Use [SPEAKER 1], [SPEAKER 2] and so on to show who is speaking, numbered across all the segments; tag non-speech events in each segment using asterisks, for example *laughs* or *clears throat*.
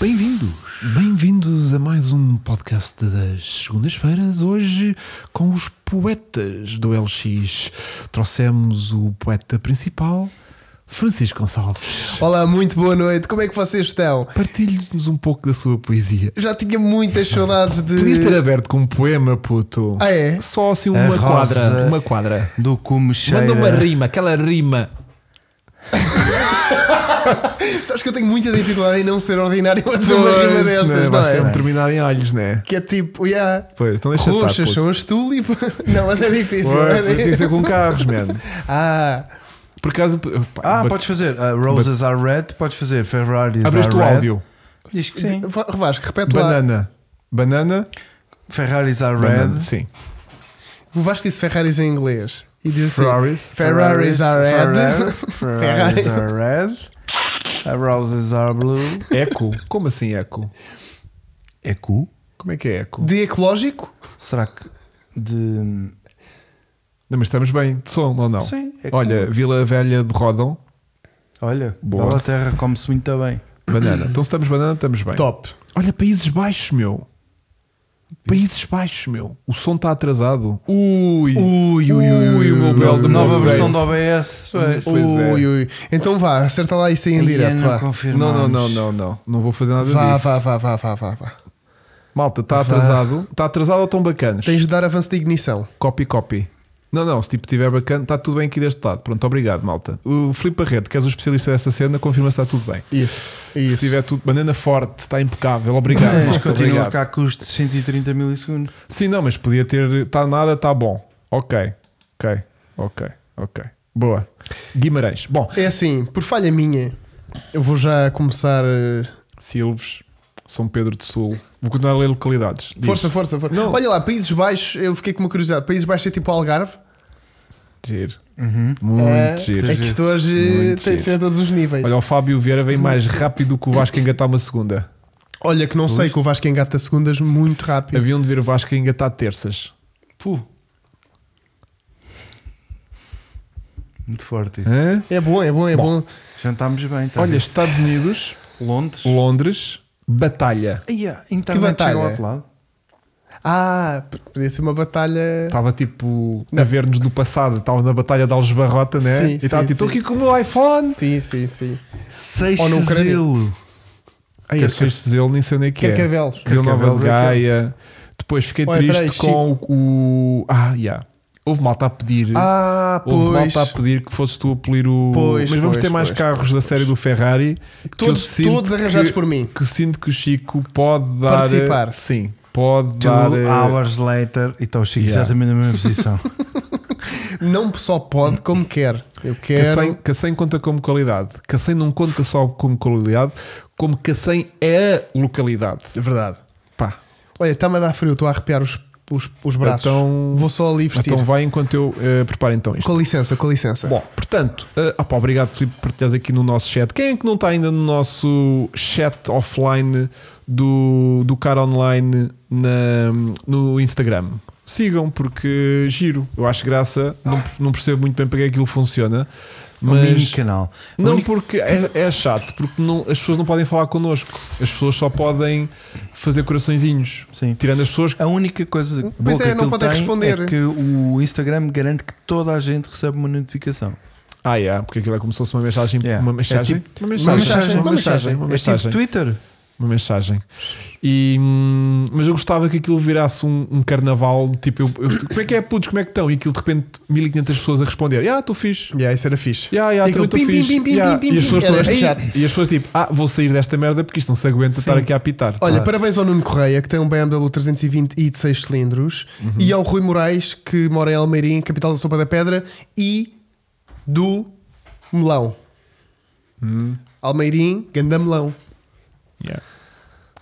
[SPEAKER 1] Bem-vindos!
[SPEAKER 2] Bem-vindos a mais um podcast das segundas-feiras. Hoje com os poetas do LX. Trouxemos o poeta principal, Francisco Gonçalves.
[SPEAKER 1] Olá, muito boa noite, como é que vocês estão?
[SPEAKER 2] Partilhe-nos um pouco da sua poesia.
[SPEAKER 1] Já tinha muitas saudades de.
[SPEAKER 2] Podias ter aberto com um poema, puto.
[SPEAKER 1] Ah, é?
[SPEAKER 2] Só assim uma
[SPEAKER 3] rosa.
[SPEAKER 2] quadra. Uma quadra.
[SPEAKER 3] do como cheira.
[SPEAKER 2] Manda uma rima, aquela rima.
[SPEAKER 1] Sabes que eu tenho muita dificuldade em não ser ordinário a dizer uma rima destas, não é?
[SPEAKER 2] né? vai sempre terminar em alhos, né?
[SPEAKER 1] Que é tipo, yeah,
[SPEAKER 2] Pois, então deixa estar,
[SPEAKER 1] roxas
[SPEAKER 2] puto.
[SPEAKER 1] são as tulipas. *laughs* Não, mas é difícil.
[SPEAKER 2] Ué,
[SPEAKER 1] é
[SPEAKER 2] mas tem que ser
[SPEAKER 1] difícil.
[SPEAKER 2] com carros, mano.
[SPEAKER 1] Ah,
[SPEAKER 2] Por acaso.
[SPEAKER 3] Ah, podes fazer. uh, roses are red, podes fazer. Ferraris
[SPEAKER 2] Abreste
[SPEAKER 3] are
[SPEAKER 2] o
[SPEAKER 3] red.
[SPEAKER 2] áudio.
[SPEAKER 3] Diz que sim.
[SPEAKER 1] Va- Vasco, repete lá.
[SPEAKER 2] Banana. Banana.
[SPEAKER 3] Ferraris are
[SPEAKER 2] Banana,
[SPEAKER 3] red.
[SPEAKER 2] Sim.
[SPEAKER 1] O Vasco disse Ferraris em inglês. E diz assim,
[SPEAKER 2] Ferraris.
[SPEAKER 1] Ferraris are red. Ferraris.
[SPEAKER 3] Ferraris are red. Uh, Roses are blue.
[SPEAKER 2] Eco? Como assim eco?
[SPEAKER 3] É cu?
[SPEAKER 2] Como é que é eco?
[SPEAKER 1] De ecológico?
[SPEAKER 3] Será que de.
[SPEAKER 2] Não, mas estamos bem de som, ou não?
[SPEAKER 3] Sim, é cu.
[SPEAKER 2] Olha, Vila Velha de Rodão,
[SPEAKER 3] Olha,
[SPEAKER 2] Boa.
[SPEAKER 3] Bela Terra come-se muito bem.
[SPEAKER 2] banana.
[SPEAKER 1] *clears throat*
[SPEAKER 2] Então se estamos banana, estamos bem.
[SPEAKER 1] Top.
[SPEAKER 2] Olha, Países Baixos, meu. Países Baixos, meu. O som está atrasado.
[SPEAKER 1] Ui. Ui, ui, ui,
[SPEAKER 2] Ui, o meu belo de
[SPEAKER 3] Nova
[SPEAKER 2] Bom, velho.
[SPEAKER 3] versão do OBS. pois.
[SPEAKER 2] Pois é.
[SPEAKER 1] Ui, ui. Então vá, acerta lá isso aí em
[SPEAKER 3] Ia,
[SPEAKER 1] direto.
[SPEAKER 3] não
[SPEAKER 1] Vá.
[SPEAKER 3] confirmamos.
[SPEAKER 2] Não, não, não, não, não. Não vou fazer nada
[SPEAKER 1] Vá,
[SPEAKER 2] disso.
[SPEAKER 1] vá, vá, vá, vá, vá, vá.
[SPEAKER 2] Malta, está
[SPEAKER 1] Vá.
[SPEAKER 2] atrasado. Está atrasado ou estão bacanas?
[SPEAKER 1] Tens de dar avanço de ignição.
[SPEAKER 2] Copy, copy. Não, não, se tipo estiver bacana, está tudo bem aqui deste lado. Pronto, obrigado, malta. O Filipe Barreto, que és o especialista dessa cena, confirma se está tudo bem.
[SPEAKER 1] Isso,
[SPEAKER 2] Se estiver tudo banana forte, está impecável. Obrigado,
[SPEAKER 3] *laughs* Mas
[SPEAKER 2] malta,
[SPEAKER 3] continua a
[SPEAKER 2] obrigado.
[SPEAKER 3] ficar a custo de 130 milissegundos.
[SPEAKER 2] Sim, não, mas podia ter. Está nada, está bom. Ok, ok, ok, ok. Boa. Guimarães. Bom,
[SPEAKER 1] É assim, por falha minha, eu vou já começar. eh,
[SPEAKER 2] Silves, São Pedro do Sul. Vou continuar a ler localidades. Diz.
[SPEAKER 1] Força, força, força.
[SPEAKER 2] Não.
[SPEAKER 1] Olha lá, Países Baixos, eu fiquei com uma curiosidade. Países Baixos é tipo Algarve.
[SPEAKER 2] Giro.
[SPEAKER 3] Uhum.
[SPEAKER 2] Muito
[SPEAKER 1] é,
[SPEAKER 2] giro.
[SPEAKER 1] É que isto hoje
[SPEAKER 2] Muito
[SPEAKER 1] tem de
[SPEAKER 2] giro.
[SPEAKER 1] ser a todos os níveis.
[SPEAKER 2] Olha, o Fábio Vieira vem mais rápido que o Vasco a engatar uma segunda.
[SPEAKER 1] Olha, que não sei que o Vasco engata segundas muito rápido.
[SPEAKER 2] Haviam de ver o Vasco a engatar terças.
[SPEAKER 3] Puh. Muito forte isso.
[SPEAKER 2] Hã?
[SPEAKER 1] É bom, é bom, é bom.
[SPEAKER 3] Jantámos bem,
[SPEAKER 1] Tá
[SPEAKER 3] então.
[SPEAKER 2] Olha, Estados Unidos,
[SPEAKER 3] Londres.
[SPEAKER 2] Londres, batalha.
[SPEAKER 3] Ia, a
[SPEAKER 1] Que
[SPEAKER 3] internet
[SPEAKER 1] batalha?
[SPEAKER 3] chega ao outro lado.
[SPEAKER 1] Ah, p- podia ser uma batalha.
[SPEAKER 2] Estava tipo a ver-nos do passado. Estava na batalha de Algesbarrota, né?
[SPEAKER 1] Sim,
[SPEAKER 2] e estava
[SPEAKER 1] sim,
[SPEAKER 2] tipo, estou
[SPEAKER 1] sim.
[SPEAKER 2] aqui com o meu iPhone.
[SPEAKER 1] Sim, sim, sim. Ou na Ucrânia.
[SPEAKER 3] Seixazelo.
[SPEAKER 2] Ai, eu sou este zelo, nem sei onde é que é.
[SPEAKER 1] Carcavelos.
[SPEAKER 2] Rio Nova
[SPEAKER 3] Carcavelos
[SPEAKER 2] de
[SPEAKER 3] é aquele.
[SPEAKER 2] Gaia. Depois fiquei
[SPEAKER 1] Olha,
[SPEAKER 2] triste
[SPEAKER 1] peraí,
[SPEAKER 2] com o, o- Ah, yeah. Houve malta a pedir.
[SPEAKER 1] Ah,
[SPEAKER 2] Houve
[SPEAKER 1] pois.
[SPEAKER 2] malta a pedir que fosses tu a polir o.
[SPEAKER 1] Pois,
[SPEAKER 2] Mas vamos
[SPEAKER 1] pois,
[SPEAKER 2] ter mais
[SPEAKER 1] pois,
[SPEAKER 2] carros da série do Ferrari. que eu
[SPEAKER 1] Todos,
[SPEAKER 2] sinto
[SPEAKER 1] todos arranjados
[SPEAKER 2] que,
[SPEAKER 1] por mim.
[SPEAKER 2] Que sinto que o Chico pode dar.
[SPEAKER 1] Participar.
[SPEAKER 2] Sim, pode
[SPEAKER 3] Two
[SPEAKER 2] dar. eh,
[SPEAKER 3] hours later. E está o Chico
[SPEAKER 2] Yeah.
[SPEAKER 3] exatamente na mesma
[SPEAKER 2] *laughs*
[SPEAKER 3] posição.
[SPEAKER 1] Não só pode, como quer.
[SPEAKER 2] Cacém,
[SPEAKER 1] Eu quero.
[SPEAKER 2] Cacém conta como qualidade. Cacém não conta só como qualidade, como Cacém é a localidade.
[SPEAKER 1] É verdade.
[SPEAKER 2] Pá.
[SPEAKER 1] Olha, está-me a dar frio, estou a arrepiar os, os, os braços.
[SPEAKER 2] Então-
[SPEAKER 1] Vou só ali vestir.
[SPEAKER 2] Então vai enquanto eu eh, preparo então isto.
[SPEAKER 1] Com licença, com licença.
[SPEAKER 2] Bom, portanto, eh, ah, pá, obrigado Filipe, por partilhares aqui no nosso chat. Quem é que não está ainda no nosso chat offline do, do Cara Online na- no Instagram? Sigam, porque giro, eu acho graça, não, não percebo muito bem para que é que aquilo funciona,
[SPEAKER 3] Mas...
[SPEAKER 2] mas
[SPEAKER 3] canal.
[SPEAKER 2] não porque é, é chato, porque não- as pessoas não podem falar connosco, as pessoas só podem fazer coraçõezinhos,
[SPEAKER 3] Sim.
[SPEAKER 2] tirando as pessoas que.
[SPEAKER 3] A única coisa boa
[SPEAKER 1] Pois
[SPEAKER 3] que
[SPEAKER 1] é, não
[SPEAKER 3] aquilo
[SPEAKER 1] podem
[SPEAKER 3] tem
[SPEAKER 1] responder.
[SPEAKER 3] É que o Instagram garante que toda a gente recebe uma notificação.
[SPEAKER 2] Ah, yeah, porque aquilo é como se fosse uma mensagem.
[SPEAKER 3] Yeah.
[SPEAKER 2] Uma
[SPEAKER 3] É
[SPEAKER 2] mensagem?
[SPEAKER 3] tipo-
[SPEAKER 2] uma
[SPEAKER 1] mensagem,
[SPEAKER 2] Uma mensagem. Uma
[SPEAKER 3] é tipo
[SPEAKER 2] mensagem.
[SPEAKER 3] Twitter.
[SPEAKER 2] uma mensagem. E, hum, mas eu gostava que aquilo virasse um, um carnaval. Tipo, eu- eu- como é que é, putos? Como é que estão? E aquilo de repente 1500 pessoas a responder: Ah, estou fixe.
[SPEAKER 1] Yeah, isso era fixe.
[SPEAKER 2] Yeah, yeah,
[SPEAKER 1] E aquilo,
[SPEAKER 2] também estou
[SPEAKER 1] pim, pim,
[SPEAKER 2] fixe.
[SPEAKER 1] pim, pim,
[SPEAKER 2] Yeah.
[SPEAKER 1] pim, É
[SPEAKER 2] E as
[SPEAKER 1] pim,
[SPEAKER 2] pessoas
[SPEAKER 1] era
[SPEAKER 2] todas,
[SPEAKER 1] este
[SPEAKER 2] "Ei!"
[SPEAKER 1] chato.
[SPEAKER 2] E as pessoas tipo: Ah, vou sair desta merda porque isto não se aguenta estar aqui a apitar. Ah.
[SPEAKER 1] Olha, parabéns ao Nuno Correia, que tem um BMW 320i de 6 cilindros, e ao Rui Moraes, que mora em Almeirim, capital da Sopa da Pedra, e do Melão. Hum. Almeirim, ganda melão.
[SPEAKER 2] Yeah.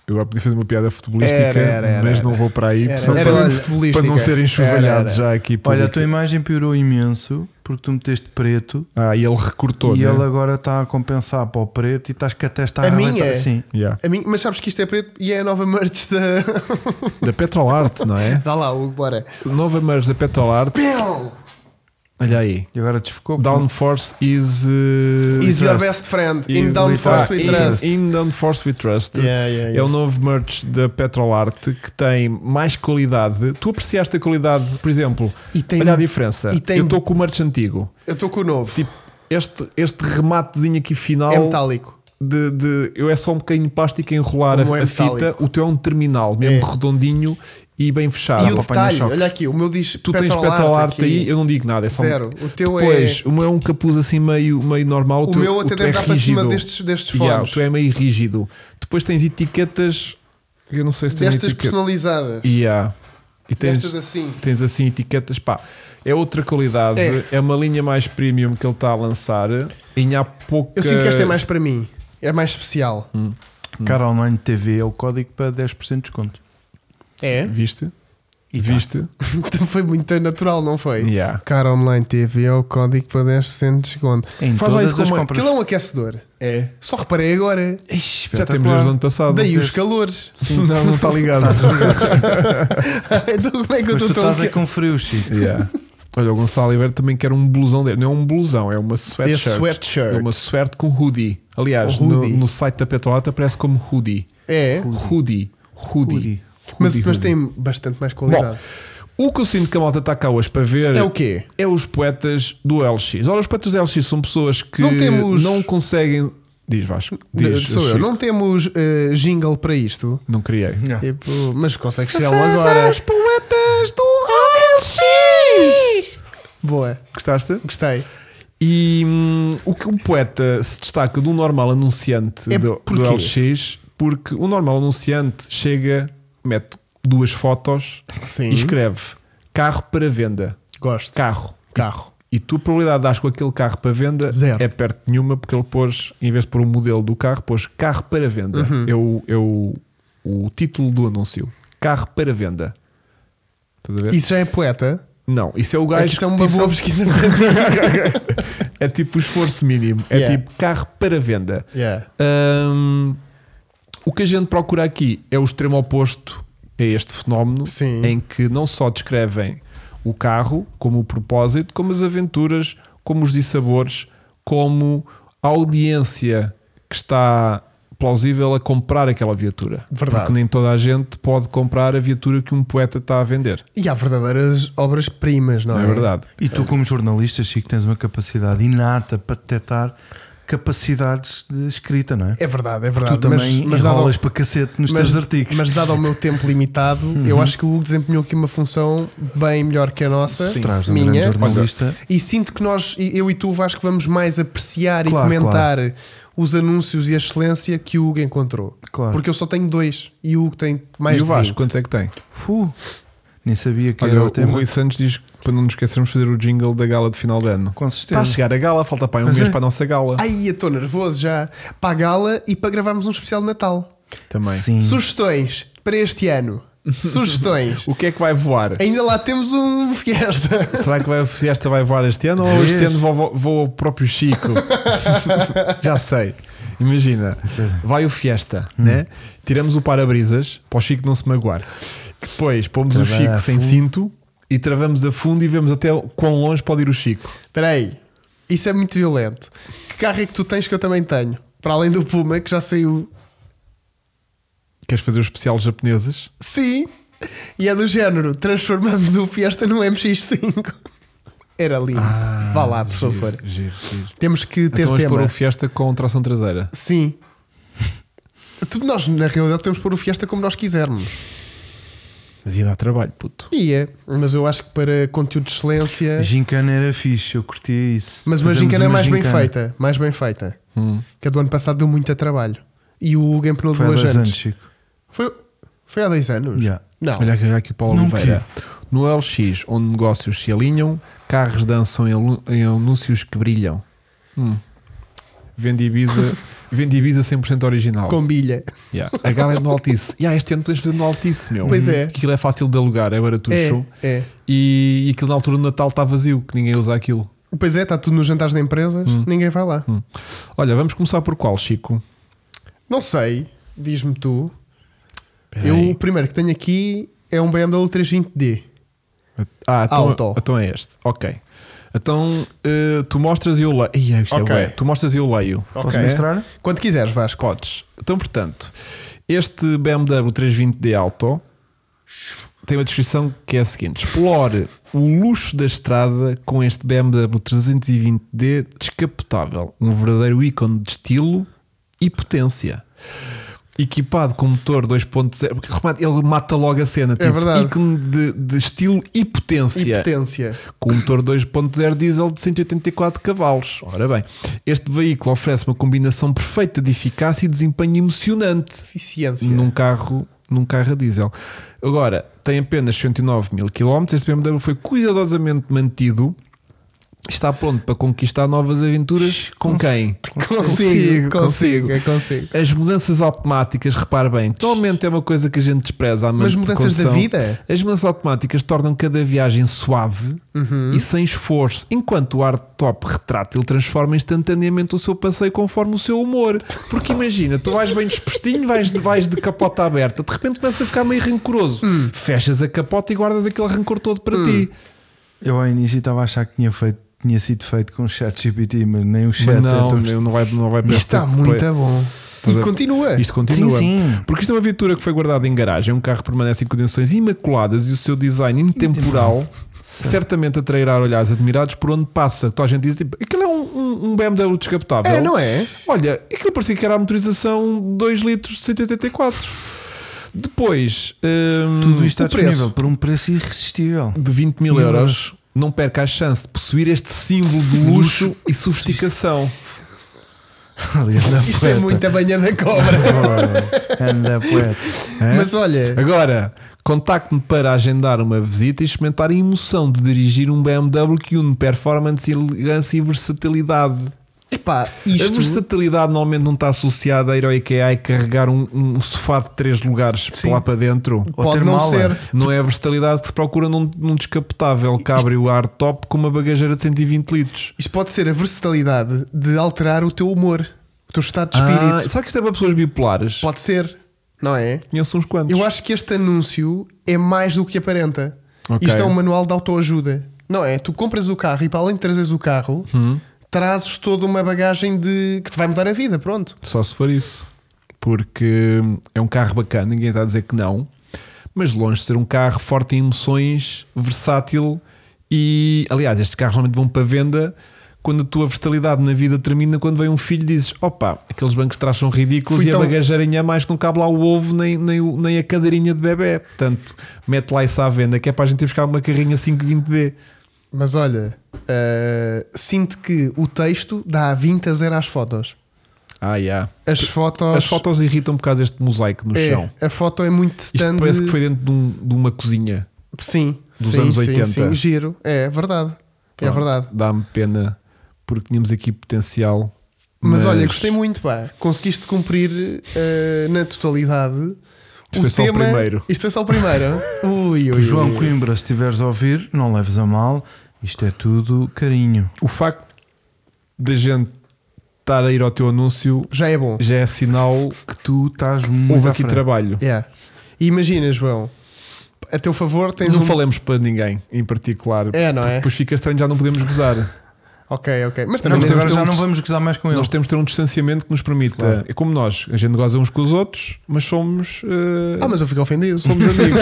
[SPEAKER 2] Eu agora podia fazer uma piada futebolística,
[SPEAKER 1] Era, era, era,
[SPEAKER 2] mas não
[SPEAKER 1] era.
[SPEAKER 2] vou para aí
[SPEAKER 1] Era,
[SPEAKER 2] só
[SPEAKER 1] era
[SPEAKER 2] para,
[SPEAKER 1] mesmo futebolística.
[SPEAKER 2] para não ser
[SPEAKER 1] Era,
[SPEAKER 2] enxovalhado
[SPEAKER 1] era.
[SPEAKER 2] já aqui. por
[SPEAKER 3] Olha, a
[SPEAKER 2] aqui.
[SPEAKER 3] tua imagem piorou imenso porque tu meteste preto
[SPEAKER 2] Ah, e ele recortou.
[SPEAKER 3] e
[SPEAKER 2] né?
[SPEAKER 3] ele agora está a compensar para o preto e estás que até está
[SPEAKER 1] A minha?
[SPEAKER 3] arrebentar. Sim.
[SPEAKER 2] Yeah.
[SPEAKER 1] A mim, mas sabes que isto é preto e é a nova merch da. *laughs*
[SPEAKER 2] Da Petrolarte, não é? *laughs*
[SPEAKER 1] Dá lá, Hugo, bora.
[SPEAKER 2] Nova Merge da Petrolarte.
[SPEAKER 1] Pão!
[SPEAKER 2] Olha aí.
[SPEAKER 3] E agora desfocou.
[SPEAKER 2] um Downforce is. uh,
[SPEAKER 1] Is your
[SPEAKER 2] trust.
[SPEAKER 1] best friend.
[SPEAKER 2] Is
[SPEAKER 1] In Downforce
[SPEAKER 2] with
[SPEAKER 1] we
[SPEAKER 2] in-
[SPEAKER 1] trust.
[SPEAKER 2] In Downforce we trust.
[SPEAKER 1] Yeah, yeah,
[SPEAKER 2] É o
[SPEAKER 1] yeah.
[SPEAKER 2] novo merch da Petrolarte que tem mais qualidade. Tu apreciaste a qualidade, por exemplo,
[SPEAKER 1] E tem-
[SPEAKER 2] olha a diferença.
[SPEAKER 1] e tem-
[SPEAKER 2] Eu estou com o merch antigo.
[SPEAKER 1] Eu estou com o novo.
[SPEAKER 2] Tipo, este, este rematezinho aqui final
[SPEAKER 1] é metálico.
[SPEAKER 2] de, de- eu é só um bocadinho de plástico a enrolar a,
[SPEAKER 1] Como é
[SPEAKER 2] a fita.
[SPEAKER 1] metálico.
[SPEAKER 2] O teu é um terminal, mesmo
[SPEAKER 1] É.
[SPEAKER 2] redondinho e bem fechado.
[SPEAKER 1] e o
[SPEAKER 2] Ah, para apanhar
[SPEAKER 1] detalhe,
[SPEAKER 2] choque.
[SPEAKER 1] olha aqui, o meu diz
[SPEAKER 2] Tu tens
[SPEAKER 1] Petrolarte
[SPEAKER 2] petalarte
[SPEAKER 1] aqui.
[SPEAKER 2] aí, eu não digo nada, é só um-
[SPEAKER 1] Zero. O teu
[SPEAKER 2] Depois,
[SPEAKER 1] é.
[SPEAKER 2] o meu é um capuz assim meio, meio normal.
[SPEAKER 1] O
[SPEAKER 2] teu-
[SPEAKER 1] meu até
[SPEAKER 2] teu
[SPEAKER 1] deve
[SPEAKER 2] é
[SPEAKER 1] dar para cima
[SPEAKER 2] rígido.
[SPEAKER 1] destes- destes
[SPEAKER 2] Yeah,
[SPEAKER 1] fones.
[SPEAKER 2] o teu é meio rígido. Depois tens etiquetas. Eu não sei se tens
[SPEAKER 1] Destas
[SPEAKER 2] etiquetas.
[SPEAKER 1] personalizadas.
[SPEAKER 2] Yeah. E tens,
[SPEAKER 1] Destas assim.
[SPEAKER 2] tens assim etiquetas. Pá, é outra qualidade.
[SPEAKER 1] É.
[SPEAKER 2] É. uma linha mais premium que ele está a lançar. E há pouca.
[SPEAKER 1] Eu sinto que esta é mais para mim. É mais especial.
[SPEAKER 3] Cara Online TV é o código para 10% de desconto.
[SPEAKER 1] *laughs* É?
[SPEAKER 2] Viste?
[SPEAKER 3] E tá.
[SPEAKER 2] Viste?
[SPEAKER 1] Então foi muito natural, não foi?
[SPEAKER 2] Yeah.
[SPEAKER 1] Cara Online TV é o código para 10% de desconto.
[SPEAKER 3] Em
[SPEAKER 2] Faz lá
[SPEAKER 3] todas
[SPEAKER 2] isso
[SPEAKER 3] as
[SPEAKER 2] como é-
[SPEAKER 3] compras.
[SPEAKER 1] Aquilo é um aquecedor.
[SPEAKER 2] É.
[SPEAKER 1] Só reparei agora.
[SPEAKER 3] Ixi,
[SPEAKER 2] Já tá temos
[SPEAKER 3] espetacular.
[SPEAKER 2] desde o ano passado. um
[SPEAKER 1] Daí
[SPEAKER 2] Não
[SPEAKER 1] os calores. *laughs*
[SPEAKER 2] tens? Não, não está *laughs* ligado.
[SPEAKER 1] então como é que eu
[SPEAKER 3] Mas tu
[SPEAKER 1] estou
[SPEAKER 3] estás
[SPEAKER 1] tão.
[SPEAKER 3] a com frio,
[SPEAKER 2] *laughs*
[SPEAKER 3] Chico.
[SPEAKER 2] Yeah. Olha, o Gonçalo Iber também quer um blusão dele. Não é um blusão, é uma sweatshirt.
[SPEAKER 1] É sweatshirt.
[SPEAKER 2] É uma sweat com hoodie. Aliás,
[SPEAKER 1] Um hoodie.
[SPEAKER 2] No, no site da Petrolata aparece como hoodie.
[SPEAKER 1] É.
[SPEAKER 2] Hoodie. Hoodie.
[SPEAKER 3] Hoodie.
[SPEAKER 1] Mas,
[SPEAKER 2] Hoodie,
[SPEAKER 1] mas
[SPEAKER 2] hoodie.
[SPEAKER 1] tem bastante mais
[SPEAKER 2] Bom,
[SPEAKER 1] qualidade.
[SPEAKER 2] o que eu sinto que a malta está cá hoje para ver
[SPEAKER 1] é o quê?
[SPEAKER 2] é os poetas do LX. Ora, os poetas do LX são pessoas que
[SPEAKER 1] Não
[SPEAKER 2] não,
[SPEAKER 1] temos-
[SPEAKER 2] conseguem. Diz Vasco. Diz,
[SPEAKER 1] Sou eu.
[SPEAKER 2] Chico.
[SPEAKER 1] Não temos eh, jingle para isto.
[SPEAKER 2] Não criei. é
[SPEAKER 1] Tipo, mas consegues criá-lo agora.
[SPEAKER 2] poetas do LX!
[SPEAKER 1] Boa.
[SPEAKER 2] Gostaste?
[SPEAKER 1] Gostei.
[SPEAKER 2] E hum, o que um poeta se destaca do normal anunciante
[SPEAKER 1] É
[SPEAKER 2] do, do
[SPEAKER 1] porquê?
[SPEAKER 2] LX, porque o normal anunciante chega, mete duas fotos
[SPEAKER 1] Sim.
[SPEAKER 2] e escreve carro para venda.
[SPEAKER 1] Gosto.
[SPEAKER 2] Carro.
[SPEAKER 1] Carro.
[SPEAKER 2] E tu a probabilidade de dares com aquele carro para venda
[SPEAKER 1] Zero.
[SPEAKER 2] é perto de nenhuma, porque ele pôs, em vez de pôr o modelo do carro, pôs carro para venda.
[SPEAKER 1] Uhum.
[SPEAKER 2] É, o, é o, o título do anúncio. Carro para venda. Estás a ver?
[SPEAKER 1] Isso já é poeta.
[SPEAKER 2] Não, isso é o
[SPEAKER 1] É que
[SPEAKER 2] gajo
[SPEAKER 1] isso é
[SPEAKER 2] que,
[SPEAKER 1] uma
[SPEAKER 2] tipo,
[SPEAKER 1] boa
[SPEAKER 2] *laughs*
[SPEAKER 1] pesquisa para mim.
[SPEAKER 2] é tipo o esforço mínimo. É
[SPEAKER 1] Yeah.
[SPEAKER 2] tipo carro para venda.
[SPEAKER 1] Yeah.
[SPEAKER 2] Hum, o que a gente procura aqui é o extremo oposto a este fenómeno,
[SPEAKER 1] Sim.
[SPEAKER 2] em que não só descrevem o carro como o propósito, como as aventuras, como os dissabores, como a audiência que está plausível a comprar aquela viatura.
[SPEAKER 1] Verdade.
[SPEAKER 2] Porque nem toda a gente pode comprar a viatura que um poeta está a vender.
[SPEAKER 1] E há verdadeiras obras-primas, não
[SPEAKER 2] Não
[SPEAKER 1] é?
[SPEAKER 2] é verdade?
[SPEAKER 3] E tu, como jornalista, Chico, tens uma capacidade inata para detectar capacidades de escrita, não é?
[SPEAKER 1] É verdade, é verdade.
[SPEAKER 3] tu também
[SPEAKER 1] mas, mas dado ao-
[SPEAKER 3] enrolas para cacete nos
[SPEAKER 1] mas-
[SPEAKER 3] teus artigos.
[SPEAKER 1] Mas dado ao meu tempo limitado,
[SPEAKER 3] Uhum.
[SPEAKER 1] eu acho que o Hugo desempenhou aqui uma função bem melhor que a nossa,
[SPEAKER 3] Traz um grande
[SPEAKER 1] minha.
[SPEAKER 3] jornalista.
[SPEAKER 1] E sinto que nós, e- eu e tu, Vasco, vamos mais apreciar
[SPEAKER 3] Claro,
[SPEAKER 1] e comentar os anúncios e a excelência que o Hugo encontrou.
[SPEAKER 3] Claro.
[SPEAKER 1] Porque eu só tenho dois e o Hugo tem mais
[SPEAKER 2] e o
[SPEAKER 1] de
[SPEAKER 2] Vasco,
[SPEAKER 1] 20.
[SPEAKER 2] quantos é que tem?
[SPEAKER 3] Fu, nem sabia que
[SPEAKER 2] Olha,
[SPEAKER 3] era
[SPEAKER 2] o
[SPEAKER 3] o tema.
[SPEAKER 2] Rui Santos diz que para não nos esquecermos de fazer o jingle da gala de final de ano.
[SPEAKER 3] Com
[SPEAKER 2] Está
[SPEAKER 3] certeza.
[SPEAKER 2] Tá a chegar a gala, falta para aí um
[SPEAKER 3] Pois
[SPEAKER 2] mês
[SPEAKER 3] é.
[SPEAKER 2] para a nossa gala.
[SPEAKER 1] Ai, eu estou nervoso já. Para a gala e para gravarmos um especial de Natal.
[SPEAKER 2] é Também.
[SPEAKER 3] Sim.
[SPEAKER 1] Sugestões para este ano.
[SPEAKER 2] *laughs*
[SPEAKER 1] Sugestões.
[SPEAKER 2] O que é que vai voar?
[SPEAKER 1] Ainda lá temos um fiesta.
[SPEAKER 2] Será que vai, se esta vai voar este ano ou
[SPEAKER 3] Vês?
[SPEAKER 2] este ano vou, vou- vou ao próprio Chico? *laughs* Já sei. Imagina, vai o Fiesta, né? Tiramos o para-brisas para o Chico não se magoar. Depois pomos o
[SPEAKER 3] Travar a
[SPEAKER 2] Chico sem
[SPEAKER 3] fundo.
[SPEAKER 2] cinto e travamos a fundo e vemos até quão longe pode ir o Chico.
[SPEAKER 1] Espera aí, isso é muito violento. Que carro é que tu tens que eu também tenho? Para além do Puma, que já saiu.
[SPEAKER 2] Queres fazer os especial japoneses?
[SPEAKER 1] Sim! E é do género: transformamos o Fiesta num MX5. Era lindo. Vá lá, por favor.
[SPEAKER 2] Ah, Giro, giro.
[SPEAKER 1] Temos que ter
[SPEAKER 2] Então vamos pôr
[SPEAKER 1] tema.
[SPEAKER 2] o Fiesta com tração traseira.
[SPEAKER 1] Sim. Tu- Nós, na realidade, podemos pôr o Fiesta como nós quisermos.
[SPEAKER 2] Mas ia dar trabalho, puto.
[SPEAKER 1] E é. Mas eu acho que para conteúdo de excelência.
[SPEAKER 3] Gincana era fixe, eu curtia isso.
[SPEAKER 1] Mas uma
[SPEAKER 3] Fazemos
[SPEAKER 1] gincana é mais bem
[SPEAKER 3] gincana.
[SPEAKER 1] feita. Mais bem feita.
[SPEAKER 2] Hum.
[SPEAKER 1] Que a do ano passado deu muito a trabalho. E o Hugo empenou
[SPEAKER 3] Foi há
[SPEAKER 1] duas
[SPEAKER 3] dois anos,
[SPEAKER 1] antes.
[SPEAKER 3] Chico.
[SPEAKER 1] Foi, foi há dois anos?
[SPEAKER 3] Yeah.
[SPEAKER 1] Não.
[SPEAKER 2] Olha aqui, olha aqui o Paulo
[SPEAKER 3] Não
[SPEAKER 2] Oliveira. No LX, onde negócios se alinham, carros dançam em, alu- em anúncios que brilham. Hum. Vende
[SPEAKER 1] *laughs*
[SPEAKER 2] Ibiza, vende Ibiza 100% original.
[SPEAKER 1] Com bilha.
[SPEAKER 2] Yeah. A gala é no Altice. Yeah, este ano podemos fazer no Altice, meu.
[SPEAKER 1] Pois é.
[SPEAKER 2] Aquilo é fácil de alugar, é baratucho.
[SPEAKER 1] É, é.
[SPEAKER 2] E, e aquilo na altura do Natal está vazio, que ninguém usa aquilo.
[SPEAKER 1] Pois é, está tudo nos jantares de empresas, ninguém vai lá.
[SPEAKER 2] Hum. Olha, vamos começar por qual, Chico?
[SPEAKER 1] Não sei, diz-me tu.
[SPEAKER 2] Espera
[SPEAKER 1] eu,
[SPEAKER 2] aí.
[SPEAKER 1] o primeiro que tenho aqui é um BMW 320D.
[SPEAKER 2] Ah, então,
[SPEAKER 1] Auto.
[SPEAKER 2] então é este. Ok. Então eh, tu mostras e eu leio. Ia, isto
[SPEAKER 1] Ok.
[SPEAKER 2] é bué. tu mostras e eu leio.
[SPEAKER 3] Posso
[SPEAKER 1] Ok.
[SPEAKER 3] mostrar?
[SPEAKER 1] Quando quiseres, Vasco.
[SPEAKER 2] Podes. Então, portanto, este BMW 320D Auto tem uma descrição que é a seguinte: explore o luxo da estrada com este BMW 320D descapotável, um verdadeiro ícone de estilo e potência. Equipado com motor 2.0, porque remate- ele mata logo a cena, tipo,
[SPEAKER 1] É verdade.
[SPEAKER 2] ícone de, de estilo e
[SPEAKER 1] E
[SPEAKER 2] potência
[SPEAKER 1] potência.
[SPEAKER 2] com um motor 2.0 diesel de 184 cavalos. Ora bem, este veículo oferece uma combinação perfeita de eficácia e desempenho emocionante
[SPEAKER 1] Eficiência.
[SPEAKER 2] num carro, num carro a diesel. Agora, tem apenas 109 mil km, este BMW foi cuidadosamente mantido. Está pronto para conquistar novas aventuras com quem?
[SPEAKER 1] Consigo, consigo, é consigo.
[SPEAKER 2] As mudanças automáticas, repare bem, totalmente é uma coisa que a gente despreza. há
[SPEAKER 1] Mas
[SPEAKER 2] muito
[SPEAKER 1] mudanças da
[SPEAKER 2] preconceito.
[SPEAKER 1] vida?
[SPEAKER 2] As mudanças automáticas tornam cada viagem suave e sem esforço, enquanto o hardtop retrátil transforma instantaneamente o seu passeio conforme o seu humor. Porque imagina, tu vais bem dispostinho, vais de, vais de capota aberta, de repente começa a ficar meio rancoroso, fechas a capota e guardas aquele rancor todo para ti.
[SPEAKER 3] Eu ao início estava a achar que tinha, feito, tinha sido feito com o chat GPT, mas nem o chat
[SPEAKER 2] Mas
[SPEAKER 3] é
[SPEAKER 2] não,
[SPEAKER 3] tão
[SPEAKER 2] meu, não vai, não vai
[SPEAKER 1] Isto está muito bom.
[SPEAKER 2] a-
[SPEAKER 1] E continua.
[SPEAKER 2] Isto continua.
[SPEAKER 3] Sim, sim.
[SPEAKER 2] Porque isto é uma viatura que foi guardada em garagem, um carro permanece em condições imaculadas e o seu design intemporal certamente atrairá olhares admirados por onde passa. Toda a gente diz tipo, aquilo é um, um- um BMW descapotável.
[SPEAKER 1] É, não é?
[SPEAKER 2] Olha, aquilo parecia que era a motorização 2 litros de 184. Depois hum,
[SPEAKER 3] Tudo isto
[SPEAKER 1] o
[SPEAKER 3] está disponível
[SPEAKER 1] preço.
[SPEAKER 3] por um
[SPEAKER 2] *laughs*
[SPEAKER 3] preço irresistível.
[SPEAKER 2] de 20 mil
[SPEAKER 3] Mil
[SPEAKER 2] euros, não perca a chance de possuir este símbolo de luxo e sofisticação.
[SPEAKER 3] Aliás, anda
[SPEAKER 1] Isto é
[SPEAKER 3] poeta.
[SPEAKER 1] *laughs* muito a banha da cobra.
[SPEAKER 3] Oh, Anda poeta.
[SPEAKER 1] Mas olha,
[SPEAKER 2] Agora, contacte-me para agendar uma visita e experimentar a emoção de dirigir um BMW que une performance, elegância e versatilidade.
[SPEAKER 1] pá,
[SPEAKER 2] A
[SPEAKER 1] isto.
[SPEAKER 2] versatilidade normalmente não está associada a ir ao IKEA e carregar um, um sofá de três lugares lá para dentro.
[SPEAKER 3] Ou
[SPEAKER 1] Pode
[SPEAKER 3] ter
[SPEAKER 1] não
[SPEAKER 3] mala.
[SPEAKER 1] ser.
[SPEAKER 2] Não é a versatilidade que se procura num, num descapotável cabrio hard top com uma bagageira de 120 litros.
[SPEAKER 1] Isto pode ser a versatilidade de alterar o teu humor, o teu estado de
[SPEAKER 2] Ah,
[SPEAKER 1] espírito.
[SPEAKER 2] sabe que isto é para pessoas bipolares?
[SPEAKER 1] Pode ser, não é?
[SPEAKER 2] Conheço uns quantos.
[SPEAKER 1] Eu acho que este anúncio é mais do que aparenta.
[SPEAKER 2] Ok.
[SPEAKER 1] Isto é um manual de autoajuda. Não é? Tu compras o carro e para além de trazeres o carro, trazes toda uma bagagem de que te vai mudar a vida, pronto.
[SPEAKER 2] Só se for isso. Porque é um carro bacana, ninguém está a dizer que não. Mas longe de ser um carro forte em emoções, versátil e. Aliás, estes carros normalmente vão para venda quando a tua versatilidade na vida termina. Quando vem um filho, e dizes: opa, aqueles bancos de trás são ridículos
[SPEAKER 1] Fui
[SPEAKER 2] e
[SPEAKER 1] tão-
[SPEAKER 2] a bagageirinha a mais que não cabe lá o ovo nem, nem, o- nem a cadeirinha de bebê. Portanto, mete lá isso à venda que é para a gente ir buscar uma carrinha 520D.
[SPEAKER 1] Mas olha, ah, sinto que o texto dá 20 a 0 às fotos.
[SPEAKER 2] Ah, yeah.
[SPEAKER 1] As fotos.
[SPEAKER 2] As fotos irritam por causa deste mosaico no chão.
[SPEAKER 1] é, a foto é muito
[SPEAKER 2] Isto
[SPEAKER 1] stand.
[SPEAKER 2] parece que foi dentro de, um- de uma cozinha.
[SPEAKER 1] Sim,
[SPEAKER 2] dos
[SPEAKER 1] sim,
[SPEAKER 2] anos
[SPEAKER 1] sim,
[SPEAKER 2] 80.
[SPEAKER 1] sim, giro. É verdade. É
[SPEAKER 2] Pronto,
[SPEAKER 1] verdade.
[SPEAKER 2] Dá-me pena porque tínhamos aqui potencial.
[SPEAKER 1] Mas, olha, gostei muito, pá. Conseguiste cumprir eh, na totalidade.
[SPEAKER 2] Isto foi só o primeiro.
[SPEAKER 1] Isto foi só o
[SPEAKER 2] *laughs*
[SPEAKER 1] primeiro. ui, ui,
[SPEAKER 3] João
[SPEAKER 1] ui.
[SPEAKER 3] Coimbra, se estiveres a ouvir, não leves a mal. Isto é tudo carinho.
[SPEAKER 2] O facto de gente estar a ir ao teu anúncio
[SPEAKER 1] Já é bom.
[SPEAKER 2] já é sinal que
[SPEAKER 3] Tu estás muito.
[SPEAKER 2] houve
[SPEAKER 3] à
[SPEAKER 2] aqui
[SPEAKER 3] frente.
[SPEAKER 2] trabalho.
[SPEAKER 1] Yeah. E imagina, João, a teu favor tens
[SPEAKER 2] Não
[SPEAKER 1] um.
[SPEAKER 2] falemos para ninguém em particular.
[SPEAKER 1] É, não é?
[SPEAKER 2] Depois fica estranho, já não podemos gozar.
[SPEAKER 1] Ok, ok. Mas
[SPEAKER 3] Não,
[SPEAKER 1] também
[SPEAKER 3] mas
[SPEAKER 1] tens
[SPEAKER 3] agora
[SPEAKER 1] o teu-
[SPEAKER 3] já não vamos gozar mais com ele.
[SPEAKER 2] Nós temos de ter um distanciamento que nos permita.
[SPEAKER 3] Claro.
[SPEAKER 2] É como nós, a gente goza uns com os outros, mas somos. eh,
[SPEAKER 1] Ah, mas eu fico
[SPEAKER 2] *laughs*
[SPEAKER 1] ofendido.
[SPEAKER 2] Somos
[SPEAKER 1] *laughs*
[SPEAKER 2] amigos,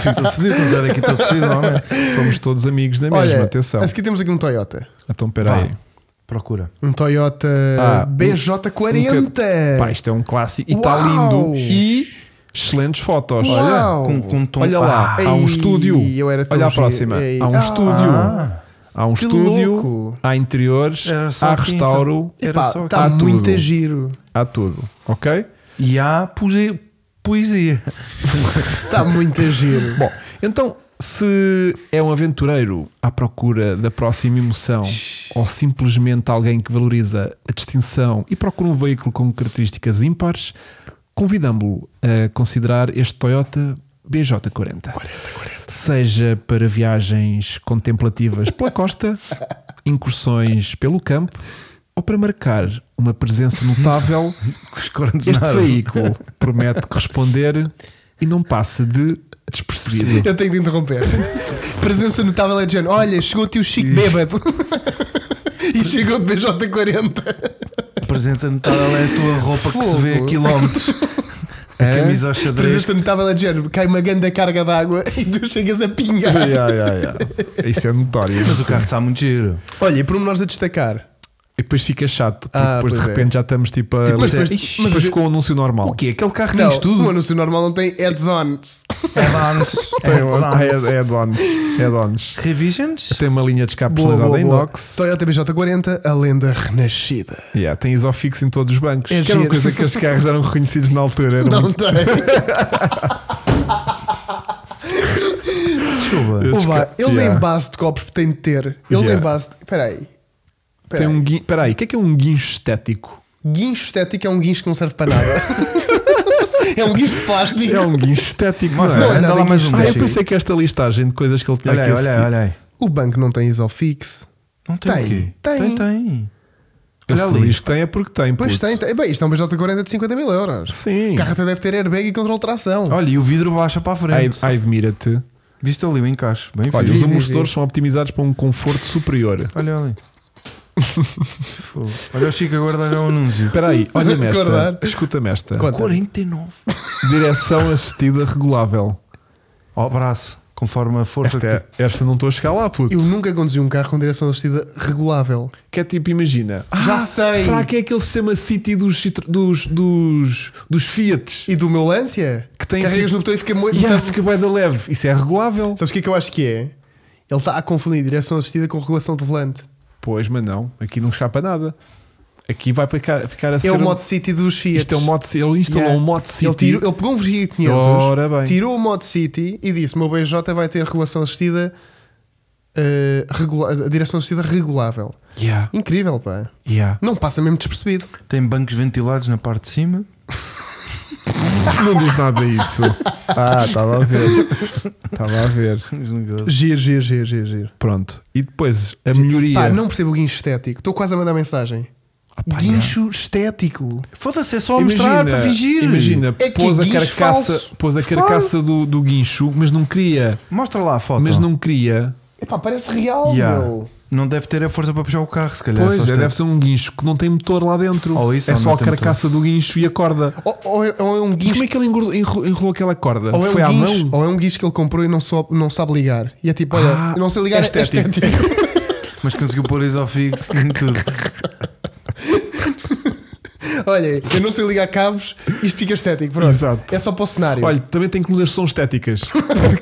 [SPEAKER 3] Fico todo fedido, mas é daqui todo
[SPEAKER 2] *laughs*
[SPEAKER 3] fedido, não é?
[SPEAKER 2] somos todos amigos na mesma,
[SPEAKER 1] Olha,
[SPEAKER 2] É atenção.
[SPEAKER 1] a seguir temos aqui um Toyota.
[SPEAKER 2] Então, peraí.
[SPEAKER 3] Vá. Procura.
[SPEAKER 1] Um Toyota
[SPEAKER 2] Ah,
[SPEAKER 1] BJ40.
[SPEAKER 2] Pá, isto é um clássico e está
[SPEAKER 1] Uau!
[SPEAKER 2] lindo. E excelentes fotos.
[SPEAKER 1] Uau!
[SPEAKER 3] Com, com um tom.
[SPEAKER 2] Oh, Olha lá,
[SPEAKER 1] Ah.
[SPEAKER 2] há um
[SPEAKER 1] Ei,
[SPEAKER 2] estúdio.
[SPEAKER 1] eu era tão
[SPEAKER 2] Olha a
[SPEAKER 1] giro.
[SPEAKER 2] próxima.
[SPEAKER 1] Ei.
[SPEAKER 2] Há um
[SPEAKER 1] Ah.
[SPEAKER 2] estúdio. há um
[SPEAKER 1] que
[SPEAKER 2] estúdio.
[SPEAKER 1] louco.
[SPEAKER 2] Há interiores.
[SPEAKER 3] Era só
[SPEAKER 2] Há
[SPEAKER 3] aqui,
[SPEAKER 2] restauro.
[SPEAKER 3] então. Era
[SPEAKER 1] Epá,
[SPEAKER 3] só-
[SPEAKER 1] Está
[SPEAKER 2] há tudo.
[SPEAKER 1] muito a giro.
[SPEAKER 2] Há tudo. Ok?
[SPEAKER 3] E há poesia. poesia. *laughs*
[SPEAKER 1] Está Tá muito a giro. *laughs*
[SPEAKER 2] Bom, então, se é um aventureiro à procura da próxima emoção ou simplesmente alguém que valoriza a distinção e procura um veículo com características ímpares, convidamo-lo a considerar este Toyota BJ40. Seja para viagens contemplativas pela costa, incursões pelo campo ou para marcar uma presença notável
[SPEAKER 3] Com os cornos
[SPEAKER 2] este
[SPEAKER 3] na árvore.
[SPEAKER 2] veículo promete corresponder e não passa de despercebido.
[SPEAKER 1] Eu tenho de interromper. *laughs* Presença notável é de género. Olha, chegou-te o Chico bêbado. *laughs* e chegou de BJ40.
[SPEAKER 3] Presença notável é a tua roupa que se vê a
[SPEAKER 1] Fogo.
[SPEAKER 3] quilómetros. A
[SPEAKER 2] É?
[SPEAKER 3] camisa ao xadrez.
[SPEAKER 1] Presença notável é de género. Cai uma grande carga d'água *laughs* e tu chegas a pingar.
[SPEAKER 2] Yeah, yeah, yeah. Isso é notório.
[SPEAKER 3] Mas o carro está
[SPEAKER 2] *laughs*
[SPEAKER 3] muito giro.
[SPEAKER 1] Olha, e pormenores a destacar.
[SPEAKER 2] E depois fica chato, porque
[SPEAKER 1] Ah,
[SPEAKER 2] depois de
[SPEAKER 1] pois é.
[SPEAKER 2] repente já estamos tipo a.
[SPEAKER 1] Tipo, mas-
[SPEAKER 2] Ixi,
[SPEAKER 1] mas-
[SPEAKER 2] depois,
[SPEAKER 1] mas-
[SPEAKER 2] ficou o anúncio normal. O quê? Aquele carro tem
[SPEAKER 1] Não,
[SPEAKER 2] isto tudo?
[SPEAKER 1] o anúncio normal não tem ads-ons.
[SPEAKER 3] Add-ons.
[SPEAKER 2] *laughs* Tem um- ah,
[SPEAKER 3] add-ons.
[SPEAKER 2] É é add-ons. É add-ons.
[SPEAKER 3] Revisions.
[SPEAKER 2] Tem uma linha de escape
[SPEAKER 1] Boa,
[SPEAKER 2] personalizada
[SPEAKER 1] boa,
[SPEAKER 2] em
[SPEAKER 1] boa.
[SPEAKER 2] inox.
[SPEAKER 1] Toyota BJ40, a lenda renascida.
[SPEAKER 2] Yeah, tem isofix em todos os bancos.
[SPEAKER 1] É
[SPEAKER 2] que era uma
[SPEAKER 1] giro.
[SPEAKER 2] coisa que os carros eram reconhecidos na altura. Era
[SPEAKER 1] Não
[SPEAKER 2] muito-
[SPEAKER 1] tem.
[SPEAKER 3] Desculpa.
[SPEAKER 2] Esses
[SPEAKER 1] Ouva,
[SPEAKER 2] ca-
[SPEAKER 1] ele
[SPEAKER 2] Yeah.
[SPEAKER 1] nem base de copos tem de ter. Ele
[SPEAKER 2] Yeah.
[SPEAKER 1] nem base de. Peraí.
[SPEAKER 2] Tem um guincho. Peraí, o que é que é um guincho estético?
[SPEAKER 1] Guincho estético é um guincho que não serve para nada. é um guincho de
[SPEAKER 2] *laughs*
[SPEAKER 1] plástico.
[SPEAKER 2] É um guincho estético, não
[SPEAKER 3] Mostra,
[SPEAKER 2] é?
[SPEAKER 1] Não, é
[SPEAKER 3] anda
[SPEAKER 1] nada
[SPEAKER 3] lá mais um.
[SPEAKER 1] disto.
[SPEAKER 2] Ah, eu
[SPEAKER 3] deixa aí.
[SPEAKER 2] pensei que esta listagem de coisas que ele tinha
[SPEAKER 3] Olha
[SPEAKER 2] aqui.
[SPEAKER 3] aí,
[SPEAKER 2] a
[SPEAKER 3] olha aí,
[SPEAKER 2] seguir-
[SPEAKER 3] olha aí.
[SPEAKER 1] O banco não tem isofix.
[SPEAKER 3] Não tem,
[SPEAKER 1] Tem,
[SPEAKER 3] o quê?
[SPEAKER 1] tem.
[SPEAKER 3] tem. tem.
[SPEAKER 2] Ele
[SPEAKER 3] Olha
[SPEAKER 2] se
[SPEAKER 3] ali.
[SPEAKER 2] diz que tem é porque tem.
[SPEAKER 1] Pois
[SPEAKER 2] puto.
[SPEAKER 1] tem. tem. Bem, isto é um BJ40 de 50 mil euros.
[SPEAKER 2] Sim.
[SPEAKER 1] O carro até deve ter airbag e controle de tração.
[SPEAKER 3] Olha, e o vidro baixa para a
[SPEAKER 2] Ai,
[SPEAKER 3] frente.
[SPEAKER 2] ai, admira-te.
[SPEAKER 3] Viste ali o encaixe. Bem
[SPEAKER 2] Olha,
[SPEAKER 3] feito.
[SPEAKER 2] os
[SPEAKER 1] vi, vi.
[SPEAKER 2] amortecedores são optimizados para um conforto superior. *laughs*
[SPEAKER 3] Olha ali. Fogo. olha o Chico agora dá-lhe um anúncio.
[SPEAKER 2] Espera aí, olha-me esta.
[SPEAKER 1] Acordar.
[SPEAKER 2] Escuta-me esta.
[SPEAKER 1] Quanto?
[SPEAKER 3] 49.
[SPEAKER 2] Direção assistida regulável.
[SPEAKER 3] Ao braço, conforme a força
[SPEAKER 2] Esta,
[SPEAKER 3] que
[SPEAKER 2] é- esta não estou a chegar lá, puto.
[SPEAKER 1] Eu nunca conduzi um carro com direção assistida regulável.
[SPEAKER 2] Que é tipo, imagina.
[SPEAKER 1] Já sei.
[SPEAKER 2] Será que é aquele sistema City dos, citro- dos, dos, dos Fiat?
[SPEAKER 1] E então- do meu Lancia?
[SPEAKER 2] Que tem
[SPEAKER 1] Carregas
[SPEAKER 2] tipo-
[SPEAKER 1] no botão e fica muito.
[SPEAKER 2] Yeah, fica bem da leve. Isso é regulável.
[SPEAKER 1] Sabes o que é que eu acho que é? Ele está a confundir direção assistida com regulação de volante.
[SPEAKER 2] Pois, mas não. Aqui não escapa nada. Aqui vai ficar, ficar a ser.
[SPEAKER 1] É o
[SPEAKER 2] um-
[SPEAKER 1] Mod City dos Fiat.
[SPEAKER 2] Isto é um mod. Ele instalou
[SPEAKER 1] Yeah.
[SPEAKER 2] um mod City.
[SPEAKER 1] Ele, tirou- ele pegou um Fiat 500,
[SPEAKER 2] Ora bem.
[SPEAKER 1] tirou o Mod City e disse: Meu BJ vai ter relação assistida, eh, regula- direção assistida regulável.
[SPEAKER 2] Yeah,
[SPEAKER 1] Incrível, pá.
[SPEAKER 2] yeah.
[SPEAKER 1] Não passa mesmo despercebido.
[SPEAKER 3] tem bancos ventilados na parte de cima.
[SPEAKER 2] Não diz nada *laughs* isso. Ah, estava a ver. Estava a ver.
[SPEAKER 1] Giro, giro, giro, giro, giro.
[SPEAKER 2] Pronto. E depois a melhoria.
[SPEAKER 1] Pá, não percebo o guincho estético. Estou quase a mandar mensagem.
[SPEAKER 2] Ah, pá,
[SPEAKER 1] guincho estético.
[SPEAKER 3] Foda-se, é só mostrar para fingir.
[SPEAKER 2] Imagina,
[SPEAKER 1] É que
[SPEAKER 2] pôs, a
[SPEAKER 1] guincho
[SPEAKER 2] carcaça,
[SPEAKER 1] falso.
[SPEAKER 2] pôs a carcaça do, do guincho, mas não queria.
[SPEAKER 3] Mostra lá a foto.
[SPEAKER 2] Mas não queria.
[SPEAKER 1] Epá, parece real,
[SPEAKER 3] Yeah.
[SPEAKER 1] meu.
[SPEAKER 3] Não deve ter a força para puxar o carro, se calhar.
[SPEAKER 2] pois,
[SPEAKER 3] só
[SPEAKER 2] é,
[SPEAKER 3] está-
[SPEAKER 2] deve ser um guincho que não tem motor lá dentro.
[SPEAKER 3] Ou isso,
[SPEAKER 2] é
[SPEAKER 3] ou
[SPEAKER 2] só
[SPEAKER 3] não
[SPEAKER 2] a
[SPEAKER 3] tem
[SPEAKER 2] carcaça do guincho e a corda.
[SPEAKER 1] Ou, ou é, ou é um
[SPEAKER 2] E como
[SPEAKER 1] guincho.
[SPEAKER 2] é que ele engordou- enro- enrolou aquela corda?
[SPEAKER 1] Ou é, um
[SPEAKER 2] Foi à
[SPEAKER 1] guincho,
[SPEAKER 2] mão?
[SPEAKER 1] ou é um guincho que ele comprou e não, sou- não sabe ligar. E é tipo, olha,
[SPEAKER 2] Ah,
[SPEAKER 1] eu não sei ligar,
[SPEAKER 2] é
[SPEAKER 1] é estético.
[SPEAKER 2] estético.
[SPEAKER 3] Mas conseguiu pôr isofix em
[SPEAKER 1] *laughs*
[SPEAKER 3] tudo.
[SPEAKER 1] olha, eu não sei ligar cabos, isto fica estético. Pronto.
[SPEAKER 2] Exato.
[SPEAKER 1] É só para o cenário.
[SPEAKER 2] Olha, também tem que mudar são estéticas.
[SPEAKER 1] *laughs*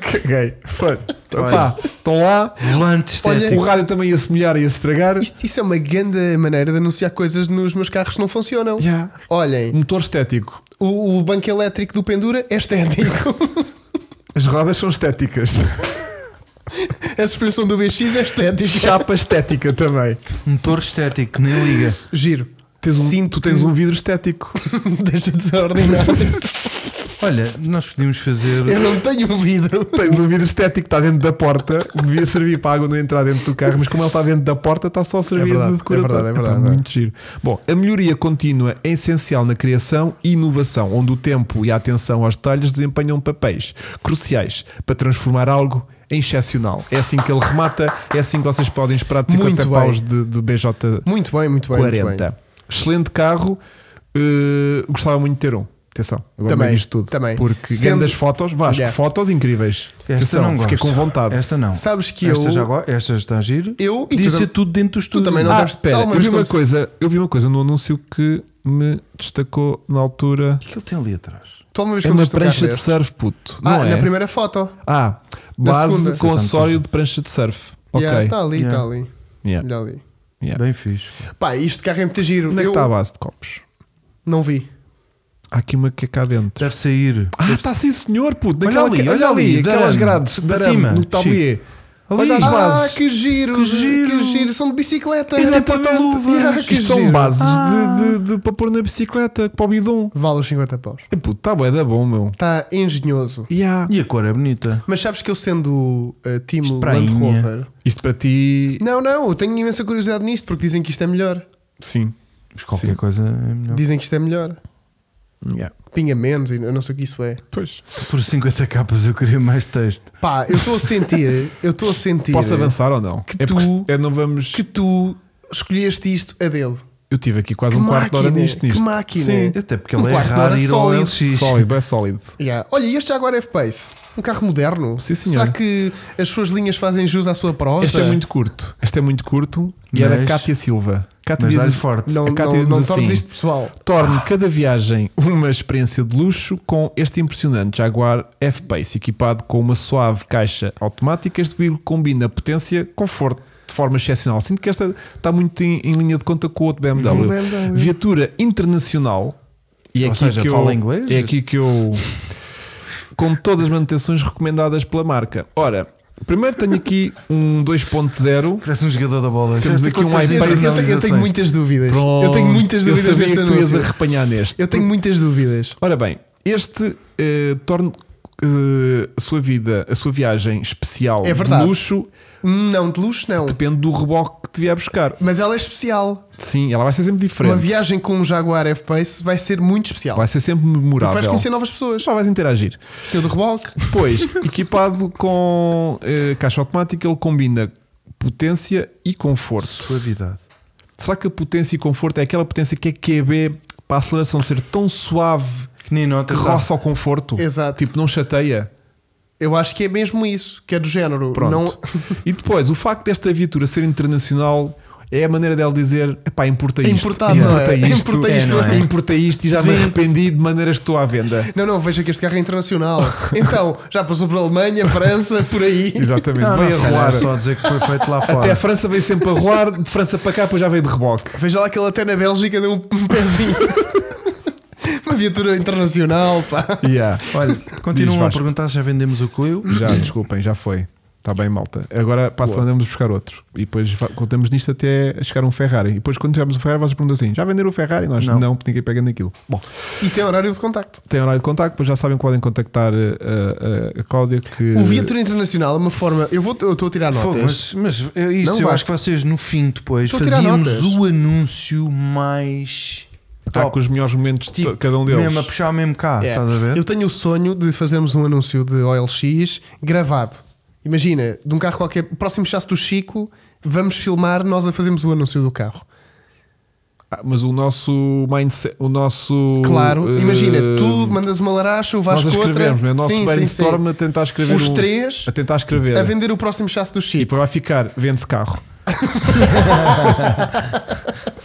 [SPEAKER 2] Caguei. Foi. Pá,
[SPEAKER 3] Olha.
[SPEAKER 2] estão lá.
[SPEAKER 3] Volante estético.
[SPEAKER 2] O rádio também ia se molhar, ia se estragar.
[SPEAKER 1] Isto, isso é uma grande maneira de anunciar coisas nos meus carros que não funcionam.
[SPEAKER 2] Yeah.
[SPEAKER 1] Olhem,
[SPEAKER 2] Motor estético.
[SPEAKER 1] o, o banco elétrico do Pendura é estético.
[SPEAKER 2] *laughs* As rodas são
[SPEAKER 1] *laughs*
[SPEAKER 2] estéticas.
[SPEAKER 1] A suspensão do BX é estética.
[SPEAKER 2] Chapa estética também.
[SPEAKER 3] Motor estético, que nem liga.
[SPEAKER 1] Giro.
[SPEAKER 2] Tens um- tu
[SPEAKER 1] Sinto
[SPEAKER 2] tens
[SPEAKER 1] que-
[SPEAKER 2] um vidro estético. *laughs*
[SPEAKER 1] Deixa de ser ordinário.
[SPEAKER 3] Olha, nós podíamos fazer.
[SPEAKER 1] Eu não tenho vidro.
[SPEAKER 2] Tens um vidro estético que está dentro da porta, devia servir para a água não entrar dentro do carro, mas como ele está dentro da porta, está só a servir
[SPEAKER 1] É verdade,
[SPEAKER 2] de decoração.
[SPEAKER 1] é verdade, é verdade, é
[SPEAKER 2] muito giro. Bom, a melhoria contínua é essencial na criação e inovação, onde o tempo e a atenção aos detalhes desempenham papéis cruciais para transformar algo em excepcional. É assim que ele remata, é assim que vocês podem esperar de 50
[SPEAKER 1] Muito bem.
[SPEAKER 2] paus de, de BJ40.
[SPEAKER 1] Muito bem, muito bem. Muito bem.
[SPEAKER 2] Excelente carro, eh, gostava muito de ter um. Atenção, agora
[SPEAKER 1] Também,
[SPEAKER 2] também, diz tudo.
[SPEAKER 1] também.
[SPEAKER 2] Porque
[SPEAKER 1] Sendo-
[SPEAKER 2] grandes fotos, Vasco,
[SPEAKER 1] Yeah.
[SPEAKER 2] fotos incríveis.
[SPEAKER 3] Esta
[SPEAKER 2] Atenção,
[SPEAKER 3] não
[SPEAKER 2] fiquei
[SPEAKER 3] gosto.
[SPEAKER 2] com vontade.
[SPEAKER 3] Esta não.
[SPEAKER 1] Sabes que
[SPEAKER 3] esta
[SPEAKER 1] eu.
[SPEAKER 3] já go- esta está a giro.
[SPEAKER 1] Eu e
[SPEAKER 3] Disse
[SPEAKER 1] tu,
[SPEAKER 3] tudo dentro do estúdio.
[SPEAKER 1] também não
[SPEAKER 2] Ah,
[SPEAKER 1] deste-
[SPEAKER 2] espera,
[SPEAKER 1] Calma,
[SPEAKER 2] eu vi,
[SPEAKER 1] mas
[SPEAKER 2] uma
[SPEAKER 1] quando-
[SPEAKER 2] coisa, eu vi uma coisa no anúncio que me destacou na altura.
[SPEAKER 3] O que ele tem ali atrás?
[SPEAKER 1] tu alguma vez
[SPEAKER 2] É uma
[SPEAKER 1] conduziste um carro
[SPEAKER 2] prancha de
[SPEAKER 1] deste?
[SPEAKER 2] surf, puto.
[SPEAKER 1] Ah,
[SPEAKER 2] não é?
[SPEAKER 1] na primeira foto.
[SPEAKER 2] Ah,
[SPEAKER 1] Na
[SPEAKER 2] base
[SPEAKER 1] segunda. tá.
[SPEAKER 2] com acessório de prancha de surf.
[SPEAKER 1] Ok.
[SPEAKER 2] Ok.
[SPEAKER 1] Está ali, está
[SPEAKER 3] Yeah.
[SPEAKER 1] ali.
[SPEAKER 2] Yeah,
[SPEAKER 1] Tá ali.
[SPEAKER 2] yeah.
[SPEAKER 3] Bem fixe.
[SPEAKER 1] Pá, isto carro é muito giro.
[SPEAKER 2] Onde é que
[SPEAKER 1] eu
[SPEAKER 2] está a base de copos?
[SPEAKER 1] não vi.
[SPEAKER 2] Há aqui uma que é cá dentro.
[SPEAKER 3] Deve sair.
[SPEAKER 2] Ah,
[SPEAKER 3] Deve-
[SPEAKER 1] tá
[SPEAKER 2] está sim, senhor, puto.
[SPEAKER 3] Olha
[SPEAKER 2] Naquela,
[SPEAKER 3] ali,
[SPEAKER 2] olha,
[SPEAKER 3] olha
[SPEAKER 2] ali,
[SPEAKER 3] ali,
[SPEAKER 2] aquelas
[SPEAKER 3] darame,
[SPEAKER 2] grades,
[SPEAKER 3] de
[SPEAKER 2] darame,
[SPEAKER 3] cima,
[SPEAKER 2] no tablier.
[SPEAKER 3] Ali.
[SPEAKER 2] Olha as
[SPEAKER 3] Ah,
[SPEAKER 2] bases.
[SPEAKER 1] Ah, que giro, que
[SPEAKER 3] giro.
[SPEAKER 1] giro. São de bicicleta.
[SPEAKER 2] Exatamente.
[SPEAKER 1] Yeah, Ah, que
[SPEAKER 2] Isto são
[SPEAKER 1] giro. Ah.
[SPEAKER 2] bases de, de- de- para pôr na bicicleta, para o bidon.
[SPEAKER 1] Vale os 50 paus.
[SPEAKER 2] E, puto, está bué da bom, meu.
[SPEAKER 1] Está engenhoso.
[SPEAKER 2] Yeah.
[SPEAKER 3] E a cor é bonita.
[SPEAKER 1] Mas sabes que eu sendo uh, time
[SPEAKER 3] Isto
[SPEAKER 1] Land
[SPEAKER 3] prainha.
[SPEAKER 1] Rover.
[SPEAKER 2] Isto para ti,
[SPEAKER 1] Não, não, eu tenho imensa curiosidade nisto porque dizem que isto é melhor.
[SPEAKER 2] sim.
[SPEAKER 3] Mas qualquer
[SPEAKER 2] Sim.
[SPEAKER 3] coisa é melhor.
[SPEAKER 1] Dizem que isto é melhor.
[SPEAKER 2] Yeah.
[SPEAKER 1] Pinga menos, e eu não sei o que isso é.
[SPEAKER 2] Pois.
[SPEAKER 3] Por 50 capas eu queria mais texto.
[SPEAKER 1] Pá, eu estou a
[SPEAKER 2] *laughs*
[SPEAKER 1] sentir, eu estou a sentir
[SPEAKER 2] Posso avançar ou não?
[SPEAKER 1] que
[SPEAKER 2] é porque
[SPEAKER 1] tu-
[SPEAKER 2] é, não vamos.
[SPEAKER 1] que tu escolheste isto a dele.
[SPEAKER 2] Eu tive aqui quase
[SPEAKER 1] que
[SPEAKER 2] um quarto de hora
[SPEAKER 1] máquina,
[SPEAKER 2] nisto. nisto.
[SPEAKER 1] que máquina.
[SPEAKER 2] Sim.
[SPEAKER 3] Até porque
[SPEAKER 1] Um
[SPEAKER 3] ele é
[SPEAKER 1] quarto de hora
[SPEAKER 3] raro ir ao
[SPEAKER 1] sólido.
[SPEAKER 3] LX.
[SPEAKER 2] Sólido, é sólido.
[SPEAKER 1] Yeah. Olha, e este agora é F-Pace, um carro moderno.
[SPEAKER 2] Sim, senhora.
[SPEAKER 1] Será que as suas linhas fazem jus à sua prosa?
[SPEAKER 2] Este é muito curto. Este é muito curto e é da
[SPEAKER 3] Mas-
[SPEAKER 2] Cátia Silva. Cátia
[SPEAKER 3] Mas dá-lhe
[SPEAKER 2] diz,
[SPEAKER 3] forte.
[SPEAKER 1] assim, Não,
[SPEAKER 2] a Cátia
[SPEAKER 1] não,
[SPEAKER 2] diz
[SPEAKER 1] não
[SPEAKER 2] assim,
[SPEAKER 1] tornes isto pessoal.
[SPEAKER 2] Torne cada viagem uma experiência de luxo com este impressionante Jaguar F-Pace equipado com uma suave caixa automática. Este veículo combina potência, conforto de forma excepcional. Sinto que esta está muito em, em linha de conta com o outro
[SPEAKER 1] Com o
[SPEAKER 2] BMW.
[SPEAKER 1] BMW.
[SPEAKER 2] Viatura internacional. E é
[SPEAKER 3] Ou
[SPEAKER 2] aqui
[SPEAKER 3] seja,
[SPEAKER 2] que eu,
[SPEAKER 3] fala inglês?
[SPEAKER 2] É aqui que eu... Com todas as manutenções recomendadas pela marca. Ora, primeiro tenho aqui um 2.0
[SPEAKER 3] Parece um jogador da bola.
[SPEAKER 2] Temos
[SPEAKER 3] Já
[SPEAKER 2] aqui um
[SPEAKER 3] com tantas
[SPEAKER 1] Eu tenho,
[SPEAKER 2] iPad.
[SPEAKER 1] eu tenho- eu tenho
[SPEAKER 3] internacionalizações.
[SPEAKER 1] muitas dúvidas.
[SPEAKER 2] Pronto,
[SPEAKER 1] eu tenho muitas
[SPEAKER 2] eu
[SPEAKER 1] dúvidas
[SPEAKER 2] sabia
[SPEAKER 1] deste
[SPEAKER 2] que tu ias
[SPEAKER 1] anúncio.
[SPEAKER 2] arrepanhar neste.
[SPEAKER 1] Eu tenho muitas dúvidas.
[SPEAKER 2] Ora bem, este eh, torna eh, a sua vida, a sua viagem especial
[SPEAKER 1] É
[SPEAKER 2] de
[SPEAKER 1] verdade.
[SPEAKER 2] luxo,
[SPEAKER 1] Hum, Não, de luxo não.
[SPEAKER 2] depende do reboque que te vier buscar.
[SPEAKER 1] Mas ela é especial.
[SPEAKER 2] Sim, ela vai ser sempre diferente.
[SPEAKER 1] Uma viagem com um Jaguar F-Pace vai ser muito especial.
[SPEAKER 2] vai ser sempre
[SPEAKER 1] Porque
[SPEAKER 2] memorável.
[SPEAKER 1] vais conhecer novas pessoas.
[SPEAKER 2] Já vais interagir.
[SPEAKER 1] O senhor do
[SPEAKER 2] Tipo,
[SPEAKER 1] reboque.
[SPEAKER 2] Depois, *laughs* equipado com eh, caixa automática, ele combina potência e conforto.
[SPEAKER 3] Suavidade.
[SPEAKER 2] Será que a potência e conforto é aquela potência que é QB para a aceleração ser tão suave
[SPEAKER 3] Que nem
[SPEAKER 2] que
[SPEAKER 3] nota. tá
[SPEAKER 2] roça ao conforto?
[SPEAKER 1] Exato.
[SPEAKER 2] Tipo, não chateia.
[SPEAKER 1] Eu acho que é mesmo isso, que é do género.
[SPEAKER 2] Pronto.
[SPEAKER 1] Não...
[SPEAKER 2] E depois, o facto desta viatura ser internacional é a maneira dela dizer: pá, importa isto.
[SPEAKER 1] Importado,
[SPEAKER 2] importa
[SPEAKER 1] não é?
[SPEAKER 2] isto.
[SPEAKER 1] Importa
[SPEAKER 3] isto,
[SPEAKER 2] não
[SPEAKER 3] não é?
[SPEAKER 2] Importa isto e já me arrependi de maneiras que estou à
[SPEAKER 3] *laughs*
[SPEAKER 2] venda.
[SPEAKER 1] Não, não, veja que este carro
[SPEAKER 2] *laughs*
[SPEAKER 1] é internacional. Então, já passou por Alemanha, França, por aí.
[SPEAKER 2] Exatamente.
[SPEAKER 3] Não, não,
[SPEAKER 2] Vem
[SPEAKER 3] se
[SPEAKER 2] a
[SPEAKER 3] calhar
[SPEAKER 2] rolar.
[SPEAKER 3] é só dizer que foi feito lá
[SPEAKER 2] Até a
[SPEAKER 3] fora.
[SPEAKER 2] França veio sempre a rolar, de França para cá, depois já veio de reboque.
[SPEAKER 1] Veja lá que ele até na Bélgica deu um pezinho. *laughs* Uma viatura internacional, pá.
[SPEAKER 2] Yeah. *laughs*
[SPEAKER 3] Olha,
[SPEAKER 2] Diz,
[SPEAKER 3] continuam a
[SPEAKER 2] Vasco.
[SPEAKER 3] perguntar se já vendemos o Clio.
[SPEAKER 2] Já, desculpem, já foi. Está bem, malta. Agora passa a andamos buscar outro. E depois va- contamos nisto até chegar um Ferrari. E depois, quando tivermos o Ferrari, vocês perguntam assim: já venderam o Ferrari? Nós não,
[SPEAKER 3] Não.
[SPEAKER 2] porque ninguém pega naquilo. Bom,
[SPEAKER 1] E tem horário de contacto.
[SPEAKER 2] têm horário de contacto, depois já sabem que podem contactar eh, a, a- a Cláudia. Que...
[SPEAKER 1] O viatura internacional é uma forma. Eu vou- eu estou a tirar
[SPEAKER 3] Fogo,
[SPEAKER 1] notas.
[SPEAKER 3] mas, mas é isso
[SPEAKER 1] Não,
[SPEAKER 3] eu
[SPEAKER 1] Vasco.
[SPEAKER 3] acho que vocês no fim depois
[SPEAKER 1] Estou a tirar notas.
[SPEAKER 3] fazíamos o anúncio mais
[SPEAKER 2] Está Tá com
[SPEAKER 3] top,
[SPEAKER 2] os melhores momentos de
[SPEAKER 3] tipo,
[SPEAKER 2] to- cada um deles.
[SPEAKER 3] mesmo a puxar mesmo cá,
[SPEAKER 1] É.
[SPEAKER 3] estás a ver?
[SPEAKER 1] Eu tenho o sonho de fazermos um anúncio de OLX gravado. Imagina, de um carro qualquer, o próximo chasse do Chico, vamos filmar nós a fazermos o anúncio do carro.
[SPEAKER 2] Ah, mas o nosso mindset, o nosso.
[SPEAKER 1] Claro,
[SPEAKER 2] eh,
[SPEAKER 1] imagina, tu mandas uma laracha, o
[SPEAKER 2] Nós a
[SPEAKER 1] Vasco outra.
[SPEAKER 2] escrevemos, né? o nosso brainstorm a tentar escrever.
[SPEAKER 1] Os
[SPEAKER 2] um-
[SPEAKER 1] três
[SPEAKER 2] A tentar escrever.
[SPEAKER 1] a vender o próximo chasse do
[SPEAKER 2] E
[SPEAKER 1] Chico.
[SPEAKER 2] depois vai ficar: vende-se carro.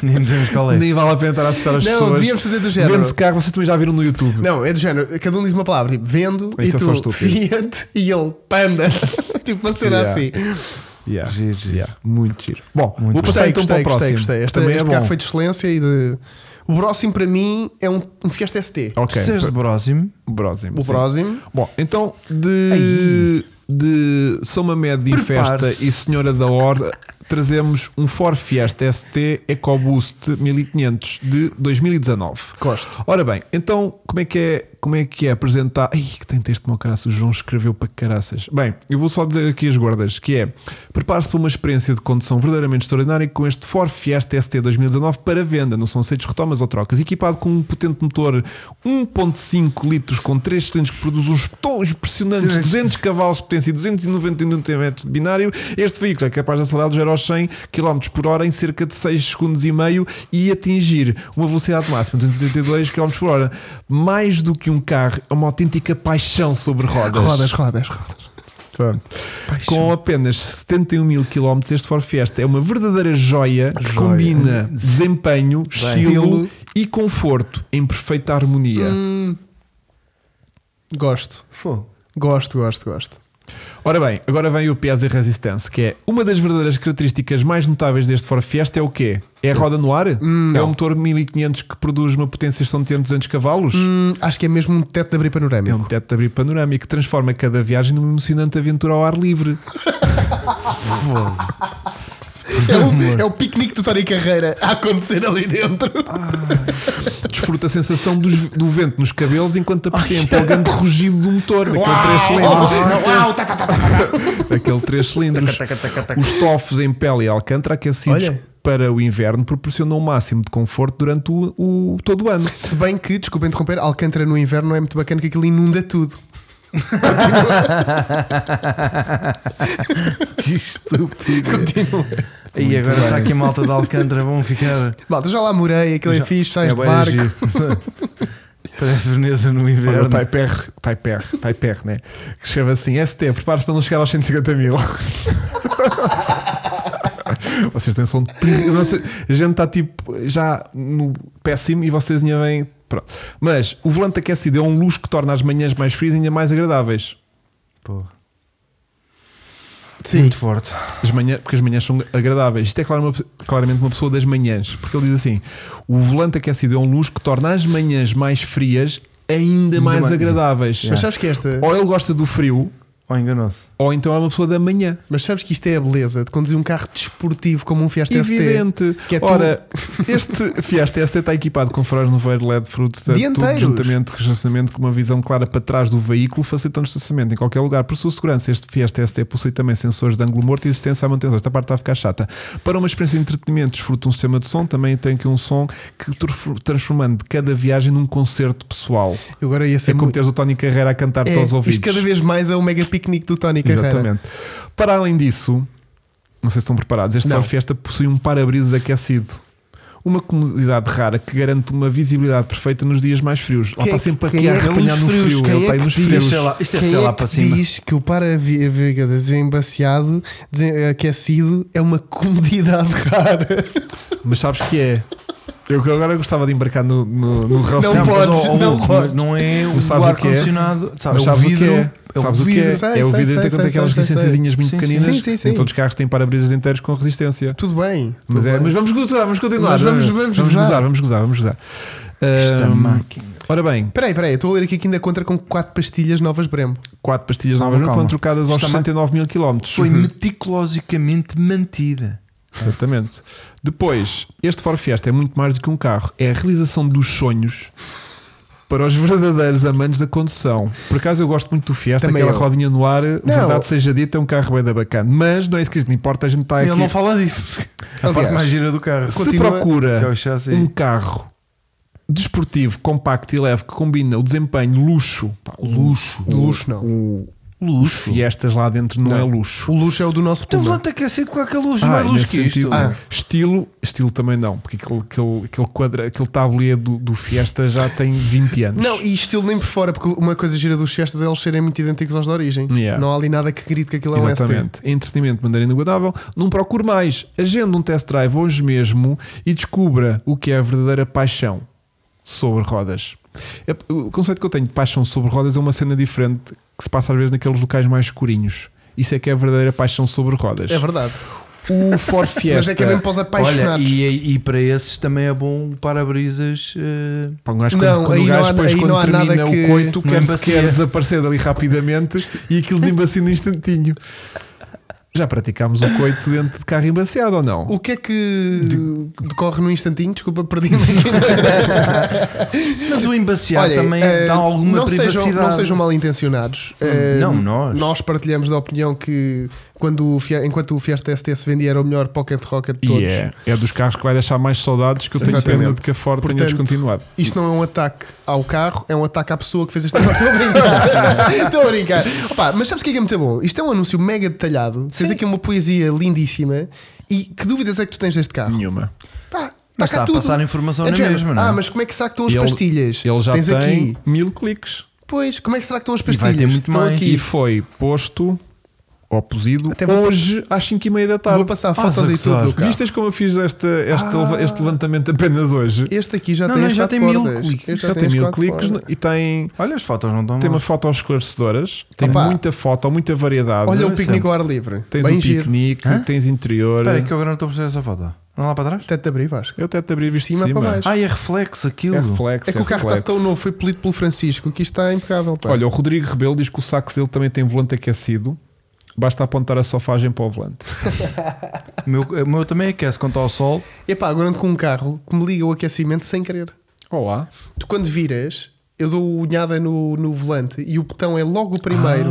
[SPEAKER 3] Nem dizemos qual é.
[SPEAKER 2] Nem vale a pena estar a assustar as
[SPEAKER 1] Não,
[SPEAKER 2] pessoas.
[SPEAKER 1] devíamos fazer do género.
[SPEAKER 2] Vende-se carro, vocês também já viram no YouTube.
[SPEAKER 1] Não, é do género, cada um diz uma palavra, tipo vendo
[SPEAKER 2] Isso é só
[SPEAKER 1] e tu
[SPEAKER 2] estúpido.
[SPEAKER 1] *laughs* Fiat e ele panda. *laughs* tipo uma cena
[SPEAKER 2] Yeah.
[SPEAKER 1] assim.
[SPEAKER 2] Yeah,
[SPEAKER 3] Giro, giro.
[SPEAKER 2] yeah, Muito giro. Bom,
[SPEAKER 3] Muito
[SPEAKER 2] vou
[SPEAKER 3] giro.
[SPEAKER 2] passar
[SPEAKER 1] Gostei,
[SPEAKER 2] então
[SPEAKER 1] gostei,
[SPEAKER 2] para o
[SPEAKER 1] gostei,
[SPEAKER 2] próximo.
[SPEAKER 1] gostei. Este,
[SPEAKER 2] também
[SPEAKER 1] este
[SPEAKER 2] é
[SPEAKER 1] carro
[SPEAKER 2] bom.
[SPEAKER 1] foi de excelência e de. O próximo para mim é um, um Fiesta ST.
[SPEAKER 2] Ok,
[SPEAKER 3] Precisas de Brosimo.
[SPEAKER 2] o próximo.
[SPEAKER 1] O
[SPEAKER 2] É sim.
[SPEAKER 1] próximo.
[SPEAKER 2] Bom, então de, de Soma Med em Festa
[SPEAKER 3] Prepare-se.
[SPEAKER 2] e Senhora da Hora trazemos um Ford Fiesta ST EcoBoost 1500 de 2019.
[SPEAKER 1] Gosto.
[SPEAKER 2] Ora bem, então como é que é, como é, que é apresentar. Ai, que tem texto mau caraças, o João escreveu para caraças. Bem, eu vou só dizer aqui as gordas, que é prepare-se para uma experiência de condução verdadeiramente extraordinária com este Ford Fiesta ST 2019 para venda, não são aceitos retomas ou trocas, equipado com um potente motor 1.5 litros com 3 cilindros que produz uns tons impressionantes, 200 cavalos de potência e 291 Nm de binário, este veículo é capaz de acelerar dos 0 aos 100 km por hora em cerca de 6 segundos e meio e atingir uma velocidade máxima de 282 km por hora. Mais do que um carro, é uma autêntica paixão sobre rodas.
[SPEAKER 1] Rodas, rodas, rodas.
[SPEAKER 2] Pronto. Com apenas 71 mil km, este Ford Fiesta é uma verdadeira joia que combina desempenho, estilo
[SPEAKER 1] Estilo. Hum.
[SPEAKER 2] e conforto em perfeita harmonia.
[SPEAKER 1] Gosto.
[SPEAKER 3] Fogo.
[SPEAKER 1] Gosto, gosto, gosto.
[SPEAKER 2] Ora bem, agora vem o Piazza Resistance, que é uma das verdadeiras características mais notáveis deste Ford Fiesta é o quê? É
[SPEAKER 1] Hum.
[SPEAKER 2] a roda no ar? é um motor 1500 que produz uma potência de 200 cavalos?
[SPEAKER 1] Hum, acho que é mesmo um teto de abrir
[SPEAKER 2] É um
[SPEAKER 1] panorâmico.
[SPEAKER 2] teto de abrir panorâmico que transforma cada viagem numa emocionante aventura ao ar livre.
[SPEAKER 1] *laughs* É, o, é o piquenique do Tony Carreira a acontecer ali dentro.
[SPEAKER 2] Desfruta a sensação dos- do vento nos cabelos enquanto aprecia empolgante rugido do motor, daquele três cilindros. Aquele três cilindros. Os tofos em pele e alcântara aquecidos
[SPEAKER 1] Olha.
[SPEAKER 2] para o inverno proporcionam o máximo de conforto durante o, o- todo o ano.
[SPEAKER 1] Se bem que, desculpa interromper, Alcântara no inverno não é muito bacana que aquilo inunda tudo.
[SPEAKER 3] que estúpido.
[SPEAKER 1] Continua.
[SPEAKER 3] E agora está aqui a malta de Alcântara, vão ficar.
[SPEAKER 1] Malta, já lá morei, aquilo é fixe, sais
[SPEAKER 3] É
[SPEAKER 1] de
[SPEAKER 3] bué
[SPEAKER 1] barco.
[SPEAKER 3] giro. Parece Veneza no
[SPEAKER 2] Olha,
[SPEAKER 3] inverno.
[SPEAKER 2] o Type R, Type R, Type R, né? Que escreve assim: ST, prepare-se para não chegar aos 150 mil. *laughs* vocês têm som de. eu não sei, A gente está tipo já no péssimo e vocês ainda vêm. Pronto. Mas o volante aquecido é um luxo que torna as manhãs mais frias e ainda mais agradáveis.
[SPEAKER 3] Pô,
[SPEAKER 1] Sim.
[SPEAKER 3] Muito forte.
[SPEAKER 2] As manhã, porque as manhãs são agradáveis. Isto é claro uma- claramente uma pessoa das manhãs, porque ele diz assim: o volante aquecido é um luxo que torna as manhãs mais frias ainda mais
[SPEAKER 3] mais-
[SPEAKER 2] agradáveis.
[SPEAKER 1] Mas sabes que esta.
[SPEAKER 2] Ou ele gosta do frio,
[SPEAKER 3] Ou enganou-se.
[SPEAKER 2] ou então é uma pessoa da manhã.
[SPEAKER 1] Mas sabes que isto é a beleza de conduzir um carro desportivo como um Fiesta ST.
[SPEAKER 2] Evidente.
[SPEAKER 1] que é tu-
[SPEAKER 2] Ora, este Fiesta ST está equipado com faróis no veio LED fruto
[SPEAKER 1] Dianteiros.
[SPEAKER 2] juntamente com estacionamento com uma visão clara para trás do veículo, facilitando o estacionamento em qualquer lugar. Por sua segurança, este Fiesta ST possui também sensores de ângulo morto e existência à manutenção. Esta parte está a ficar chata. Para uma experiência de entretenimento, desfruta um sistema de som, também tem aqui um som que tr- transformando cada viagem num concerto pessoal.
[SPEAKER 1] Eu agora ia
[SPEAKER 2] É
[SPEAKER 1] ser
[SPEAKER 2] como
[SPEAKER 1] muito.
[SPEAKER 2] teres o Tony Carreira a cantar-te aos
[SPEAKER 1] É,
[SPEAKER 2] ouvidos.
[SPEAKER 1] isto cada vez mais é o mega piquenique do Tony Carreira.
[SPEAKER 2] Exatamente. Para além disso, não sei se estão preparados, este
[SPEAKER 1] Não.
[SPEAKER 2] Ford Fiesta possui um para-brisas aquecido. Uma comodidade rara que garante uma visibilidade perfeita nos dias mais frios. Lá
[SPEAKER 1] Quem
[SPEAKER 2] está
[SPEAKER 1] é que-
[SPEAKER 2] sempre
[SPEAKER 1] quem
[SPEAKER 2] aqui
[SPEAKER 1] é
[SPEAKER 2] a
[SPEAKER 1] que tem
[SPEAKER 2] realinhar
[SPEAKER 1] os
[SPEAKER 2] no
[SPEAKER 1] frios?
[SPEAKER 2] frio.
[SPEAKER 1] Quem
[SPEAKER 2] Ele
[SPEAKER 1] é
[SPEAKER 2] está aí
[SPEAKER 1] que
[SPEAKER 2] nos
[SPEAKER 1] diz?
[SPEAKER 2] frios.
[SPEAKER 3] Sei lá, isto deve
[SPEAKER 1] Quem
[SPEAKER 3] ser lá
[SPEAKER 1] é
[SPEAKER 3] para
[SPEAKER 1] que
[SPEAKER 3] cima.
[SPEAKER 1] diz que o para-virga desembaciado, desem- aquecido, é uma comodidade *laughs* rara?
[SPEAKER 2] Mas sabes que é? Eu que agora gostava de embarcar no, no, no roster.
[SPEAKER 1] Não
[SPEAKER 3] mas,
[SPEAKER 1] podes,
[SPEAKER 3] ó, ó,
[SPEAKER 1] não
[SPEAKER 3] o-
[SPEAKER 1] podes.
[SPEAKER 3] Não é o,
[SPEAKER 2] Mas sabes o que é?
[SPEAKER 3] ar-condicionado.
[SPEAKER 2] Mas
[SPEAKER 3] é o
[SPEAKER 2] sabes o,
[SPEAKER 3] vidro.
[SPEAKER 2] que é?
[SPEAKER 3] é o
[SPEAKER 2] sabes o que é?
[SPEAKER 1] vidro. Sei,
[SPEAKER 2] é o
[SPEAKER 1] sei,
[SPEAKER 2] vidro
[SPEAKER 1] sei,
[SPEAKER 2] tem
[SPEAKER 1] sei,
[SPEAKER 2] aquelas
[SPEAKER 1] sei, sei.
[SPEAKER 2] licençazinhas muito
[SPEAKER 3] Sim, sim,
[SPEAKER 2] pequeninas.
[SPEAKER 1] sim, sim, sim.
[SPEAKER 2] Nem todos os carros têm para-brisas inteiros com resistência.
[SPEAKER 1] Tudo bem.
[SPEAKER 2] Mas,
[SPEAKER 1] tudo
[SPEAKER 2] é,
[SPEAKER 1] bem.
[SPEAKER 2] mas vamos gozar, vamos continuar.
[SPEAKER 1] Mas vamos- vamos
[SPEAKER 2] vamos
[SPEAKER 1] gozar.
[SPEAKER 2] gozar, vamos gozar. Vamos gozar.
[SPEAKER 3] Esta
[SPEAKER 2] Ahm,
[SPEAKER 3] máquina.
[SPEAKER 2] ora bem,
[SPEAKER 1] Peraí, peraí, eu estou a ler aqui que ainda contra com 4 pastilhas novas Brembo.
[SPEAKER 2] 4 pastilhas
[SPEAKER 3] Calma,
[SPEAKER 2] novas não foram
[SPEAKER 3] calma.
[SPEAKER 2] trocadas aos
[SPEAKER 3] Isto também-
[SPEAKER 2] 69 mil quilómetros.
[SPEAKER 3] Foi meticulosamente mantida.
[SPEAKER 2] *laughs* Exatamente. Depois, este Ford Fiesta é muito mais do que um carro. É a realização dos sonhos para os verdadeiros amantes da condução. Por acaso eu gosto muito do Fiesta,
[SPEAKER 1] Também
[SPEAKER 2] aquela
[SPEAKER 1] eu.
[SPEAKER 2] rodinha no ar, verdade seja dita, é um carro bem da bacana. Mas não é isso que importa, a gente está aqui.
[SPEAKER 3] Ele não fala disso. é. A
[SPEAKER 1] Aliás,
[SPEAKER 3] parte mais gira do carro.
[SPEAKER 2] Se
[SPEAKER 1] Continua.
[SPEAKER 3] Que é
[SPEAKER 2] procura
[SPEAKER 3] o chassi.
[SPEAKER 2] um carro desportivo, compacto e leve que combina o desempenho, luxo, pá, o luxo, o-
[SPEAKER 1] Luxo não.
[SPEAKER 2] o- os Fiestas lá dentro não, é luxo.
[SPEAKER 1] O luxo é o do nosso
[SPEAKER 3] Tem um
[SPEAKER 1] Puma.
[SPEAKER 3] volante aquecido, claro que é luz,
[SPEAKER 2] Ah,
[SPEAKER 3] mais luz
[SPEAKER 2] nesse
[SPEAKER 3] que isto.
[SPEAKER 2] sentido, é.
[SPEAKER 1] Ah.
[SPEAKER 2] Estilo, estilo também não, porque aquele, aquele, aquele, quadra, aquele tabuleiro do, do Fiesta já tem 20 anos.
[SPEAKER 1] Não, e estilo nem por fora, porque uma coisa gira dos Fiestas é eles serem muito idênticos aos da origem.
[SPEAKER 2] Yeah.
[SPEAKER 1] Não há ali nada que grite que aquilo é um ST.
[SPEAKER 2] Exatamente. Entretenimento de maneira inaguadável. Não procure mais. Agenda um test drive hoje mesmo e descubra o que é a verdadeira paixão sobre rodas. É- O conceito que eu tenho de paixão sobre rodas é uma cena diferente que se passa às vezes naqueles locais mais escurinhos. Isso é que é a verdadeira paixão sobre rodas.
[SPEAKER 1] É verdade.
[SPEAKER 2] o Ford Fiesta.
[SPEAKER 1] *laughs* Mas é que é mesmo para os
[SPEAKER 3] Olha,
[SPEAKER 1] apaixonados.
[SPEAKER 3] e, e para esses também é bom o para-brisas. eh,
[SPEAKER 2] Pá, um gajo,
[SPEAKER 1] Não,
[SPEAKER 2] quando, quando
[SPEAKER 1] aí
[SPEAKER 2] o
[SPEAKER 1] não
[SPEAKER 2] gajo
[SPEAKER 1] há-
[SPEAKER 2] depois,
[SPEAKER 1] aí não
[SPEAKER 2] quando
[SPEAKER 1] há nada
[SPEAKER 2] termina
[SPEAKER 1] que-
[SPEAKER 2] o coito,
[SPEAKER 3] não
[SPEAKER 2] quer,
[SPEAKER 3] embacia.
[SPEAKER 2] quer desaparecer dali rapidamente e aquilo desembacia no instantinho. *laughs* Já praticámos o coito dentro de carro embaciado ou não?
[SPEAKER 1] O que é que decorre num instantinho? Desculpa, perdi-me. *laughs*
[SPEAKER 3] Mas o embaciar
[SPEAKER 1] Olha,
[SPEAKER 3] também
[SPEAKER 1] eh,
[SPEAKER 3] dá alguma
[SPEAKER 1] não
[SPEAKER 3] privacidade. Hum,
[SPEAKER 1] Sejam, não sejam mal intencionados. Eh,
[SPEAKER 3] não, nós.
[SPEAKER 1] Nós partilhamos da opinião que quando o Fie- enquanto o Fiesta ST se vendia era o melhor Pocket Rocket
[SPEAKER 2] E
[SPEAKER 1] de todos.
[SPEAKER 2] é, é dos carros que vai deixar mais saudades que eu tenho
[SPEAKER 1] Exatamente.
[SPEAKER 2] pena de que a Ford tenha
[SPEAKER 1] Portanto,
[SPEAKER 2] descontinuado.
[SPEAKER 1] Isto não é um ataque ao carro, é um ataque à pessoa que fez este. Não, *laughs* estou a brincar.
[SPEAKER 3] *laughs*
[SPEAKER 1] estou a brincar. Opa, mas sabes o que é que é muito bom? Isto é um anúncio mega detalhado. Fez aqui uma poesia lindíssima. E que dúvidas é que tu tens deste carro?
[SPEAKER 2] Nenhuma.
[SPEAKER 1] Pá,
[SPEAKER 3] Mas
[SPEAKER 1] cá
[SPEAKER 3] está a
[SPEAKER 1] tudo.
[SPEAKER 3] passar informação
[SPEAKER 1] É
[SPEAKER 3] na
[SPEAKER 1] de género,
[SPEAKER 3] mesma, não Tá é?
[SPEAKER 1] Ah, mas como é que será que estão as
[SPEAKER 2] Ele-
[SPEAKER 1] pastilhas?
[SPEAKER 2] Ele já
[SPEAKER 1] tens
[SPEAKER 2] tem
[SPEAKER 1] aqui.
[SPEAKER 2] mil cliques
[SPEAKER 1] Pois, como é que será que estão as
[SPEAKER 3] vai ter
[SPEAKER 1] pastilhas?
[SPEAKER 3] muito
[SPEAKER 1] estão
[SPEAKER 3] mais.
[SPEAKER 1] aqui.
[SPEAKER 2] e foi posto ou posido
[SPEAKER 1] Até vou-
[SPEAKER 2] hoje às 5h30 da
[SPEAKER 1] Vou
[SPEAKER 2] tarde.
[SPEAKER 1] passar Ah.
[SPEAKER 3] a
[SPEAKER 1] fotos e
[SPEAKER 3] gozar.
[SPEAKER 1] tudo. do carro.
[SPEAKER 2] Vistas como eu fiz esta, esta- este levantamento apenas hoje.
[SPEAKER 1] Este aqui já
[SPEAKER 3] Não,
[SPEAKER 1] tem,
[SPEAKER 3] não,
[SPEAKER 1] as
[SPEAKER 3] já
[SPEAKER 1] quatro
[SPEAKER 3] tem mil
[SPEAKER 1] bordas.
[SPEAKER 3] cliques.
[SPEAKER 1] Este
[SPEAKER 2] Já, tem
[SPEAKER 1] as
[SPEAKER 2] mil
[SPEAKER 1] quatro
[SPEAKER 2] cliques
[SPEAKER 1] bordas.
[SPEAKER 2] e tem
[SPEAKER 3] Olha, as fotos não estão
[SPEAKER 2] Tem
[SPEAKER 3] mal.
[SPEAKER 2] umas fotos esclarecedoras, tem
[SPEAKER 1] Hum. Opa.
[SPEAKER 2] muita foto, muita variedade.
[SPEAKER 1] Olha o
[SPEAKER 3] Interessante.
[SPEAKER 1] piquenique ao ar livre.
[SPEAKER 2] Tens
[SPEAKER 1] Bem
[SPEAKER 2] o
[SPEAKER 1] giro.
[SPEAKER 2] piquenique,
[SPEAKER 3] Hã?
[SPEAKER 2] tens interior.
[SPEAKER 3] Espera aí que eu agora não estou a perceber essa foto. Não lá para trás?
[SPEAKER 1] Até te abrir, Vasco.
[SPEAKER 2] Eu até te abri visto de
[SPEAKER 1] Cima
[SPEAKER 2] cima.
[SPEAKER 1] para baixo.
[SPEAKER 3] Ah, é reflexo aquilo.
[SPEAKER 2] É reflexo.
[SPEAKER 1] É que o carro está
[SPEAKER 2] reflexo.
[SPEAKER 1] tão novo, foi polido pelo Francisco, que isto está impecável. Pá.
[SPEAKER 2] Olha, o Rodrigo Rebelo diz que o saco dele também tem volante aquecido. Basta apontar a sofagem para o volante.
[SPEAKER 3] O meu, o meu também aquece quando está ao sol.
[SPEAKER 1] Epá, agora ando com um carro que me liga o aquecimento sem querer.
[SPEAKER 2] Olá.
[SPEAKER 1] Tu quando viras, eu dou unhada no, no volante e o botão é logo o primeiro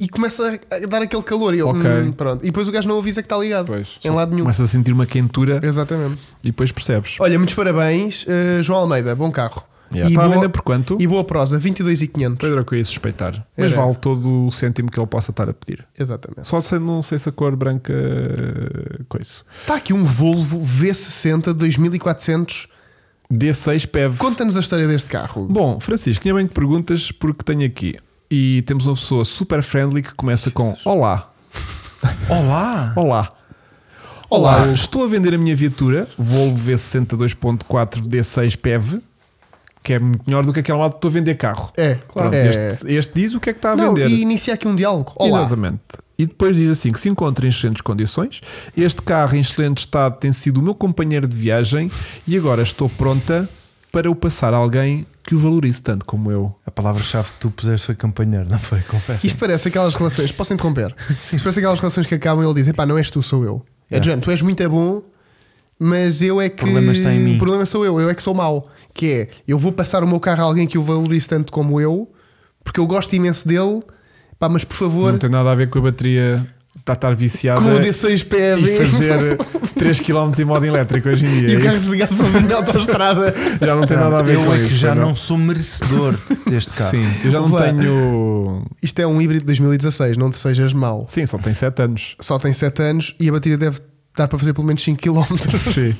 [SPEAKER 1] e, e começa a a dar aquele calor. E, eu,
[SPEAKER 2] Ok.
[SPEAKER 1] "Hum, pronto. e depois o gajo não avisa que está ligado.
[SPEAKER 2] Pois.
[SPEAKER 1] Em lado nenhum.
[SPEAKER 2] Começas a sentir uma quentura
[SPEAKER 1] Exatamente.
[SPEAKER 2] e depois percebes.
[SPEAKER 1] Olha, muitos parabéns, eh, João Almeida. Bom carro.
[SPEAKER 2] Yeah.
[SPEAKER 1] E,
[SPEAKER 2] Está à
[SPEAKER 1] boa,
[SPEAKER 2] venda por quanto?
[SPEAKER 1] e boa prosa, 22,500.
[SPEAKER 2] Pedro, é o que eu ia suspeitar. Mas
[SPEAKER 1] Era.
[SPEAKER 2] vale todo o cêntimo que ele possa estar a pedir.
[SPEAKER 1] é. Exatamente.
[SPEAKER 2] Só se, não sei se a cor branca. eh, coisa.
[SPEAKER 1] Está aqui um Volvo V60 2400.
[SPEAKER 2] D6 PEV.
[SPEAKER 1] Conta-nos a história deste carro.
[SPEAKER 2] Bom, Francisco, tinha bem que perguntas porque tenho aqui. E temos uma pessoa super friendly que começa com Olá.
[SPEAKER 3] Olá!
[SPEAKER 2] Olá. Olá, estou a vender a minha viatura Volvo V60 2.4 D6 PEV, que é muito melhor do que aquela lá de estou a vender carro.
[SPEAKER 1] É,
[SPEAKER 2] Pronto,
[SPEAKER 1] claro. É.
[SPEAKER 2] Este, este diz o que é que está a
[SPEAKER 1] Não,
[SPEAKER 2] vender.
[SPEAKER 1] e inicia aqui um diálogo. Olá.
[SPEAKER 2] Exatamente. E depois diz assim: que se encontra em excelentes condições. Este carro em excelente estado tem sido o meu companheiro de viagem e agora estou pronta para o passar a alguém que o valorize tanto como eu.
[SPEAKER 3] A palavra-chave que tu puseste foi campanheiro, não foi? Confesso.
[SPEAKER 1] Isto parece aquelas relações.
[SPEAKER 2] *laughs*
[SPEAKER 1] Posso interromper? Isto parece aquelas relações que acabam e ele diz: pá, não és tu, sou eu. É de género, tu és muito é bom, mas eu é que.
[SPEAKER 3] problema está em mim.
[SPEAKER 1] O problema sou eu, eu é que sou mau. Que é, eu vou passar o meu carro a alguém que o valorize tanto como eu, porque eu gosto imenso dele, pá, mas por
[SPEAKER 2] Não
[SPEAKER 1] favor,
[SPEAKER 2] tem nada a ver com a bateria estar, estar viciada
[SPEAKER 1] com o D6
[SPEAKER 2] e
[SPEAKER 1] PEV *laughs*
[SPEAKER 3] *laughs*
[SPEAKER 2] fazer 3km em modo elétrico hoje em dia.
[SPEAKER 1] e o
[SPEAKER 2] É
[SPEAKER 1] carro
[SPEAKER 2] isso.
[SPEAKER 1] desligar sozinho na autostrada.
[SPEAKER 2] Já não tem nada a ver
[SPEAKER 3] eu
[SPEAKER 2] com
[SPEAKER 3] é que
[SPEAKER 2] isso,
[SPEAKER 3] já
[SPEAKER 2] pois
[SPEAKER 3] não sou merecedor deste carro.
[SPEAKER 2] Sim, eu já não
[SPEAKER 1] Vá.
[SPEAKER 2] tenho.
[SPEAKER 1] *laughs* Isto é um híbrido de 2016, não te sejas mau.
[SPEAKER 2] Sim, só tem 7
[SPEAKER 3] *laughs*
[SPEAKER 2] anos.
[SPEAKER 1] Só tem 7 anos e a bateria deve dar para fazer pelo menos 5 km.
[SPEAKER 2] Sim,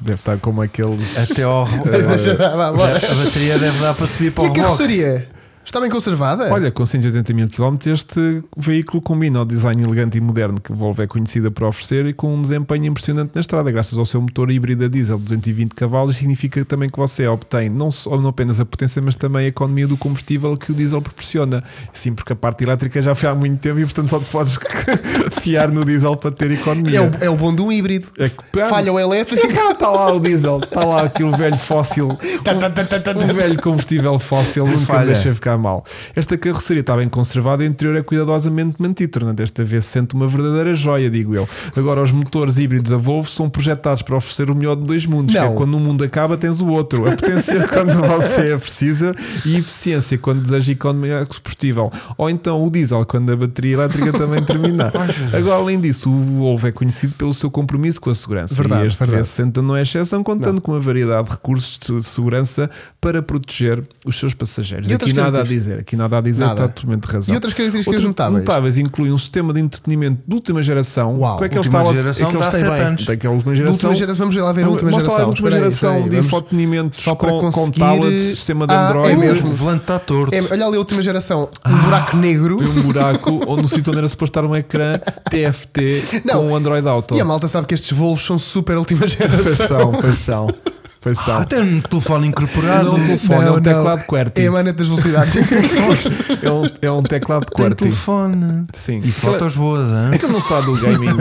[SPEAKER 2] deve estar como aqueles.
[SPEAKER 3] Até ao.
[SPEAKER 1] *laughs* Deixa, vá, vá,
[SPEAKER 3] a
[SPEAKER 1] bora.
[SPEAKER 3] bateria deve dar para subir para
[SPEAKER 1] E
[SPEAKER 3] o
[SPEAKER 1] a
[SPEAKER 3] rock.
[SPEAKER 1] carroceria? Está bem conservada?
[SPEAKER 2] Olha, com 180 mil km, este veículo combina o design elegante e moderno que a Volvo é conhecida por oferecer e com um desempenho impressionante na estrada. Graças ao seu motor híbrido a diesel de 220 cavalos, significa também que você obtém não, só, não apenas a potência, mas também a economia do combustível que o diesel proporciona. Sim, porque a parte elétrica já foi há muito tempo e, portanto, só te podes *laughs* fiar no diesel para ter economia.
[SPEAKER 1] É o, é o bom de um híbrido.
[SPEAKER 2] É que-
[SPEAKER 1] Falha o elétrico.
[SPEAKER 2] Está tá lá o diesel, está lá aquele velho fóssil. Um velho combustível fóssil nunca
[SPEAKER 3] Falha.
[SPEAKER 2] me deixa ficar mal. Esta carroceria está bem conservada e o interior é cuidadosamente mantido, tornando esta vez sente uma verdadeira joia, digo eu. Agora, os motores híbridos a Volvo são projetados para oferecer o melhor de dois mundos, que é
[SPEAKER 1] Não.
[SPEAKER 2] quando um mundo acaba, tens o outro. A potência *laughs* quando você a precisa e eficiência quando deseja economia combustível. Ou então o diesel quando a bateria elétrica também terminar. Agora, além disso, o Volvo é conhecido pelo seu compromisso com a segurança.
[SPEAKER 1] Verdade,
[SPEAKER 2] e este
[SPEAKER 1] verdade.
[SPEAKER 2] V60 não é exceção, contando com uma variedade de recursos de segurança para proteger os seus passageiros.
[SPEAKER 1] E
[SPEAKER 2] Aqui
[SPEAKER 1] outras
[SPEAKER 2] nada a
[SPEAKER 1] características?
[SPEAKER 2] dizer, aqui nada a dizer,
[SPEAKER 1] Nada.
[SPEAKER 2] está totalmente razão.
[SPEAKER 1] E outras características notáveis?
[SPEAKER 2] incluem um sistema de entretenimento de última geração.
[SPEAKER 1] Uau,
[SPEAKER 2] Qual é que ele
[SPEAKER 3] Última
[SPEAKER 2] estava
[SPEAKER 3] geração
[SPEAKER 2] aquele-
[SPEAKER 3] dá
[SPEAKER 1] sei
[SPEAKER 3] 7
[SPEAKER 1] bem.
[SPEAKER 3] anos.
[SPEAKER 2] daquela última
[SPEAKER 1] Na
[SPEAKER 2] geração.
[SPEAKER 1] última geração, vamos lá ver a última
[SPEAKER 2] Mostra lá
[SPEAKER 1] geração.
[SPEAKER 2] a última
[SPEAKER 1] Espera aí,
[SPEAKER 2] geração
[SPEAKER 1] espera aí,
[SPEAKER 2] de
[SPEAKER 1] vamos-
[SPEAKER 2] infotenimento
[SPEAKER 1] só para
[SPEAKER 2] com, com
[SPEAKER 1] conseguir-
[SPEAKER 2] tablet, sistema de
[SPEAKER 1] Ah, é
[SPEAKER 2] Android.
[SPEAKER 1] mesmo.
[SPEAKER 3] O volante está Uh, torto.
[SPEAKER 1] É, olha ali a última geração. Um
[SPEAKER 2] Ah,
[SPEAKER 1] buraco negro.
[SPEAKER 2] E um buraco *laughs* onde no sítio onde era suposto estar um ecrã TFT
[SPEAKER 1] Não.
[SPEAKER 2] com o Android Auto.
[SPEAKER 1] E a malta sabe que estes Volvos são
[SPEAKER 2] *laughs*
[SPEAKER 1] super última geração.
[SPEAKER 2] Paixão, paixão, paixão.
[SPEAKER 3] Ah, tem um telefone incorporado.
[SPEAKER 2] Não, um telefone, é um
[SPEAKER 1] Não, não.
[SPEAKER 2] teclado QWERTY.
[SPEAKER 1] É a manete das
[SPEAKER 2] *laughs*
[SPEAKER 1] velocidades.
[SPEAKER 2] É um, é um teclado
[SPEAKER 3] Tem
[SPEAKER 2] QWERTY.
[SPEAKER 3] telefone.
[SPEAKER 2] Sim.
[SPEAKER 3] E fotos boas,
[SPEAKER 2] É
[SPEAKER 3] hein?
[SPEAKER 2] que ele não sabe do gaming.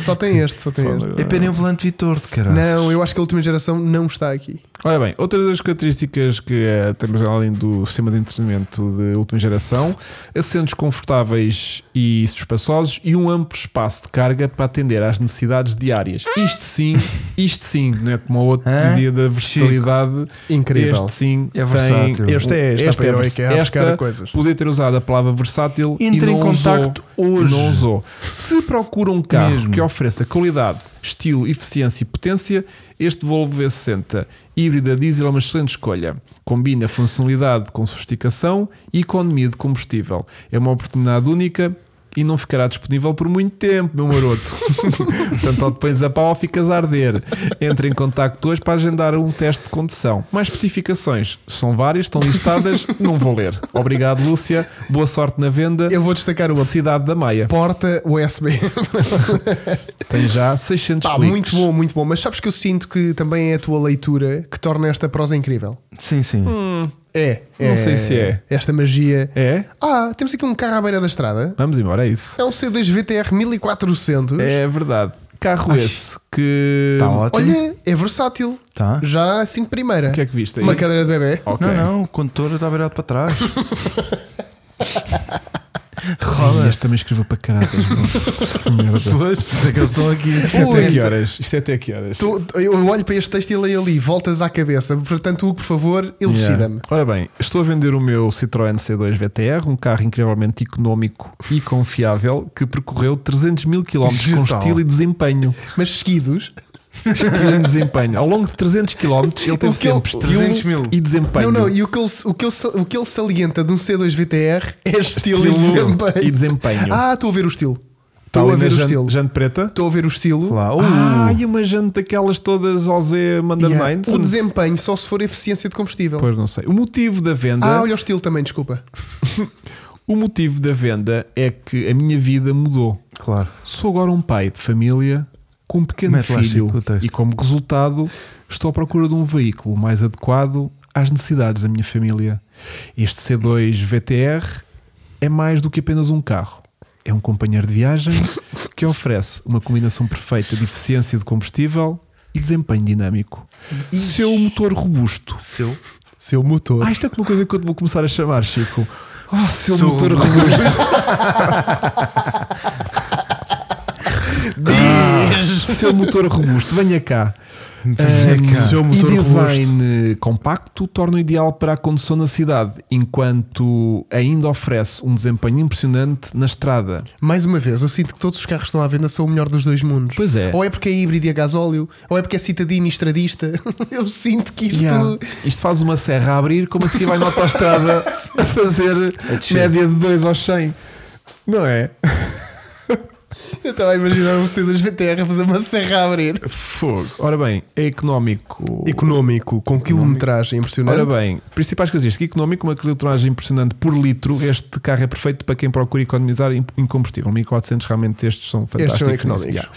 [SPEAKER 1] só tem este, só tem
[SPEAKER 2] Só
[SPEAKER 1] este.
[SPEAKER 2] do-
[SPEAKER 3] É pena um volante Vitor de caralho.
[SPEAKER 1] Não, eu acho que a última geração não está aqui.
[SPEAKER 2] Ora bem, outra das características que eh, temos além do sistema de entretenimento de última geração, assentos confortáveis e espaçosos e um amplo espaço de carga para atender às necessidades diárias. Isto sim, isto sim, não é como o outro
[SPEAKER 3] Hã?
[SPEAKER 2] dizia da versatilidade.
[SPEAKER 1] Incrível.
[SPEAKER 2] Este sim
[SPEAKER 3] É versátil.
[SPEAKER 2] Tem,
[SPEAKER 1] Este é este,
[SPEAKER 2] esta
[SPEAKER 1] está para herói
[SPEAKER 2] vers-
[SPEAKER 1] que é a buscar
[SPEAKER 2] esta
[SPEAKER 1] coisas.
[SPEAKER 2] Podia ter usado a palavra versátil e
[SPEAKER 3] Entre
[SPEAKER 2] não
[SPEAKER 3] em contacto
[SPEAKER 2] usou,
[SPEAKER 3] hoje.
[SPEAKER 2] Não usou. Se procura um carro
[SPEAKER 3] Mesmo.
[SPEAKER 2] que ofereça qualidade, estilo, eficiência e potência, este Volvo V60 híbrida diesel é uma excelente escolha. Combina funcionalidade com sofisticação e economia de combustível. É uma oportunidade única. E não ficará disponível por muito tempo, meu maroto. *laughs* Portanto, ou depois a pau ou ficas a arder. Entre em contacto hoje para agendar um teste de condução. Mais especificações, são várias, estão listadas, não vou ler. Obrigado, Lúcia. Boa sorte na venda.
[SPEAKER 1] Eu vou destacar uma
[SPEAKER 2] Cidade da Maia.
[SPEAKER 1] porta *laughs* USB.
[SPEAKER 2] Tem já 600
[SPEAKER 1] Pá,
[SPEAKER 2] cliques.
[SPEAKER 1] muito bom, muito bom. Mas sabes que eu sinto que também é a tua leitura que torna esta prosa incrível.
[SPEAKER 3] um- Sim, sim.
[SPEAKER 2] Hum.
[SPEAKER 1] É.
[SPEAKER 2] Não sei se é.
[SPEAKER 1] Esta magia.
[SPEAKER 2] É?
[SPEAKER 1] Ah, temos aqui um carro à beira da estrada.
[SPEAKER 2] Vamos embora, é isso.
[SPEAKER 1] É um C2 VTR 1400.
[SPEAKER 2] É verdade. Carro esse que.
[SPEAKER 3] Está ótimo.
[SPEAKER 1] Olha, é versátil.
[SPEAKER 3] Tá.
[SPEAKER 1] Já assim de primeira.
[SPEAKER 2] O que é que viste aí?
[SPEAKER 1] Uma
[SPEAKER 2] *laughs*
[SPEAKER 1] cadeira de bebê.
[SPEAKER 2] Ok. *laughs*
[SPEAKER 3] Não, não, o condutor está virado para trás. Rola.
[SPEAKER 2] Este também escreveu para caraças. meu. Que merda.
[SPEAKER 3] Pois, por isso é que eles estão aqui.
[SPEAKER 2] Isto é até
[SPEAKER 1] Ui.
[SPEAKER 2] que horas? Isto é até que horas?
[SPEAKER 1] Tu- eu olho para este texto e leio ali, voltas à cabeça. Portanto, Hugo, por favor, elucida-me.
[SPEAKER 2] Yeah. Ora bem, estou a vender o meu Citroën C2 VTR, um carro incrivelmente económico e confiável que percorreu 300 mil km com
[SPEAKER 3] Brutal.
[SPEAKER 2] estilo e desempenho.
[SPEAKER 1] Mas seguidos.
[SPEAKER 2] Estilo e desempenho. Ao longo de 300 km, ele teve
[SPEAKER 1] que ele-
[SPEAKER 2] sempre
[SPEAKER 1] e o-
[SPEAKER 3] 300 mil.
[SPEAKER 2] e desempenho.
[SPEAKER 1] Não, não, e o que, ele, o, que ele, sa- o que ele salienta de um C2 VTR é estilo, e
[SPEAKER 2] Estilo
[SPEAKER 1] desempenho.
[SPEAKER 2] e desempenho.
[SPEAKER 1] Ah, estou a ver o estilo.
[SPEAKER 2] Está
[SPEAKER 1] Estou
[SPEAKER 2] ali
[SPEAKER 1] a
[SPEAKER 2] na
[SPEAKER 1] ver o
[SPEAKER 2] jan-
[SPEAKER 1] estilo.
[SPEAKER 2] Jante preta?
[SPEAKER 1] Estou a ver o estilo.
[SPEAKER 3] Lá. Uh,
[SPEAKER 2] Ah, e uma jante daquelas todas OZ
[SPEAKER 1] Yeah.
[SPEAKER 2] Mandarmines.
[SPEAKER 1] é O desempenho só se for eficiência de combustível.
[SPEAKER 2] Pois é. não sei. O motivo da venda.
[SPEAKER 1] Ah, olha o estilo também, desculpa.
[SPEAKER 2] O motivo da venda é que a minha vida mudou.
[SPEAKER 3] *laughs* Claro.
[SPEAKER 2] Sou agora um pai de família com um pequeno
[SPEAKER 3] Mete lá,
[SPEAKER 2] filho
[SPEAKER 3] Chico, o texto.
[SPEAKER 2] e, como resultado, estou à procura de um veículo mais adequado às necessidades da minha família. Este C2 VTR é mais do que apenas um carro. É um companheiro de
[SPEAKER 3] *laughs*
[SPEAKER 2] viagem que oferece uma combinação perfeita de eficiência de combustível e desempenho dinâmico. Seu motor robusto.
[SPEAKER 3] Seu.
[SPEAKER 1] Seu motor.
[SPEAKER 2] Ah, isto é uma coisa que eu te vou começar a chamar, Chico. Oh, seu
[SPEAKER 3] Sou
[SPEAKER 2] motor
[SPEAKER 3] um-
[SPEAKER 2] robusto. *laughs* seu motor robusto, venha cá.
[SPEAKER 3] Venha
[SPEAKER 2] Ahm,
[SPEAKER 3] cá.
[SPEAKER 1] Seu motor
[SPEAKER 2] e design compacto torna o ideal para a condução na cidade, enquanto ainda oferece um desempenho impressionante na estrada.
[SPEAKER 1] Mais uma vez, eu sinto que todos os carros que estão à venda são o melhor dos dois mundos.
[SPEAKER 2] Pois é.
[SPEAKER 1] Ou é porque é híbrido e a gasóleo, ou é porque é citadino e estradista. *laughs* Eu sinto que isto.
[SPEAKER 2] Yeah. Isto faz uma serra a abrir, como se vai na autostrada a fazer média de 2 aos 100. Não é?
[SPEAKER 1] Eu estava a imaginar um Mercedes VTR a fazer uma serra a abrir.
[SPEAKER 2] Fogo. Ora bem, é económico.
[SPEAKER 1] Económico, com quilometragem impressionante.
[SPEAKER 2] Ora bem, principais características: económico, uma quilometragem impressionante por litro. Este carro é perfeito para quem procura economizar em em combustível. 1400 realmente estes são
[SPEAKER 1] são
[SPEAKER 2] fantásticos.
[SPEAKER 1] económicos.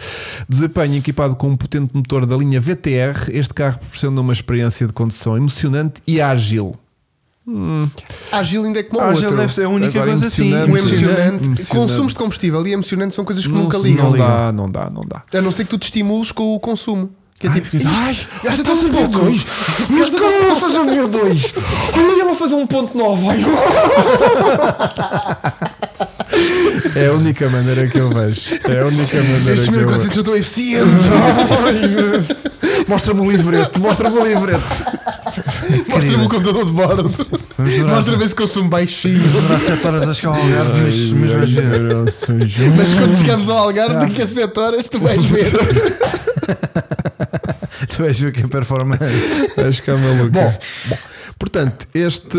[SPEAKER 2] Desempenho equipado com um potente motor da linha VTR. Este carro proporciona uma experiência de condução emocionante e ágil.
[SPEAKER 1] Ágil ainda é como o
[SPEAKER 3] Ah, já
[SPEAKER 1] outro.
[SPEAKER 3] deve ser a única
[SPEAKER 2] Agora,
[SPEAKER 3] coisa assim.
[SPEAKER 2] emocionante.
[SPEAKER 1] O emocionante,
[SPEAKER 2] Emocionante.
[SPEAKER 1] consumos de combustível e emocionante são coisas que nunca
[SPEAKER 2] se-
[SPEAKER 1] ligam.
[SPEAKER 2] Não dá, não dá, não dá.
[SPEAKER 1] A não ser que tu te estimules com o consumo. Que é
[SPEAKER 2] Ai,
[SPEAKER 1] tipo,
[SPEAKER 2] porque-
[SPEAKER 1] "Isto-
[SPEAKER 2] Ai,
[SPEAKER 1] gasta
[SPEAKER 2] estás
[SPEAKER 1] tão
[SPEAKER 2] a ver
[SPEAKER 1] pouco."
[SPEAKER 2] dois? Mas como estás a ver dois? Olha ela a fazer um ponto novo. ai. É a única maneira que eu vejo. É a única maneira
[SPEAKER 1] estes
[SPEAKER 2] que eu vejo.
[SPEAKER 1] medicamentos
[SPEAKER 2] *laughs*
[SPEAKER 1] estão eficientes.
[SPEAKER 2] Mostra-me o livreto, mostra-me o livreto.
[SPEAKER 1] Mostra-me o computador de bordo.
[SPEAKER 3] Vamos durar-
[SPEAKER 1] Mostra-me esse consumo baixinho.
[SPEAKER 3] Durar 7 horas a chegar ao Algarve, mas- mas vais ver.
[SPEAKER 2] um
[SPEAKER 1] Mas quando chegamos ao Algarve, daqui a 7 horas, tu
[SPEAKER 2] *laughs*
[SPEAKER 1] vais ver.
[SPEAKER 3] Tu vais ver que
[SPEAKER 2] é
[SPEAKER 3] a performance.
[SPEAKER 2] Acho que é maluco. Bom, bom, portanto, este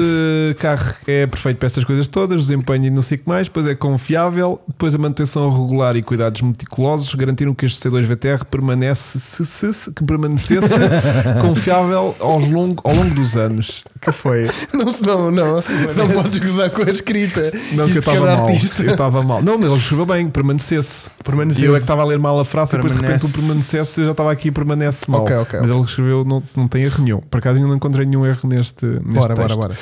[SPEAKER 2] carro é perfeito para estas coisas todas, desempenho e não sei o que mais, depois é confiável, depois a manutenção regular e cuidados meticulosos garantiram que este C2 VTR permanece, se, se- se- que *laughs* permanecesse confiável aos longo, ao longo dos anos. Que foi?
[SPEAKER 1] Não, se- não, não, não podes gozar com a escrita.
[SPEAKER 2] é Não, que eu
[SPEAKER 1] Isto
[SPEAKER 2] estava
[SPEAKER 1] cada
[SPEAKER 2] mal.
[SPEAKER 1] artista.
[SPEAKER 2] Eu estava mal. Não, mas ele escreveu bem, permanecesse.
[SPEAKER 1] Permanecesse.
[SPEAKER 2] E eu é que estava a ler mal a frase e depois de repente o
[SPEAKER 3] Permanece.
[SPEAKER 2] permanecesse eu já estava aqui permanece mal.
[SPEAKER 1] Ok, ok,
[SPEAKER 2] mas
[SPEAKER 1] ok.
[SPEAKER 2] ele escreveu, não, não tem erro nenhum. Por acaso ainda não encontrei nenhum erro neste, neste
[SPEAKER 1] Bora, bora,
[SPEAKER 2] texto.
[SPEAKER 1] bora.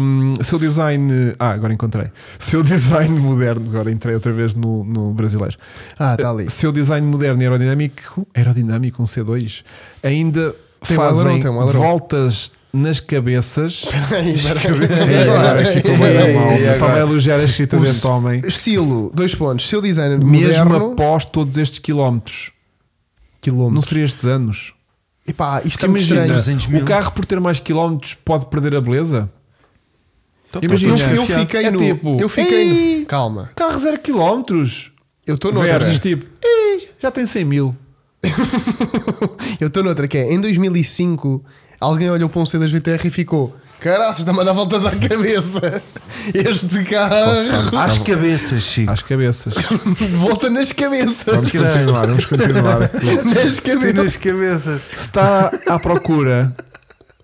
[SPEAKER 2] Um, seu design. Ah, agora encontrei. Seu design *laughs* moderno. Agora entrei outra vez no, no brasileiro. Eh,
[SPEAKER 1] Ah,
[SPEAKER 2] tá
[SPEAKER 1] está *laughs* ali.
[SPEAKER 2] Seu design moderno e aerodinâmico. Aerodinâmico, um C2. Ainda
[SPEAKER 1] Tem um
[SPEAKER 2] fazem
[SPEAKER 1] ladrão, tem um ladrão.
[SPEAKER 2] voltas nas cabeças.
[SPEAKER 1] É Peraí,
[SPEAKER 2] É, agora
[SPEAKER 1] peraí,
[SPEAKER 2] ficou
[SPEAKER 1] peraí.
[SPEAKER 2] bem mal.
[SPEAKER 1] E agora?
[SPEAKER 2] Estava tá a elogiar a escrita
[SPEAKER 1] é, Os-
[SPEAKER 2] deste homem.
[SPEAKER 1] Estilo, dois pontos. Seu designer
[SPEAKER 2] Mesmo
[SPEAKER 1] moderno,
[SPEAKER 2] após todos estes quilómetros. Não
[SPEAKER 1] quilómetro.
[SPEAKER 2] seria estes anos.
[SPEAKER 1] Epá, isto
[SPEAKER 2] Porque
[SPEAKER 1] é muito
[SPEAKER 2] imagina,
[SPEAKER 1] estranho.
[SPEAKER 3] 300 mil.
[SPEAKER 2] o carro por ter mais quilómetros pode perder a beleza?
[SPEAKER 1] Eu,
[SPEAKER 3] Então,
[SPEAKER 2] Imagina,
[SPEAKER 1] eu fiquei
[SPEAKER 2] é
[SPEAKER 1] no.
[SPEAKER 2] tipo,
[SPEAKER 1] eu fiquei
[SPEAKER 2] "Ei,
[SPEAKER 1] no. Calma.
[SPEAKER 2] Carro 0 quilómetros.
[SPEAKER 1] Eu estou noutra.
[SPEAKER 2] Versus tipo, "Ei, já tem 100 mil.
[SPEAKER 1] *laughs* Eu estou noutra, que é em 2005 alguém olhou para um C2 VTR e ficou. Caraças, está-me a dar voltas à cabeça. *laughs* Este carro
[SPEAKER 3] então, Às cabeças, Chico.
[SPEAKER 2] Às um cabeças.
[SPEAKER 1] *laughs* volta nas cabeças.
[SPEAKER 2] Vamos continuar, vamos continuar.
[SPEAKER 1] *laughs* Nas
[SPEAKER 3] Tem
[SPEAKER 1] cabeças.
[SPEAKER 3] nas cabeças.
[SPEAKER 2] Se está à procura,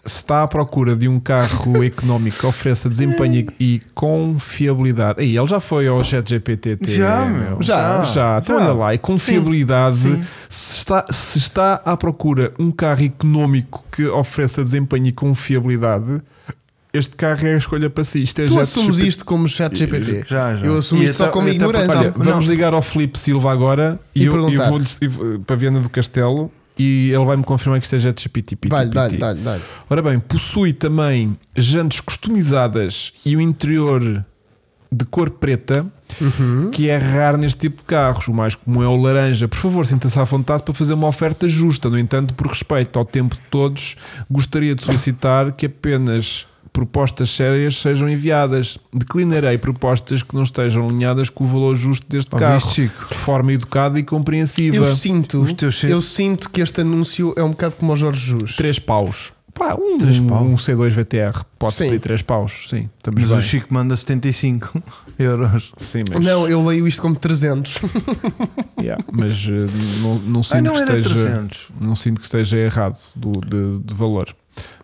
[SPEAKER 2] se está à procura de um carro económico que ofereça desempenho e e confiabilidade. Aí, ele já foi ao chat GPT.
[SPEAKER 3] Já, meu.
[SPEAKER 1] Já,
[SPEAKER 2] Já, já. Então
[SPEAKER 3] já.
[SPEAKER 2] anda lá. E confiabilidade. Se, está, se está à procura um carro económico que ofereça desempenho e confiabilidade, este carro é a escolha para si. Isto é
[SPEAKER 1] Tu
[SPEAKER 2] chat
[SPEAKER 1] assumes
[SPEAKER 2] GPT.
[SPEAKER 1] isto como chat GPT.
[SPEAKER 3] Já, já.
[SPEAKER 1] Eu assumo
[SPEAKER 3] E
[SPEAKER 1] isto só
[SPEAKER 3] até-
[SPEAKER 1] como
[SPEAKER 3] até-
[SPEAKER 1] ignorância.
[SPEAKER 2] então, Olha,
[SPEAKER 3] Não.
[SPEAKER 2] vamos ligar ao Filipe Silva agora e,
[SPEAKER 1] E
[SPEAKER 2] eu, eu
[SPEAKER 1] perguntar.
[SPEAKER 2] vou lhe para a Viana do Castelo e ele vai-me confirmar que isto é ChatGPT. PT.
[SPEAKER 1] Dá-lhe, dá-lhe, dá-lhe, dá-lhe.
[SPEAKER 2] Ora bem, possui também jantes customizadas e o interior de cor preta que é raro neste tipo de carros. O mais comum é o laranja. Por favor, sinta-se à vontade para fazer uma oferta justa. No entanto, por respeito ao tempo de todos, gostaria de solicitar que apenas propostas sérias sejam enviadas. Declinarei propostas que não estejam alinhadas com o valor justo deste
[SPEAKER 3] Ouviste,
[SPEAKER 2] carro,
[SPEAKER 3] Chico?
[SPEAKER 2] de forma educada e compreensiva.
[SPEAKER 1] Eu sinto,
[SPEAKER 3] Os teus
[SPEAKER 1] eu
[SPEAKER 3] cheiros.
[SPEAKER 1] sinto que este anúncio é um bocado como o Jorge Jus.
[SPEAKER 2] Três paus. Pá, um,
[SPEAKER 3] Três pau.
[SPEAKER 2] um C2 VTR pode
[SPEAKER 1] Sim.
[SPEAKER 2] ter três paus. Sim, estamos
[SPEAKER 3] Mas
[SPEAKER 2] bem.
[SPEAKER 3] o Chico manda 75 *laughs* euros.
[SPEAKER 2] Sim, mas,
[SPEAKER 1] Não, eu leio isto como 300.
[SPEAKER 2] yeah, mas, eh, não, não sinto
[SPEAKER 3] Ah, não
[SPEAKER 2] que
[SPEAKER 3] era
[SPEAKER 2] esteja.
[SPEAKER 3] 300.
[SPEAKER 2] Não sinto que esteja errado do, de, de valor.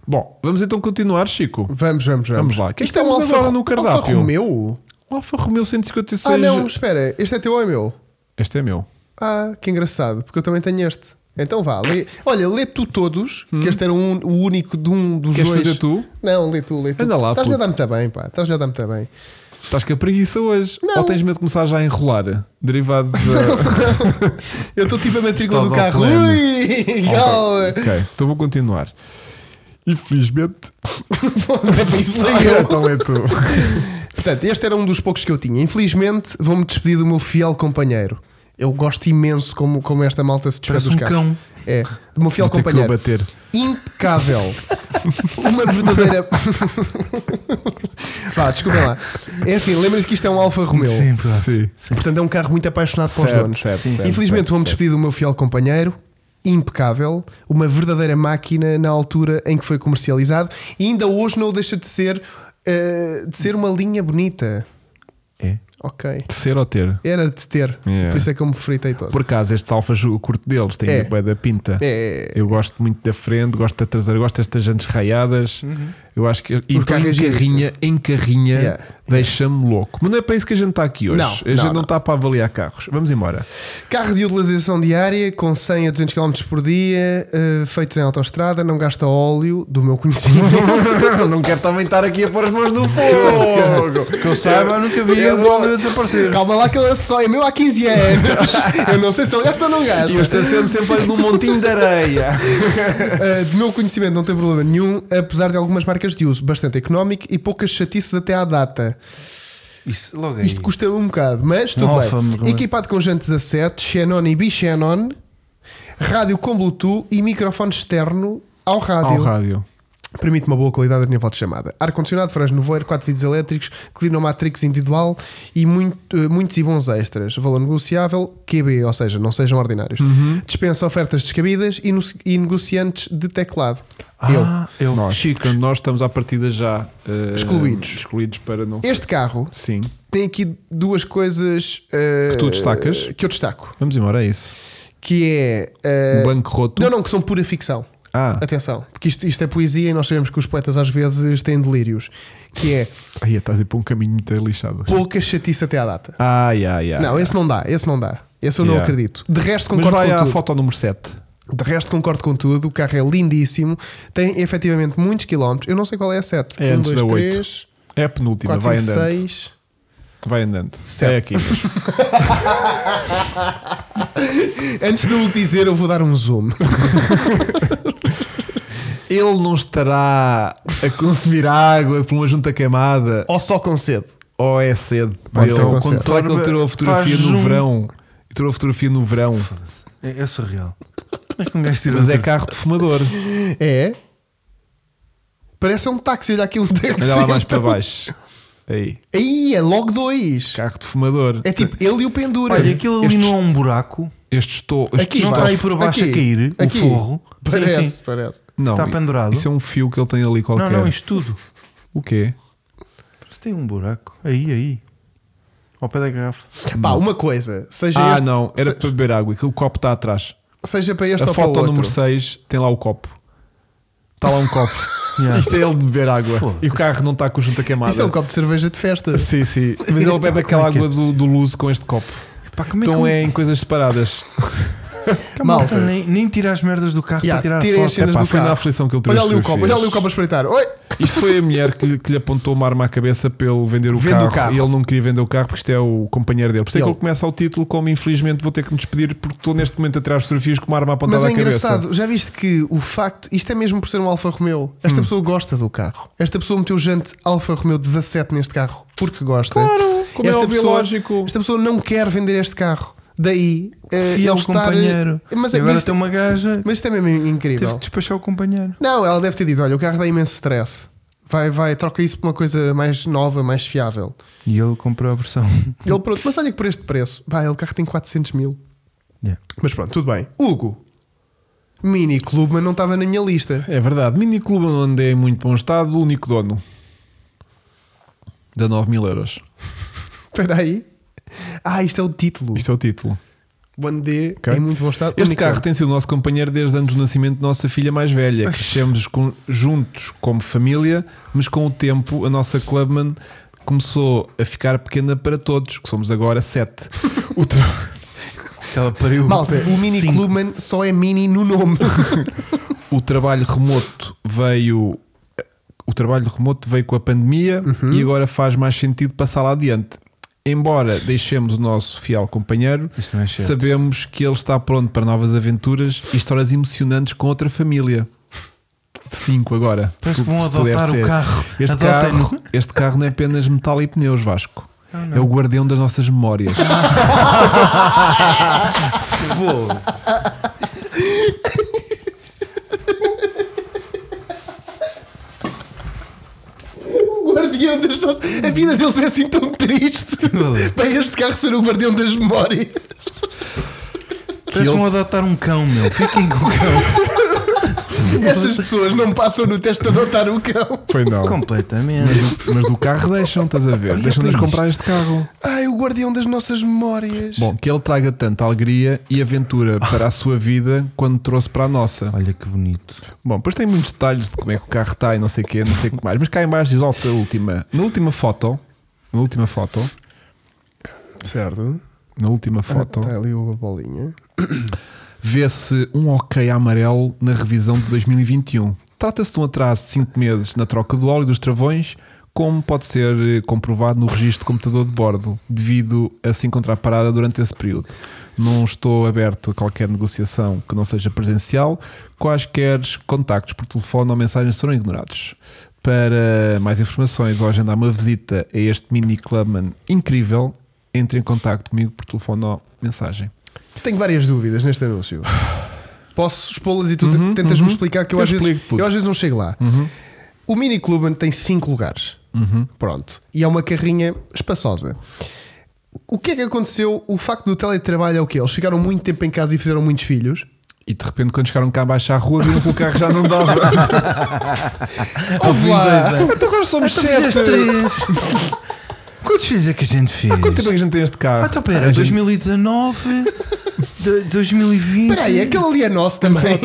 [SPEAKER 2] Bom, vamos então continuar, Chico.
[SPEAKER 1] *laughs* Vamos, vamos, vamos.
[SPEAKER 2] Vamos lá. O que é que
[SPEAKER 1] Isto é um
[SPEAKER 2] temos
[SPEAKER 1] Alfa,
[SPEAKER 2] agora no
[SPEAKER 1] Alfa
[SPEAKER 2] cardápio?
[SPEAKER 1] Romeo?
[SPEAKER 2] Um Alfa Romeo 156.
[SPEAKER 1] Ah, não, espera. Este é teu ou é meu?
[SPEAKER 2] Este é meu.
[SPEAKER 1] Ah, que engraçado, porque eu também tenho este. Então vá, lê- olha, lê tu todos, que este era um- o único de um dos
[SPEAKER 2] Hum. Queres
[SPEAKER 1] dois.
[SPEAKER 2] fazer tu?
[SPEAKER 1] Não, lê tu, lê tu.
[SPEAKER 2] Anda lá,
[SPEAKER 1] Estás a
[SPEAKER 2] puto.
[SPEAKER 1] dar-me também, pá. Estás a dar-me também.
[SPEAKER 2] Estás com a preguiça hoje.
[SPEAKER 1] Não.
[SPEAKER 2] Ou tens medo de começar já a enrolar? Derivado da.
[SPEAKER 1] Eu estou tipo a matrícula do
[SPEAKER 3] Estava
[SPEAKER 1] carro.
[SPEAKER 3] ao pleno.
[SPEAKER 1] Ui, gala.
[SPEAKER 2] ok, então vou continuar. Infelizmente.
[SPEAKER 1] É para isso leio.
[SPEAKER 2] Ah, *laughs* então é tu.
[SPEAKER 1] Portanto, este era um dos poucos que eu tinha. Infelizmente, vou-me despedir do meu fiel companheiro. Eu gosto imenso como, como esta malta se despede
[SPEAKER 3] Parece
[SPEAKER 1] dos
[SPEAKER 3] um
[SPEAKER 1] carros.
[SPEAKER 3] cão.
[SPEAKER 1] É, do meu fiel
[SPEAKER 2] Vou ter que o
[SPEAKER 1] companheiro.
[SPEAKER 2] bater.
[SPEAKER 1] impecável. *laughs* Uma verdadeira. *laughs* Vá, desculpem lá. É assim, lembrem-se que isto é um Alfa Romeo.
[SPEAKER 3] Sim, pronto. *laughs*
[SPEAKER 2] Sim.
[SPEAKER 1] Portanto, é um carro muito apaixonado com os
[SPEAKER 2] Certo,
[SPEAKER 1] donos.
[SPEAKER 2] certo, certo,
[SPEAKER 1] Infelizmente,
[SPEAKER 2] certo,
[SPEAKER 1] vou-me
[SPEAKER 2] certo.
[SPEAKER 1] despedir do meu fiel companheiro. Impecável, uma verdadeira máquina na altura em que foi comercializado e ainda hoje não deixa de ser eh, de ser uma linha bonita.
[SPEAKER 3] É.
[SPEAKER 1] Ok,
[SPEAKER 2] De ser ou ter?
[SPEAKER 1] era de ter,
[SPEAKER 2] Yeah.
[SPEAKER 1] por isso é que eu me fritei todo.
[SPEAKER 2] Por acaso, estes alfas, o curto deles, tem
[SPEAKER 1] É.
[SPEAKER 2] bem da pinta.
[SPEAKER 1] É.
[SPEAKER 2] Eu gosto muito da frente, gosto da traseira, gosto destas jantes raiadas.
[SPEAKER 1] Uhum.
[SPEAKER 2] Eu acho que.
[SPEAKER 1] O
[SPEAKER 2] Então,
[SPEAKER 1] carro é
[SPEAKER 2] em
[SPEAKER 1] giro,
[SPEAKER 2] carrinha, em carrinha,
[SPEAKER 1] Yeah.
[SPEAKER 2] deixa-me louco. Mas não é para isso que a gente está aqui hoje.
[SPEAKER 1] Não,
[SPEAKER 2] a gente
[SPEAKER 1] não,
[SPEAKER 2] não,
[SPEAKER 1] não.
[SPEAKER 2] está para avaliar carros. Vamos embora.
[SPEAKER 1] Carro de utilização diária com 100 a 200 km por dia, eh, feitos em autoestrada, não gasta óleo, do meu *laughs* conhecimento.
[SPEAKER 2] não quero também estar aqui a pôr as mãos no fogo.
[SPEAKER 3] Que eu saiba, nunca vi
[SPEAKER 1] Eu
[SPEAKER 3] o
[SPEAKER 1] dou-
[SPEAKER 3] óleo desaparecer.
[SPEAKER 1] Calma lá que ele é só é meu há 15 *laughs* anos. Eu não sei se ele gasta ou não
[SPEAKER 2] E
[SPEAKER 1] gasta.
[SPEAKER 2] eu estaciono sempre num montinho de areia.
[SPEAKER 1] Eh, do meu conhecimento não tem problema nenhum, apesar de algumas marcas de uso bastante económico e poucas chatices até à data.
[SPEAKER 3] Isso, logo aí.
[SPEAKER 1] Isto custa um bocado, mas tudo
[SPEAKER 3] Um Alfa
[SPEAKER 1] bem.
[SPEAKER 3] Romeo.
[SPEAKER 1] Equipado com jantes a 7, Xenon e Bixenon, rádio com Bluetooth e microfone externo ao
[SPEAKER 2] *laughs* Ao
[SPEAKER 1] rádio.
[SPEAKER 2] rádio.
[SPEAKER 1] Permite uma boa qualidade a nível de chamada. Ar-condicionado, faróis nevoeiro, 4 vidros elétricos, clinomatrix individual e muito- eh, muitos e bons extras. Valor negociável, QB, ou seja, não sejam ordinários.
[SPEAKER 2] Uhum.
[SPEAKER 1] Dispensa ofertas descabidas e, no- e negociantes de teclado.
[SPEAKER 3] Ah, eu.
[SPEAKER 2] Nós.
[SPEAKER 3] Chico.
[SPEAKER 2] Portanto, nós estamos à partida já eh,
[SPEAKER 1] Excluídos.
[SPEAKER 2] Excluídos para não.
[SPEAKER 1] Eu. Este carro
[SPEAKER 2] Sim.
[SPEAKER 1] tem aqui duas coisas eh,
[SPEAKER 2] Que tu destacas?
[SPEAKER 1] que eu destaco.
[SPEAKER 2] Vamos embora, é isso.
[SPEAKER 1] Que é. eh,
[SPEAKER 2] Um banco roto.
[SPEAKER 1] não, não, que são pura ficção.
[SPEAKER 2] Ah,
[SPEAKER 1] Atenção, porque isto, isto é poesia e nós sabemos que os poetas às vezes têm delírios. Que é
[SPEAKER 2] aí estás a ir para um caminho muito lixado.
[SPEAKER 1] pouca chatice até à data.
[SPEAKER 2] Ai, ai, ai.
[SPEAKER 1] Não, esse não dá, esse não dá. Esse eu não
[SPEAKER 2] É, Yeah.
[SPEAKER 1] acredito. De resto,
[SPEAKER 2] Mas
[SPEAKER 1] concordo
[SPEAKER 2] vai
[SPEAKER 1] com
[SPEAKER 2] à
[SPEAKER 1] tudo.
[SPEAKER 2] foto número 7.
[SPEAKER 1] De resto, concordo com tudo. O carro é lindíssimo. Tem efetivamente muitos quilómetros. Eu não sei qual é a 7.
[SPEAKER 2] É antes
[SPEAKER 1] 2,
[SPEAKER 2] da
[SPEAKER 1] 3,
[SPEAKER 2] É a penúltima,
[SPEAKER 1] 4,
[SPEAKER 2] vai
[SPEAKER 1] 5,
[SPEAKER 2] andando.
[SPEAKER 1] 6.
[SPEAKER 2] Vai andando.
[SPEAKER 1] Sete.
[SPEAKER 2] É aqui. mas-
[SPEAKER 1] Antes de o dizer, eu vou dar
[SPEAKER 2] *laughs*
[SPEAKER 1] um zoom.
[SPEAKER 2] *laughs* Ele não estará a consumir água por uma junta queimada
[SPEAKER 1] Ou só com cedo.
[SPEAKER 2] ou é cedo?
[SPEAKER 1] Pode
[SPEAKER 2] Ele-
[SPEAKER 1] ser com
[SPEAKER 2] quando-
[SPEAKER 1] sede.
[SPEAKER 2] Será que ele tirou a fotografia
[SPEAKER 3] Faz
[SPEAKER 2] no
[SPEAKER 3] um-
[SPEAKER 2] verão? E Tirou a fotografia no verão,
[SPEAKER 3] É, é surreal. Como é que um gajo tira
[SPEAKER 2] mas é
[SPEAKER 3] outra-
[SPEAKER 2] carro de fumador.
[SPEAKER 1] É. Parece um táxi. Olha aqui um táxi.
[SPEAKER 2] Olha lá mais para baixo. Aí,
[SPEAKER 1] Aí é logo dois.
[SPEAKER 2] carro de fumador.
[SPEAKER 1] É tipo ele e o pendura.
[SPEAKER 3] Olha, aquilo ali
[SPEAKER 2] Estes-
[SPEAKER 3] não é um buraco.
[SPEAKER 2] Este estou. este
[SPEAKER 1] aqui
[SPEAKER 3] não
[SPEAKER 1] vai.
[SPEAKER 3] está aí por baixo
[SPEAKER 1] Aqui.
[SPEAKER 3] a cair, o
[SPEAKER 1] Aqui.
[SPEAKER 3] forro. Sim,
[SPEAKER 1] Parece,
[SPEAKER 3] sim.
[SPEAKER 1] parece.
[SPEAKER 2] não,
[SPEAKER 3] está pendurado.
[SPEAKER 2] Isso é um fio que ele tem ali qualquer.
[SPEAKER 3] Não, não, isto tudo.
[SPEAKER 2] O quê?
[SPEAKER 3] Parece que tem um buraco. Aí, aí. Ao pé da garrafa.
[SPEAKER 1] Pá, uma coisa. Seja
[SPEAKER 2] Ah,
[SPEAKER 1] este,
[SPEAKER 2] não, era
[SPEAKER 1] se-
[SPEAKER 2] para beber água. Aquele copo está atrás.
[SPEAKER 1] seja para este
[SPEAKER 2] a
[SPEAKER 1] ou para o
[SPEAKER 2] foto
[SPEAKER 1] outro.
[SPEAKER 2] número 6 tem lá o copo. Está lá um copo.
[SPEAKER 1] *laughs*
[SPEAKER 3] Yeah.
[SPEAKER 2] Isto é ele de beber água.
[SPEAKER 3] Foda-se.
[SPEAKER 2] E o carro não está com junta queimada.
[SPEAKER 1] Isto é um copo de cerveja de festa.
[SPEAKER 2] Sim, sim.
[SPEAKER 1] *laughs*
[SPEAKER 2] Mas ele bebe aquela
[SPEAKER 3] Como é que é
[SPEAKER 2] água do, do Luso com este copo.
[SPEAKER 3] Pá, como é
[SPEAKER 2] Então
[SPEAKER 1] *laughs*
[SPEAKER 3] que
[SPEAKER 2] é em coisas separadas.
[SPEAKER 1] Malta.
[SPEAKER 3] Nem, nem tira as merdas do carro
[SPEAKER 1] Yeah,
[SPEAKER 3] para tirar
[SPEAKER 1] tirem
[SPEAKER 3] foto.
[SPEAKER 1] as cenas
[SPEAKER 3] Epá,
[SPEAKER 1] do
[SPEAKER 2] Foi
[SPEAKER 1] carro.
[SPEAKER 2] na aflição que ele trouxe.
[SPEAKER 1] Olha ali o copo, olha ali o copo a espreitar. Oi!
[SPEAKER 2] Isto foi a mulher que lhe, que lhe apontou uma arma à cabeça para ele vender o
[SPEAKER 1] Vende
[SPEAKER 2] carro,
[SPEAKER 1] o carro.
[SPEAKER 2] E ele não queria vender o carro porque isto é o companheiro dele. Por isso é que
[SPEAKER 1] Ele-
[SPEAKER 2] ele começa o título como infelizmente vou ter que me despedir porque estou neste momento a tirar fotografias com uma arma apontada
[SPEAKER 1] Mas é
[SPEAKER 2] à cabeça.
[SPEAKER 1] engraçado, já viste que o facto, isto é mesmo por ser um Alfa Romeo,
[SPEAKER 3] Hum.
[SPEAKER 1] esta pessoa gosta do carro. Esta pessoa meteu jante Alfa Romeo 17 neste carro porque gosta.
[SPEAKER 2] Claro, como é
[SPEAKER 1] esta
[SPEAKER 2] o biológico.
[SPEAKER 1] Esta pessoa não quer vender este carro. Daí, eh,
[SPEAKER 3] Fiel
[SPEAKER 1] ele estar.
[SPEAKER 3] companheiro.
[SPEAKER 1] Mas,
[SPEAKER 3] E
[SPEAKER 1] é-
[SPEAKER 3] agora
[SPEAKER 1] mas,
[SPEAKER 3] tem uma gaja que
[SPEAKER 1] mas isto é mesmo
[SPEAKER 3] teve
[SPEAKER 1] incrível.
[SPEAKER 3] que despachar o companheiro.
[SPEAKER 1] Não, ela deve ter dito: olha, o carro dá imenso stress. Vai, vai, troca isso por uma coisa mais nova, mais fiável.
[SPEAKER 3] E ele comprou
[SPEAKER 1] *laughs*
[SPEAKER 3] a versão.
[SPEAKER 1] Ele pronto, mas olha que por este preço. Vai, o carro tem 400 mil.
[SPEAKER 3] Yeah.
[SPEAKER 1] Mas pronto, tudo bem. Hugo, Mini Clubman não estava na minha lista.
[SPEAKER 2] É verdade. Mini clube onde é em muito bom estado, o único dono. Da 9 mil euros.
[SPEAKER 1] Espera aí. Ah, isto é o título.
[SPEAKER 2] Isto é o título.
[SPEAKER 1] One D
[SPEAKER 2] Ok.
[SPEAKER 1] em muito bom estado.
[SPEAKER 2] Este
[SPEAKER 1] Único
[SPEAKER 2] carro
[SPEAKER 1] ano.
[SPEAKER 2] tem sido o nosso companheiro desde antes do nascimento de nossa filha mais velha. Crescemos com- juntos como família, mas com o tempo a nossa Clubman começou a ficar pequena para todos, que somos agora sete. O tra-
[SPEAKER 3] Ela pariu.
[SPEAKER 1] Malta, o Mini
[SPEAKER 3] cinco.
[SPEAKER 1] Clubman só é mini no nome.
[SPEAKER 2] o trabalho remoto veio o trabalho remoto veio com a pandemia
[SPEAKER 3] Uhum.
[SPEAKER 2] e agora faz mais sentido passá-la adiante. Embora deixemos o nosso fiel companheiro,
[SPEAKER 3] Isto não é certo.
[SPEAKER 2] sabemos que ele está pronto para novas aventuras e histórias emocionantes com outra família. Cinco agora. se
[SPEAKER 3] Parece que
[SPEAKER 2] tu-
[SPEAKER 3] vão
[SPEAKER 2] se puder
[SPEAKER 3] adotar o
[SPEAKER 2] ser.
[SPEAKER 3] carro.
[SPEAKER 2] Este
[SPEAKER 3] Adotem-no.
[SPEAKER 2] carro, este carro não é apenas metal e pneus, Vasco. É o guardião das nossas
[SPEAKER 3] *laughs*
[SPEAKER 2] memórias.
[SPEAKER 3] Vou.
[SPEAKER 1] *laughs* o guardião das nossas. A vida deles é assim tão triste. *laughs*
[SPEAKER 3] Valeu.
[SPEAKER 1] Para este carro ser o guardião das memórias.
[SPEAKER 3] Parece que vão adotar um cão, meu. Fiquem com o cão.
[SPEAKER 1] Estas pessoas não passam no teste de adotar o cão.
[SPEAKER 2] Foi não.
[SPEAKER 3] Completamente.
[SPEAKER 2] Mas do carro deixam, estás a ver?
[SPEAKER 3] Olha
[SPEAKER 2] Deixam-nos
[SPEAKER 3] para isto.
[SPEAKER 2] comprar este carro.
[SPEAKER 1] Ai, o guardião das nossas memórias.
[SPEAKER 2] Bom, que ele traga tanta alegria e aventura para a sua vida quando trouxe para a nossa.
[SPEAKER 3] Olha que bonito.
[SPEAKER 2] Bom, depois tem muitos detalhes de como é que o carro está e não sei o quê, não sei o que mais. Mas cá em baixo diz alta última. Na última foto, na última foto,
[SPEAKER 1] certo.
[SPEAKER 2] na última foto,
[SPEAKER 1] Está Tá ali uma bolinha.
[SPEAKER 2] vê-se um ok amarelo na revisão de 2021. Trata-se de um atraso de 5 meses na troca do óleo dos travões, como pode ser eh, comprovado no registro de computador de bordo, devido a se encontrar parada durante esse período. Não estou aberto a qualquer negociação que não seja presencial, quaisquer contactos por telefone ou mensagens serão ignorados. Para mais informações ou agendar uma visita a este mini clubman incrível, entre em contacto comigo por telefone ou mensagem.
[SPEAKER 1] Tenho várias dúvidas neste anúncio. Posso expô-las e tu
[SPEAKER 2] Uhum,
[SPEAKER 1] tentas-me
[SPEAKER 2] uhum.
[SPEAKER 1] explicar que eu,
[SPEAKER 2] Eu
[SPEAKER 1] às vezes,
[SPEAKER 2] explico, puto.
[SPEAKER 1] eu às vezes não chego lá. O Mini Clubman tem 5 lugares. Pronto. E é uma carrinha espaçosa. O que é que aconteceu? O facto do teletrabalho é o quê? Eles ficaram muito tempo em casa e fizeram muitos filhos.
[SPEAKER 2] E de repente, quando chegaram cá abaixo à rua, viram que o carro já não
[SPEAKER 3] *laughs*
[SPEAKER 2] dava.
[SPEAKER 1] Ouve lá!
[SPEAKER 2] então agora somos
[SPEAKER 3] Então fizeste
[SPEAKER 2] sete.
[SPEAKER 3] três. *laughs* Quantos filhos é que a gente fez?
[SPEAKER 1] Ah,
[SPEAKER 2] Quanto tempo é que a gente tem este carro?
[SPEAKER 3] Ah, então pera,
[SPEAKER 2] A gente-
[SPEAKER 3] 2019, de- 2020.
[SPEAKER 1] Espera aí, aquele ali é nosso também.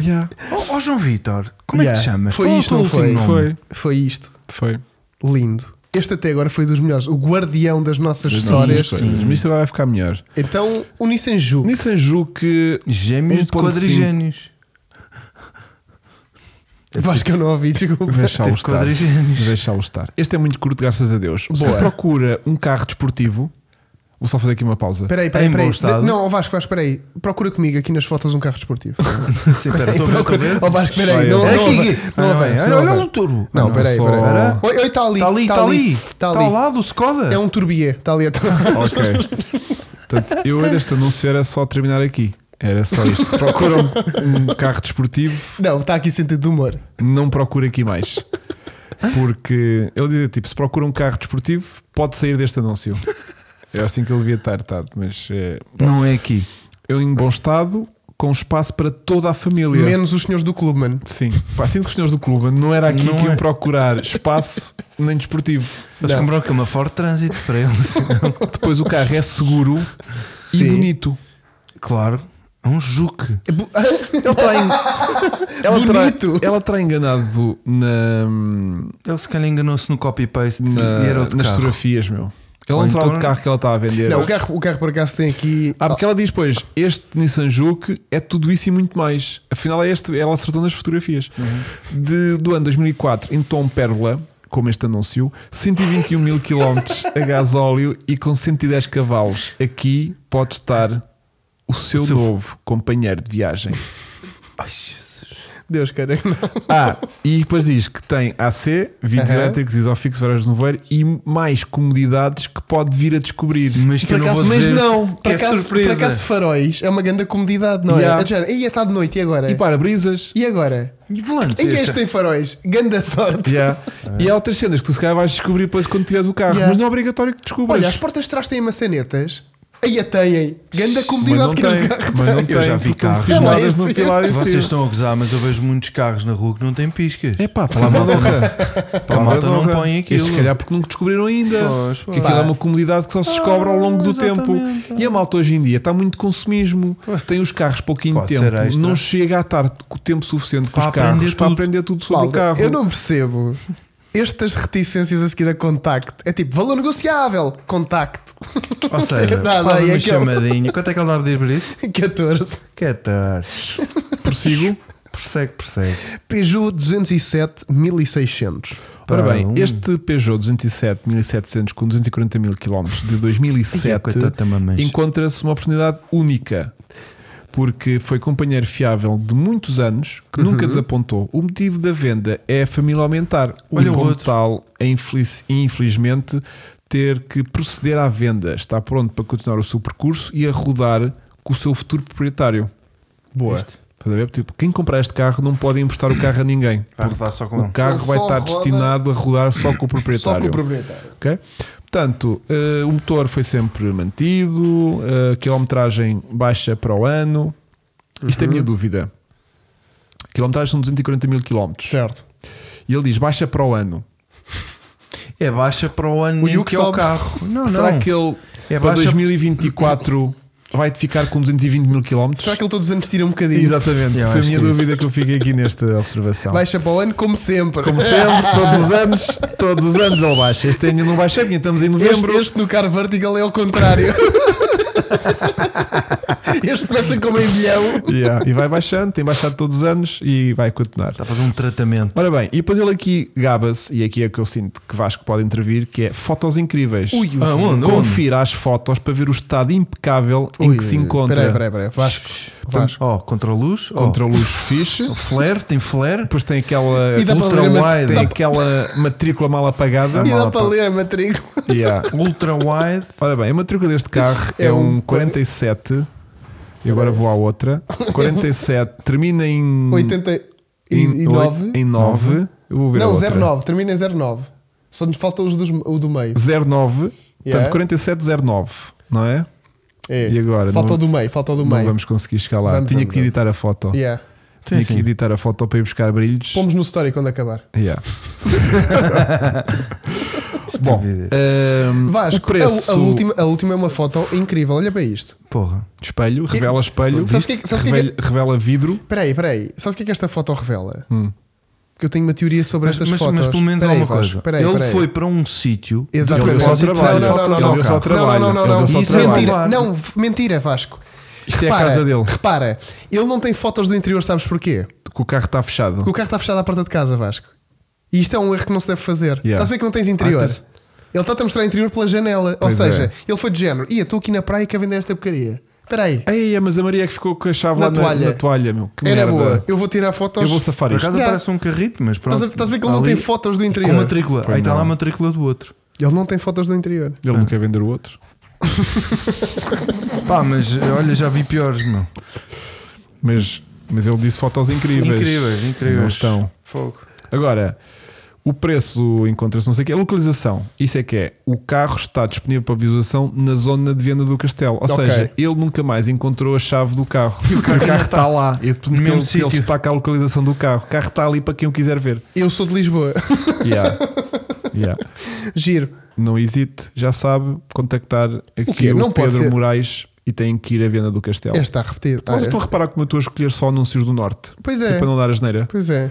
[SPEAKER 2] Yeah,
[SPEAKER 3] Ó ó, Oh, João Vitor, como é que
[SPEAKER 1] Yeah.
[SPEAKER 3] te chamas?
[SPEAKER 1] Foi
[SPEAKER 3] Qual é o
[SPEAKER 1] isto,
[SPEAKER 3] teu
[SPEAKER 1] não
[SPEAKER 3] último
[SPEAKER 1] foi?
[SPEAKER 3] nome?
[SPEAKER 2] Foi,
[SPEAKER 1] Foi isto.
[SPEAKER 2] foi.
[SPEAKER 1] Lindo. Este até agora foi dos melhores. O guardião das nossas
[SPEAKER 2] Das
[SPEAKER 1] histórias.
[SPEAKER 2] nossas coisas. Mas isto agora vai ficar melhor.
[SPEAKER 1] Então, o Nissan Juke.
[SPEAKER 2] Nissan Juke.
[SPEAKER 1] Um
[SPEAKER 3] Gêmeos de
[SPEAKER 2] 1.5.
[SPEAKER 3] quadrigênios.
[SPEAKER 1] Vais que eu não ouvi, desculpa.
[SPEAKER 3] *laughs*
[SPEAKER 2] Deixá-lo
[SPEAKER 3] Teve
[SPEAKER 2] estar.
[SPEAKER 3] quadrigênios.
[SPEAKER 2] Deixá-lo estar. Este é muito curto, graças a Deus. Se
[SPEAKER 1] Boa.
[SPEAKER 2] procura um carro desportivo, vou só fazer aqui uma pausa.
[SPEAKER 1] Espera aí,
[SPEAKER 3] Em
[SPEAKER 1] espera aí,
[SPEAKER 3] bom
[SPEAKER 1] espera aí.
[SPEAKER 3] estado.
[SPEAKER 1] De- Não, ó Vasco, Vasco, espera aí. Procura comigo aqui nas fotos um carro
[SPEAKER 3] *laughs*
[SPEAKER 1] desportivo.
[SPEAKER 3] Sim, pera, estou a ver, estou a
[SPEAKER 1] Procura-
[SPEAKER 3] ver. É
[SPEAKER 1] Ó Vasco, espera aí.
[SPEAKER 2] Vai,
[SPEAKER 1] Não,
[SPEAKER 2] vai.
[SPEAKER 1] não,
[SPEAKER 3] Aqui,
[SPEAKER 1] avan-
[SPEAKER 3] aqui.
[SPEAKER 1] não
[SPEAKER 3] Olha,
[SPEAKER 1] avança,
[SPEAKER 3] olha,
[SPEAKER 1] não
[SPEAKER 3] olha
[SPEAKER 1] avança.
[SPEAKER 3] o turbo.
[SPEAKER 1] Não,
[SPEAKER 2] Não,
[SPEAKER 1] espera aí,
[SPEAKER 2] Ah, só-
[SPEAKER 1] espera aí.
[SPEAKER 2] Espera.
[SPEAKER 1] Oi, oi, está ali.
[SPEAKER 3] Está Tá ali, está ali. Tá
[SPEAKER 1] Está
[SPEAKER 3] Está ao
[SPEAKER 1] ali.
[SPEAKER 3] lado do Skoda.
[SPEAKER 1] É um turbier. Está ali *laughs* atrás.
[SPEAKER 2] *laughs* Ok. Portanto, eu deste anúncio era só terminar aqui. Era só isto. Se procuram um carro desportivo,
[SPEAKER 1] Não, está aqui sentido de humor.
[SPEAKER 2] não procura aqui mais. Porque ele dizia tipo: se procura um carro desportivo, pode sair deste anúncio. É assim que ele devia estar, tá, mas é,
[SPEAKER 3] Não é aqui.
[SPEAKER 2] eu em bom estado, com espaço para toda a família.
[SPEAKER 1] Menos os senhores do clube, mano.
[SPEAKER 2] Sim, pá, sinto que os senhores do clube não era aqui
[SPEAKER 3] Não
[SPEAKER 2] que iam
[SPEAKER 3] é.
[SPEAKER 2] procurar espaço nem desportivo.
[SPEAKER 3] Eles
[SPEAKER 1] Não.
[SPEAKER 3] compraram que é uma Ford Transit
[SPEAKER 1] *laughs*
[SPEAKER 3] para eles.
[SPEAKER 2] Depois o carro é seguro e
[SPEAKER 1] Sim.
[SPEAKER 2] bonito.
[SPEAKER 3] claro, é um juque.
[SPEAKER 1] É bu- *laughs*
[SPEAKER 2] Ele está en- *laughs* ela terá-
[SPEAKER 1] Bonito.
[SPEAKER 2] ela está enganado na,
[SPEAKER 3] Ele se calhar enganou-se no copy-paste
[SPEAKER 2] na-
[SPEAKER 3] e era outro
[SPEAKER 2] nas
[SPEAKER 3] carro.
[SPEAKER 2] fotografias, meu. Ela não
[SPEAKER 3] Ou
[SPEAKER 2] será o
[SPEAKER 3] então-
[SPEAKER 2] de carro que ela está a vender.
[SPEAKER 1] Não, o carro, o carro por acaso tem aqui.
[SPEAKER 2] Ah, porque ela diz, pois, este Nissan Juke é tudo isso e muito mais. Afinal, é este, ela acertou nas fotografias.
[SPEAKER 3] Uhum.
[SPEAKER 2] De, do ano 2004, em tom pérola, como este anúncio, 121 mil km a gasóleo e com 110 cavalos. Aqui pode estar o seu
[SPEAKER 3] O seu-
[SPEAKER 2] novo companheiro de
[SPEAKER 3] *laughs*
[SPEAKER 2] viagem.
[SPEAKER 1] Deus queira que não.
[SPEAKER 2] Ah, e depois diz que tem AC, vidros
[SPEAKER 1] Aham.
[SPEAKER 2] elétricos, isofix, varas de noveiro e mais comodidades que pode vir a descobrir.
[SPEAKER 3] Mas que eu
[SPEAKER 1] Por
[SPEAKER 3] não vou
[SPEAKER 1] acaso-
[SPEAKER 2] mas
[SPEAKER 3] dizer.
[SPEAKER 2] não,
[SPEAKER 3] que
[SPEAKER 1] Por
[SPEAKER 3] é
[SPEAKER 1] acaso, por
[SPEAKER 3] surpresa.
[SPEAKER 1] acaso faróis é uma grande comodidade, não
[SPEAKER 2] Yeah.
[SPEAKER 1] é? É do género, "Ei, é tarde de noite, e agora?
[SPEAKER 2] E para-brisas.
[SPEAKER 1] E agora?
[SPEAKER 3] E volantes?
[SPEAKER 1] E este
[SPEAKER 3] esta?
[SPEAKER 1] tem faróis? Ganda sorte.
[SPEAKER 2] Yeah. E há outras cenas que tu se calhar vais descobrir depois quando tiveres o carro,
[SPEAKER 1] É. Yeah.
[SPEAKER 2] mas não é obrigatório que descubras.
[SPEAKER 1] Olha, as portas de trás têm maçanetas. Aí a têm. Ganda comodidade que
[SPEAKER 2] mas não
[SPEAKER 1] este
[SPEAKER 2] tem,
[SPEAKER 1] carro
[SPEAKER 2] mas não
[SPEAKER 3] tem.
[SPEAKER 2] tem,
[SPEAKER 3] Eu já vi
[SPEAKER 2] porque estão
[SPEAKER 3] carros.
[SPEAKER 1] É lá
[SPEAKER 2] cismadas
[SPEAKER 1] em
[SPEAKER 2] no
[SPEAKER 1] cima.
[SPEAKER 2] pilar em
[SPEAKER 3] Vocês
[SPEAKER 2] cima.
[SPEAKER 3] estão a gozar, mas eu vejo muitos carros na rua que não têm piscas.
[SPEAKER 2] É pá, pela malta não.
[SPEAKER 3] a malta não põe aquilo.
[SPEAKER 2] Se calhar porque nunca descobriram ainda.
[SPEAKER 3] Pois,
[SPEAKER 2] Que aquilo é uma comodidade que só se descobre ao longo
[SPEAKER 1] Ah,
[SPEAKER 2] do tempo.
[SPEAKER 3] exatamente.
[SPEAKER 2] E a malta hoje em dia está muito consumismo. Tem os carros pouquinho
[SPEAKER 3] Pode
[SPEAKER 2] tempo.
[SPEAKER 3] ser extra.
[SPEAKER 2] Não chega a estar o tempo suficiente com
[SPEAKER 3] Para
[SPEAKER 2] os carros
[SPEAKER 3] aprender
[SPEAKER 2] para
[SPEAKER 3] tudo.
[SPEAKER 2] aprender tudo sobre o
[SPEAKER 1] Malta,
[SPEAKER 2] carro.
[SPEAKER 1] Eu não percebo. Estas reticências a seguir a contacto é tipo valor negociável, contacto *laughs*
[SPEAKER 3] Ou seja,
[SPEAKER 1] Nada,
[SPEAKER 3] faz
[SPEAKER 1] e
[SPEAKER 3] uma
[SPEAKER 1] aquele-
[SPEAKER 3] chamadinha. Quanto é que ele dá a pedir por isso?
[SPEAKER 1] 14
[SPEAKER 3] Que tarde.
[SPEAKER 2] Prossigo.
[SPEAKER 3] Persegue, persegue.
[SPEAKER 1] Peugeot 207 1600.
[SPEAKER 2] Ora
[SPEAKER 3] Pá,
[SPEAKER 2] bem,
[SPEAKER 3] um-
[SPEAKER 2] este Peugeot 207 1700 com 240 mil km de
[SPEAKER 3] Ai,
[SPEAKER 2] 2007
[SPEAKER 3] é coitado da mamãe.
[SPEAKER 2] encontra-se uma oportunidade única porque foi companheiro fiável de muitos anos que nunca desapontou. O motivo da venda é a família aumentar.
[SPEAKER 3] Olha
[SPEAKER 2] e
[SPEAKER 3] o
[SPEAKER 2] como
[SPEAKER 3] outro.
[SPEAKER 2] tal, é infeliz- infelizmente, ter que proceder à venda. Está pronto para continuar o seu percurso e a rodar com o seu futuro proprietário.
[SPEAKER 3] Boa.
[SPEAKER 2] Estás a ver? Tipo, quem comprar este carro não pode emprestar o carro a ninguém.
[SPEAKER 3] Vai rodar só com
[SPEAKER 2] O
[SPEAKER 3] ele.
[SPEAKER 2] carro
[SPEAKER 1] Ele
[SPEAKER 2] vai
[SPEAKER 1] só
[SPEAKER 2] estar
[SPEAKER 1] roda-
[SPEAKER 2] destinado a rodar só com o
[SPEAKER 1] Só
[SPEAKER 2] proprietário.
[SPEAKER 1] com o proprietário.
[SPEAKER 2] ok? Portanto, eh, o motor foi sempre mantido, eh, a quilometragem baixa para o ano. Isto é
[SPEAKER 3] Uhum.
[SPEAKER 2] a minha dúvida. A Quilometragem são 240 mil quilómetros.
[SPEAKER 1] Certo.
[SPEAKER 2] E ele diz baixa para o ano.
[SPEAKER 3] É baixa para o ano
[SPEAKER 1] O
[SPEAKER 3] em
[SPEAKER 1] Yuke
[SPEAKER 3] que é o
[SPEAKER 1] sobe.
[SPEAKER 3] carro. Não,
[SPEAKER 2] Será
[SPEAKER 3] não.
[SPEAKER 2] que ele
[SPEAKER 3] É
[SPEAKER 2] para
[SPEAKER 3] baixa-
[SPEAKER 2] 2024 vai ficar com 220 mil quilómetros?
[SPEAKER 1] Será que ele todos os anos tira um bocadinho?
[SPEAKER 2] Exatamente, foi
[SPEAKER 3] Eu
[SPEAKER 2] a
[SPEAKER 3] acho
[SPEAKER 2] minha
[SPEAKER 3] que é isso.
[SPEAKER 2] dúvida que eu fiquei aqui nesta observação.
[SPEAKER 1] Baixa para o ano, como sempre. *laughs*
[SPEAKER 2] Como sempre, todos os anos, todos os anos ele baixa. Este ainda não baixa, porque estamos em novembro.
[SPEAKER 1] Este, este no car vertical é ao contrário. *laughs* este começa com meio milhão.
[SPEAKER 2] Yeah, E vai baixando, tem baixado todos os anos e vai continuar.
[SPEAKER 3] Está a fazer um tratamento.
[SPEAKER 2] Ora bem, e depois ele aqui gaba-se, e aqui é que eu sinto que Vasco pode intervir, que é fotos incríveis.
[SPEAKER 1] Ui, ui,
[SPEAKER 3] Ah, onde, onde?
[SPEAKER 2] Confira as fotos para ver o estado impecável em que se encontra.
[SPEAKER 1] Peraí, peraí, peraí. Vasco. Vasco.
[SPEAKER 3] Ó, Oh, contra a luz.
[SPEAKER 2] Contra luz fixe.
[SPEAKER 3] o flare, tem flare.
[SPEAKER 2] Depois tem aquela
[SPEAKER 1] *laughs* E dá para
[SPEAKER 2] ultra
[SPEAKER 1] ler a
[SPEAKER 2] wide,
[SPEAKER 1] mat-
[SPEAKER 2] tem
[SPEAKER 1] dá-
[SPEAKER 2] aquela matrícula mal apagada.
[SPEAKER 1] *laughs* E dá
[SPEAKER 3] Malta.
[SPEAKER 1] para ler a matrícula.
[SPEAKER 2] Yeah.
[SPEAKER 3] Ultra wide.
[SPEAKER 2] Ora bem, a matrícula deste carro é,
[SPEAKER 1] É um-
[SPEAKER 2] um 47. E agora vou à
[SPEAKER 1] *laughs*
[SPEAKER 2] outra. 47 termina em
[SPEAKER 1] 89.
[SPEAKER 2] Em 9. Eu vou ver a
[SPEAKER 1] Não,
[SPEAKER 2] outra.
[SPEAKER 1] 09. Termina em 09. Só nos falta os dos, o do meio.
[SPEAKER 2] 09.
[SPEAKER 1] Yeah.
[SPEAKER 2] Portanto, 4709, não é?
[SPEAKER 1] É.
[SPEAKER 2] E agora?
[SPEAKER 1] Falta
[SPEAKER 2] Não-
[SPEAKER 1] o do meio. Falta o do
[SPEAKER 2] Não
[SPEAKER 1] meio.
[SPEAKER 2] vamos conseguir chegar lá.
[SPEAKER 1] Vamos,
[SPEAKER 2] Tinha
[SPEAKER 1] vamos,
[SPEAKER 2] que editar a foto.
[SPEAKER 1] Yeah.
[SPEAKER 2] Tinha
[SPEAKER 3] Sim,
[SPEAKER 2] que
[SPEAKER 3] sim.
[SPEAKER 2] editar a foto para ir buscar brilhos.
[SPEAKER 1] Pomos no story quando acabar.
[SPEAKER 2] Yeah.
[SPEAKER 3] Bom,
[SPEAKER 2] Ahm, o
[SPEAKER 1] ehm, Vasco, a-
[SPEAKER 2] preço,
[SPEAKER 1] a, última, a última é uma foto incrível. Olha para isto.
[SPEAKER 3] porra.
[SPEAKER 2] espelho, revela espelho,
[SPEAKER 1] Sabes que- sabes que- é
[SPEAKER 2] revela, revela vidro.
[SPEAKER 1] Peraí, peraí. Sabes o que é que esta foto revela?
[SPEAKER 2] Hum.
[SPEAKER 1] Porque eu tenho uma teoria sobre
[SPEAKER 3] Mas,
[SPEAKER 1] estas
[SPEAKER 3] mas-
[SPEAKER 1] fotos.
[SPEAKER 3] mas pelo menos há
[SPEAKER 1] Peraí,
[SPEAKER 3] uma
[SPEAKER 1] Vasco,
[SPEAKER 3] coisa.
[SPEAKER 1] peraí,
[SPEAKER 3] ele
[SPEAKER 1] peraí.
[SPEAKER 3] foi para um sítio. de
[SPEAKER 1] Exatamente.
[SPEAKER 2] Ele deu só
[SPEAKER 3] propósito
[SPEAKER 2] trabalho.
[SPEAKER 3] fazer
[SPEAKER 1] Não, não,
[SPEAKER 3] fotos
[SPEAKER 1] não,
[SPEAKER 3] ao
[SPEAKER 1] não,
[SPEAKER 2] deu só
[SPEAKER 3] carro.
[SPEAKER 2] trabalho.
[SPEAKER 1] Não, não, não,
[SPEAKER 2] Ele
[SPEAKER 1] não,
[SPEAKER 2] deu só
[SPEAKER 1] não.
[SPEAKER 3] Isso é
[SPEAKER 2] trabalho.
[SPEAKER 1] mentira.
[SPEAKER 3] trabalho.
[SPEAKER 1] Não, v- mentira, Vasco.
[SPEAKER 2] Isto é a casa dele.
[SPEAKER 1] Repara, ele não tem fotos do interior, sabes porquê?
[SPEAKER 2] Que o carro está fechado.
[SPEAKER 1] Porque o carro está fechado à porta de casa, Vasco. E isto é um erro que não se deve fazer.
[SPEAKER 2] Yeah.
[SPEAKER 1] Estás a ver que não tens interior?
[SPEAKER 2] Ah, tens.
[SPEAKER 1] Ele está a mostrar interior pela janela.
[SPEAKER 2] Pois
[SPEAKER 1] Ou seja,
[SPEAKER 2] é.
[SPEAKER 1] ele foi de género. Ia, estou aqui na praia que a vender esta porcaria. Espera aí.
[SPEAKER 2] Ei, mas a Maria é que ficou com a chave
[SPEAKER 1] Na
[SPEAKER 2] lá na-
[SPEAKER 1] toalha.
[SPEAKER 2] Na, toalha, meu. Que
[SPEAKER 1] Era
[SPEAKER 2] merda.
[SPEAKER 1] boa. Então, Eu vou tirar fotos.
[SPEAKER 2] Eu vou safar
[SPEAKER 3] Por
[SPEAKER 2] isto.
[SPEAKER 3] acaso
[SPEAKER 1] Yeah.
[SPEAKER 3] parece um carrito, mas pronto.
[SPEAKER 1] Estás a, estás a ver que ele não
[SPEAKER 3] Ali,
[SPEAKER 1] tem fotos do
[SPEAKER 3] Com
[SPEAKER 1] interior?
[SPEAKER 3] matrícula.
[SPEAKER 2] Pois
[SPEAKER 3] Aí está
[SPEAKER 2] não.
[SPEAKER 3] lá a matrícula do outro.
[SPEAKER 1] Ele não tem fotos do interior.
[SPEAKER 2] Ele não quer vender o outro.
[SPEAKER 3] Pá, mas olha, já vi piores, meu.
[SPEAKER 2] Mas, mas ele disse fotos incríveis.
[SPEAKER 3] Incríveis, incríveis.
[SPEAKER 2] Não estão.
[SPEAKER 3] Fogo.
[SPEAKER 2] Agora, o preço encontra-se, não sei o que. A localização, isso é que é. O carro está disponível para visualização na zona de venda do castelo. Ou
[SPEAKER 1] Ok.
[SPEAKER 2] seja, ele nunca mais encontrou a chave do carro. E *laughs* o carro, está lá. E depois
[SPEAKER 3] No
[SPEAKER 2] ele,
[SPEAKER 3] mesmo
[SPEAKER 2] ele
[SPEAKER 3] sítio.
[SPEAKER 2] destaca a localização do carro. O carro está ali para quem o quiser ver.
[SPEAKER 1] Eu sou de Lisboa. *laughs*
[SPEAKER 2] Yeah. Yeah.
[SPEAKER 1] Giro.
[SPEAKER 2] Não hesite, já sabe, contactar aqui o,
[SPEAKER 1] quê? Não pode
[SPEAKER 2] Pedro
[SPEAKER 1] ser.
[SPEAKER 2] Moraes e tem que ir à venda do castelo.
[SPEAKER 1] Este está repetido.
[SPEAKER 2] Vocês
[SPEAKER 1] Ah,
[SPEAKER 2] estão a reparar como eu estou a escolher só anúncios do norte.
[SPEAKER 1] Pois
[SPEAKER 2] Que é
[SPEAKER 1] é.
[SPEAKER 2] Para não dar asneira.
[SPEAKER 1] Pois é.